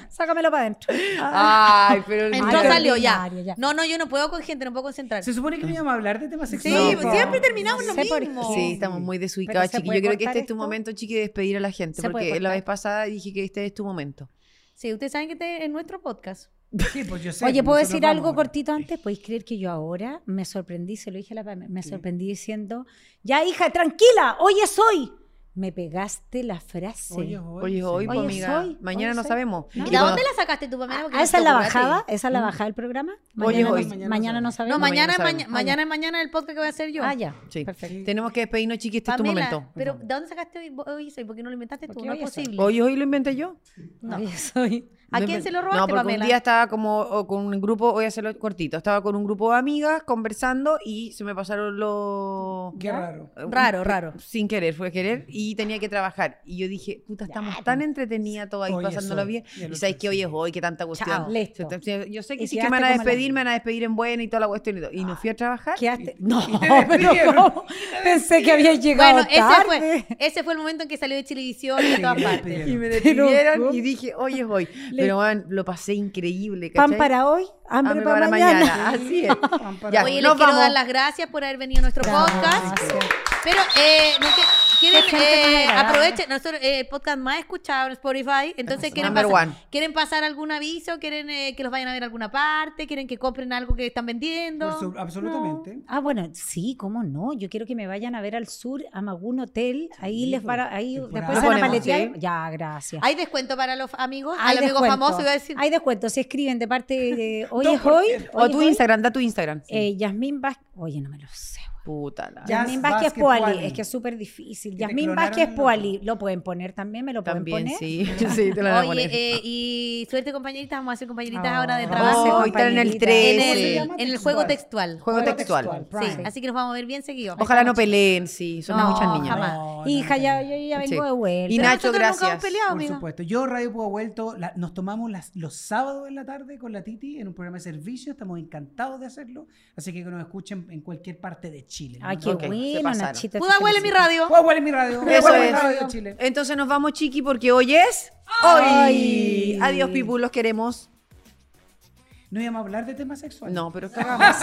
D: Sácamelo para adentro.
C: Ay, pero.
B: Entró,
D: qué
B: salió, ya.
D: ordinario, ya.
B: No, no, yo no puedo con gente, no puedo concentrar.
A: Se
B: Sí,
A: supone que no íbamos a hablar de temas
D: No,
A: sexuales.
D: po.
B: siempre terminamos lo
D: Sé por
B: mismo.
D: qué.
C: Sí, estamos muy
D: Pero
C: desubicados,
D: ¿se
C: chiqui.
D: puede
C: Yo creo que
D: cortar
C: este es tu
D: esto?
C: momento, chiqui, de despedir a la gente.
D: ¿Se puede
C: Porque la
D: cortar?
C: vez pasada dije que este es tu momento.
B: Sí, ustedes saben que este es nuestro podcast.
A: Sí, pues yo sé, pues
D: Oye, ¿puedo
A: nosotros
D: decir
A: vamos
D: algo
A: ahora.
D: cortito antes? ¿Podéis creer que yo ahora me sorprendí? Se lo dije a la Pame, me sorprendí diciendo, ya hija, tranquila, hoy es hoy. Me pegaste la frase.
A: Oye, oye,
C: Oye,
A: sí.
C: hoy, po,
D: Oye,
C: amiga.
D: soy,
C: Mañana
D: oye,
C: no
D: soy.
C: sabemos.
D: No.
B: ¿Y
D: la
C: Y
B: la
C: cuando-
B: dónde la sacaste tú, Pamela? Porque
D: ah, esa es
B: te
D: la
B: apuraste.
D: bajada, esa es la bajada del programa.
C: Hoy es
D: Mañana,
C: hoy.
D: no- mañana no
B: No,
D: sabemos.
B: mañana es
C: mañana
B: mañana,
C: sabemos.
B: mañana es mañana el podcast que voy a hacer yo.
D: Ah, ya.
C: Sí.
D: Perfecto.
C: Tenemos que despedirnos, chiqui. Este
B: Pamela,
C: es tu momento.
B: pero ¿de dónde sacaste hoy, hoy soy? ¿Por qué no lo inventaste tú?
D: Porque
B: No
D: hoy
B: es
D: soy.
B: posible.
C: Hoy, hoy lo inventé yo.
B: No.
D: Hoy es hoy.
B: ¿A
C: No
B: quién
C: inven-
B: se lo
C: No,
B: robaste,
C: porque
B: Pamela?
C: un día estaba como o con un grupo, voy a hacerlo cortito. Estaba con un grupo de amigas conversando y se me pasaron los.
A: Qué raro.
B: Raro, raro.
C: Sin querer, fue querer y tenía que trabajar. Y yo dije, puta, estamos tan entretenidas todas ahí
A: Hoy es
C: pasándolo
A: hoy.
C: bien.
A: Y el
C: Y
A: otro
C: sabéis que hoy
A: sí.
C: es hoy, que tanta cuestión.
D: Chao, listo.
C: Se- se- Yo sé
D: Y
C: que sí que
D: quedaste
C: me van a
D: como la Ah,
C: despedir,
D: mía.
C: me van a despedir en buena y toda la cuestión y todo. Y no fui a trabajar.
D: Quedaste- No,
A: te
D: pero
A: despidieron.
D: ¿cómo? Pensé que habías llegado
B: Bueno, ese
D: tarde.
C: pues.
B: fue, ese fue el momento en que salió de Chilevisión y de
A: Sí,
B: todas
A: me
B: partes.
A: despidieron.
C: Y me
D: Pero, ¿cómo?
C: despidieron y dije, hoy es hoy.
D: Le-
C: Pero, man, lo pasé increíble.
D: Pan
C: ¿cachai?
D: para hoy, hambre,
C: Hambre
D: para,
C: para
D: mañana.
C: mañana. Así es.
A: Pan para hoy.
C: Ya.
B: Oye, les
C: Nos
B: quiero
C: vamos.
B: dar las gracias por haber venido a nuestro podcast.
D: Gracias.
B: Pero, eh, no que- quieren,
D: Qué gente tan
B: eh,
D: agradable.
B: aprovechen, nosotros, eh, el podcast más escuchado en Spotify, entonces quieren
C: Number
B: pasar,
C: one.
B: quieren pasar algún aviso, quieren eh, que los vayan a ver a alguna parte, quieren que compren algo que están vendiendo.
A: Por su- Absolutamente.
D: Ah, bueno, sí, cómo no. Yo quiero que me vayan a ver al sur, a Magún Hotel. Ahí
A: Sí,
D: les van a, ahí
A: temporada.
D: después
C: Ah,
D: van a
C: ponemos,
D: paletear.
C: sí.
D: Ya, gracias.
B: ¿Hay descuento para los amigos?
D: Hay
B: Al amigo
D: descuento.
B: famoso iba a decir.
D: Hay descuento. Si escriben de parte de hoy
A: Dos
D: es
A: por
D: hoy.
A: ciento.
D: hoy
C: O
D: es
C: tu
D: hoy,
C: Instagram, da tu Instagram.
D: eh, Yasmín Vázquez. Oye, no me lo sé. güey.
C: Puta la.
A: Ya.
D: Yasmin
A: Jazz
D: Vázquez
A: Vázquez
D: Poali,
A: Poali.
D: es que es súper difícil.
A: Que te
D: Yasmin
A: clonaron
D: Vázquez
A: el
D: Poali, lo pueden poner también, me lo pueden
C: También,
D: poner.
C: sí. Sí, te la voy a
B: Oye,
C: poner.
B: eh, y suerte compañeritas, vamos a hacer compañeritas
D: Ah,
B: ahora de
D: vamos a
B: trabajo.
D: hacer
C: Oh, están en el
D: compañeritas.
B: en,
A: ¿Cómo se
B: el,
A: llama?
B: en
C: tren.
B: el
A: Textual.
B: juego textual.
C: Juego textual.
B: Sí,
A: Prime.
B: así que nos vamos a ver bien seguido.
C: Ojalá no peleen, sí. Son
B: No,
C: muchas niñas.
B: jamás.
A: No,
D: Hija,
A: no,
D: ya,
A: no.
D: yo ya vengo
C: Sí.
D: de vuelta.
C: Y
B: Pero
C: Nacho,
B: nosotros Nunca
C: gracias.
B: hemos peleado,
A: Por
B: Ah, amiga.
A: supuesto. Yo, Radio Púa Vuelto, la- nos tomamos las, los sábados en la tarde con la Titi en un programa de servicio. Estamos encantados de hacerlo. Así que que nos escuchen en cualquier parte de Chile.
D: Ay, Ah, qué
A: Puda
C: Ok, se
D: bueno,
C: pasaron.
D: Nachito.
B: Puda
D: te
B: huele mi
D: felicito.
B: radio.
A: Vuelto en mi radio. Puda
C: Eso
A: Vuelto en mi
C: es.
A: radio de Chile.
C: Entonces nos vamos, chiqui, porque hoy es. ¡Hoy! Adiós, Pipu, los queremos.
A: No íbamos a hablar de temas sexuales.
C: No, pero cagamos.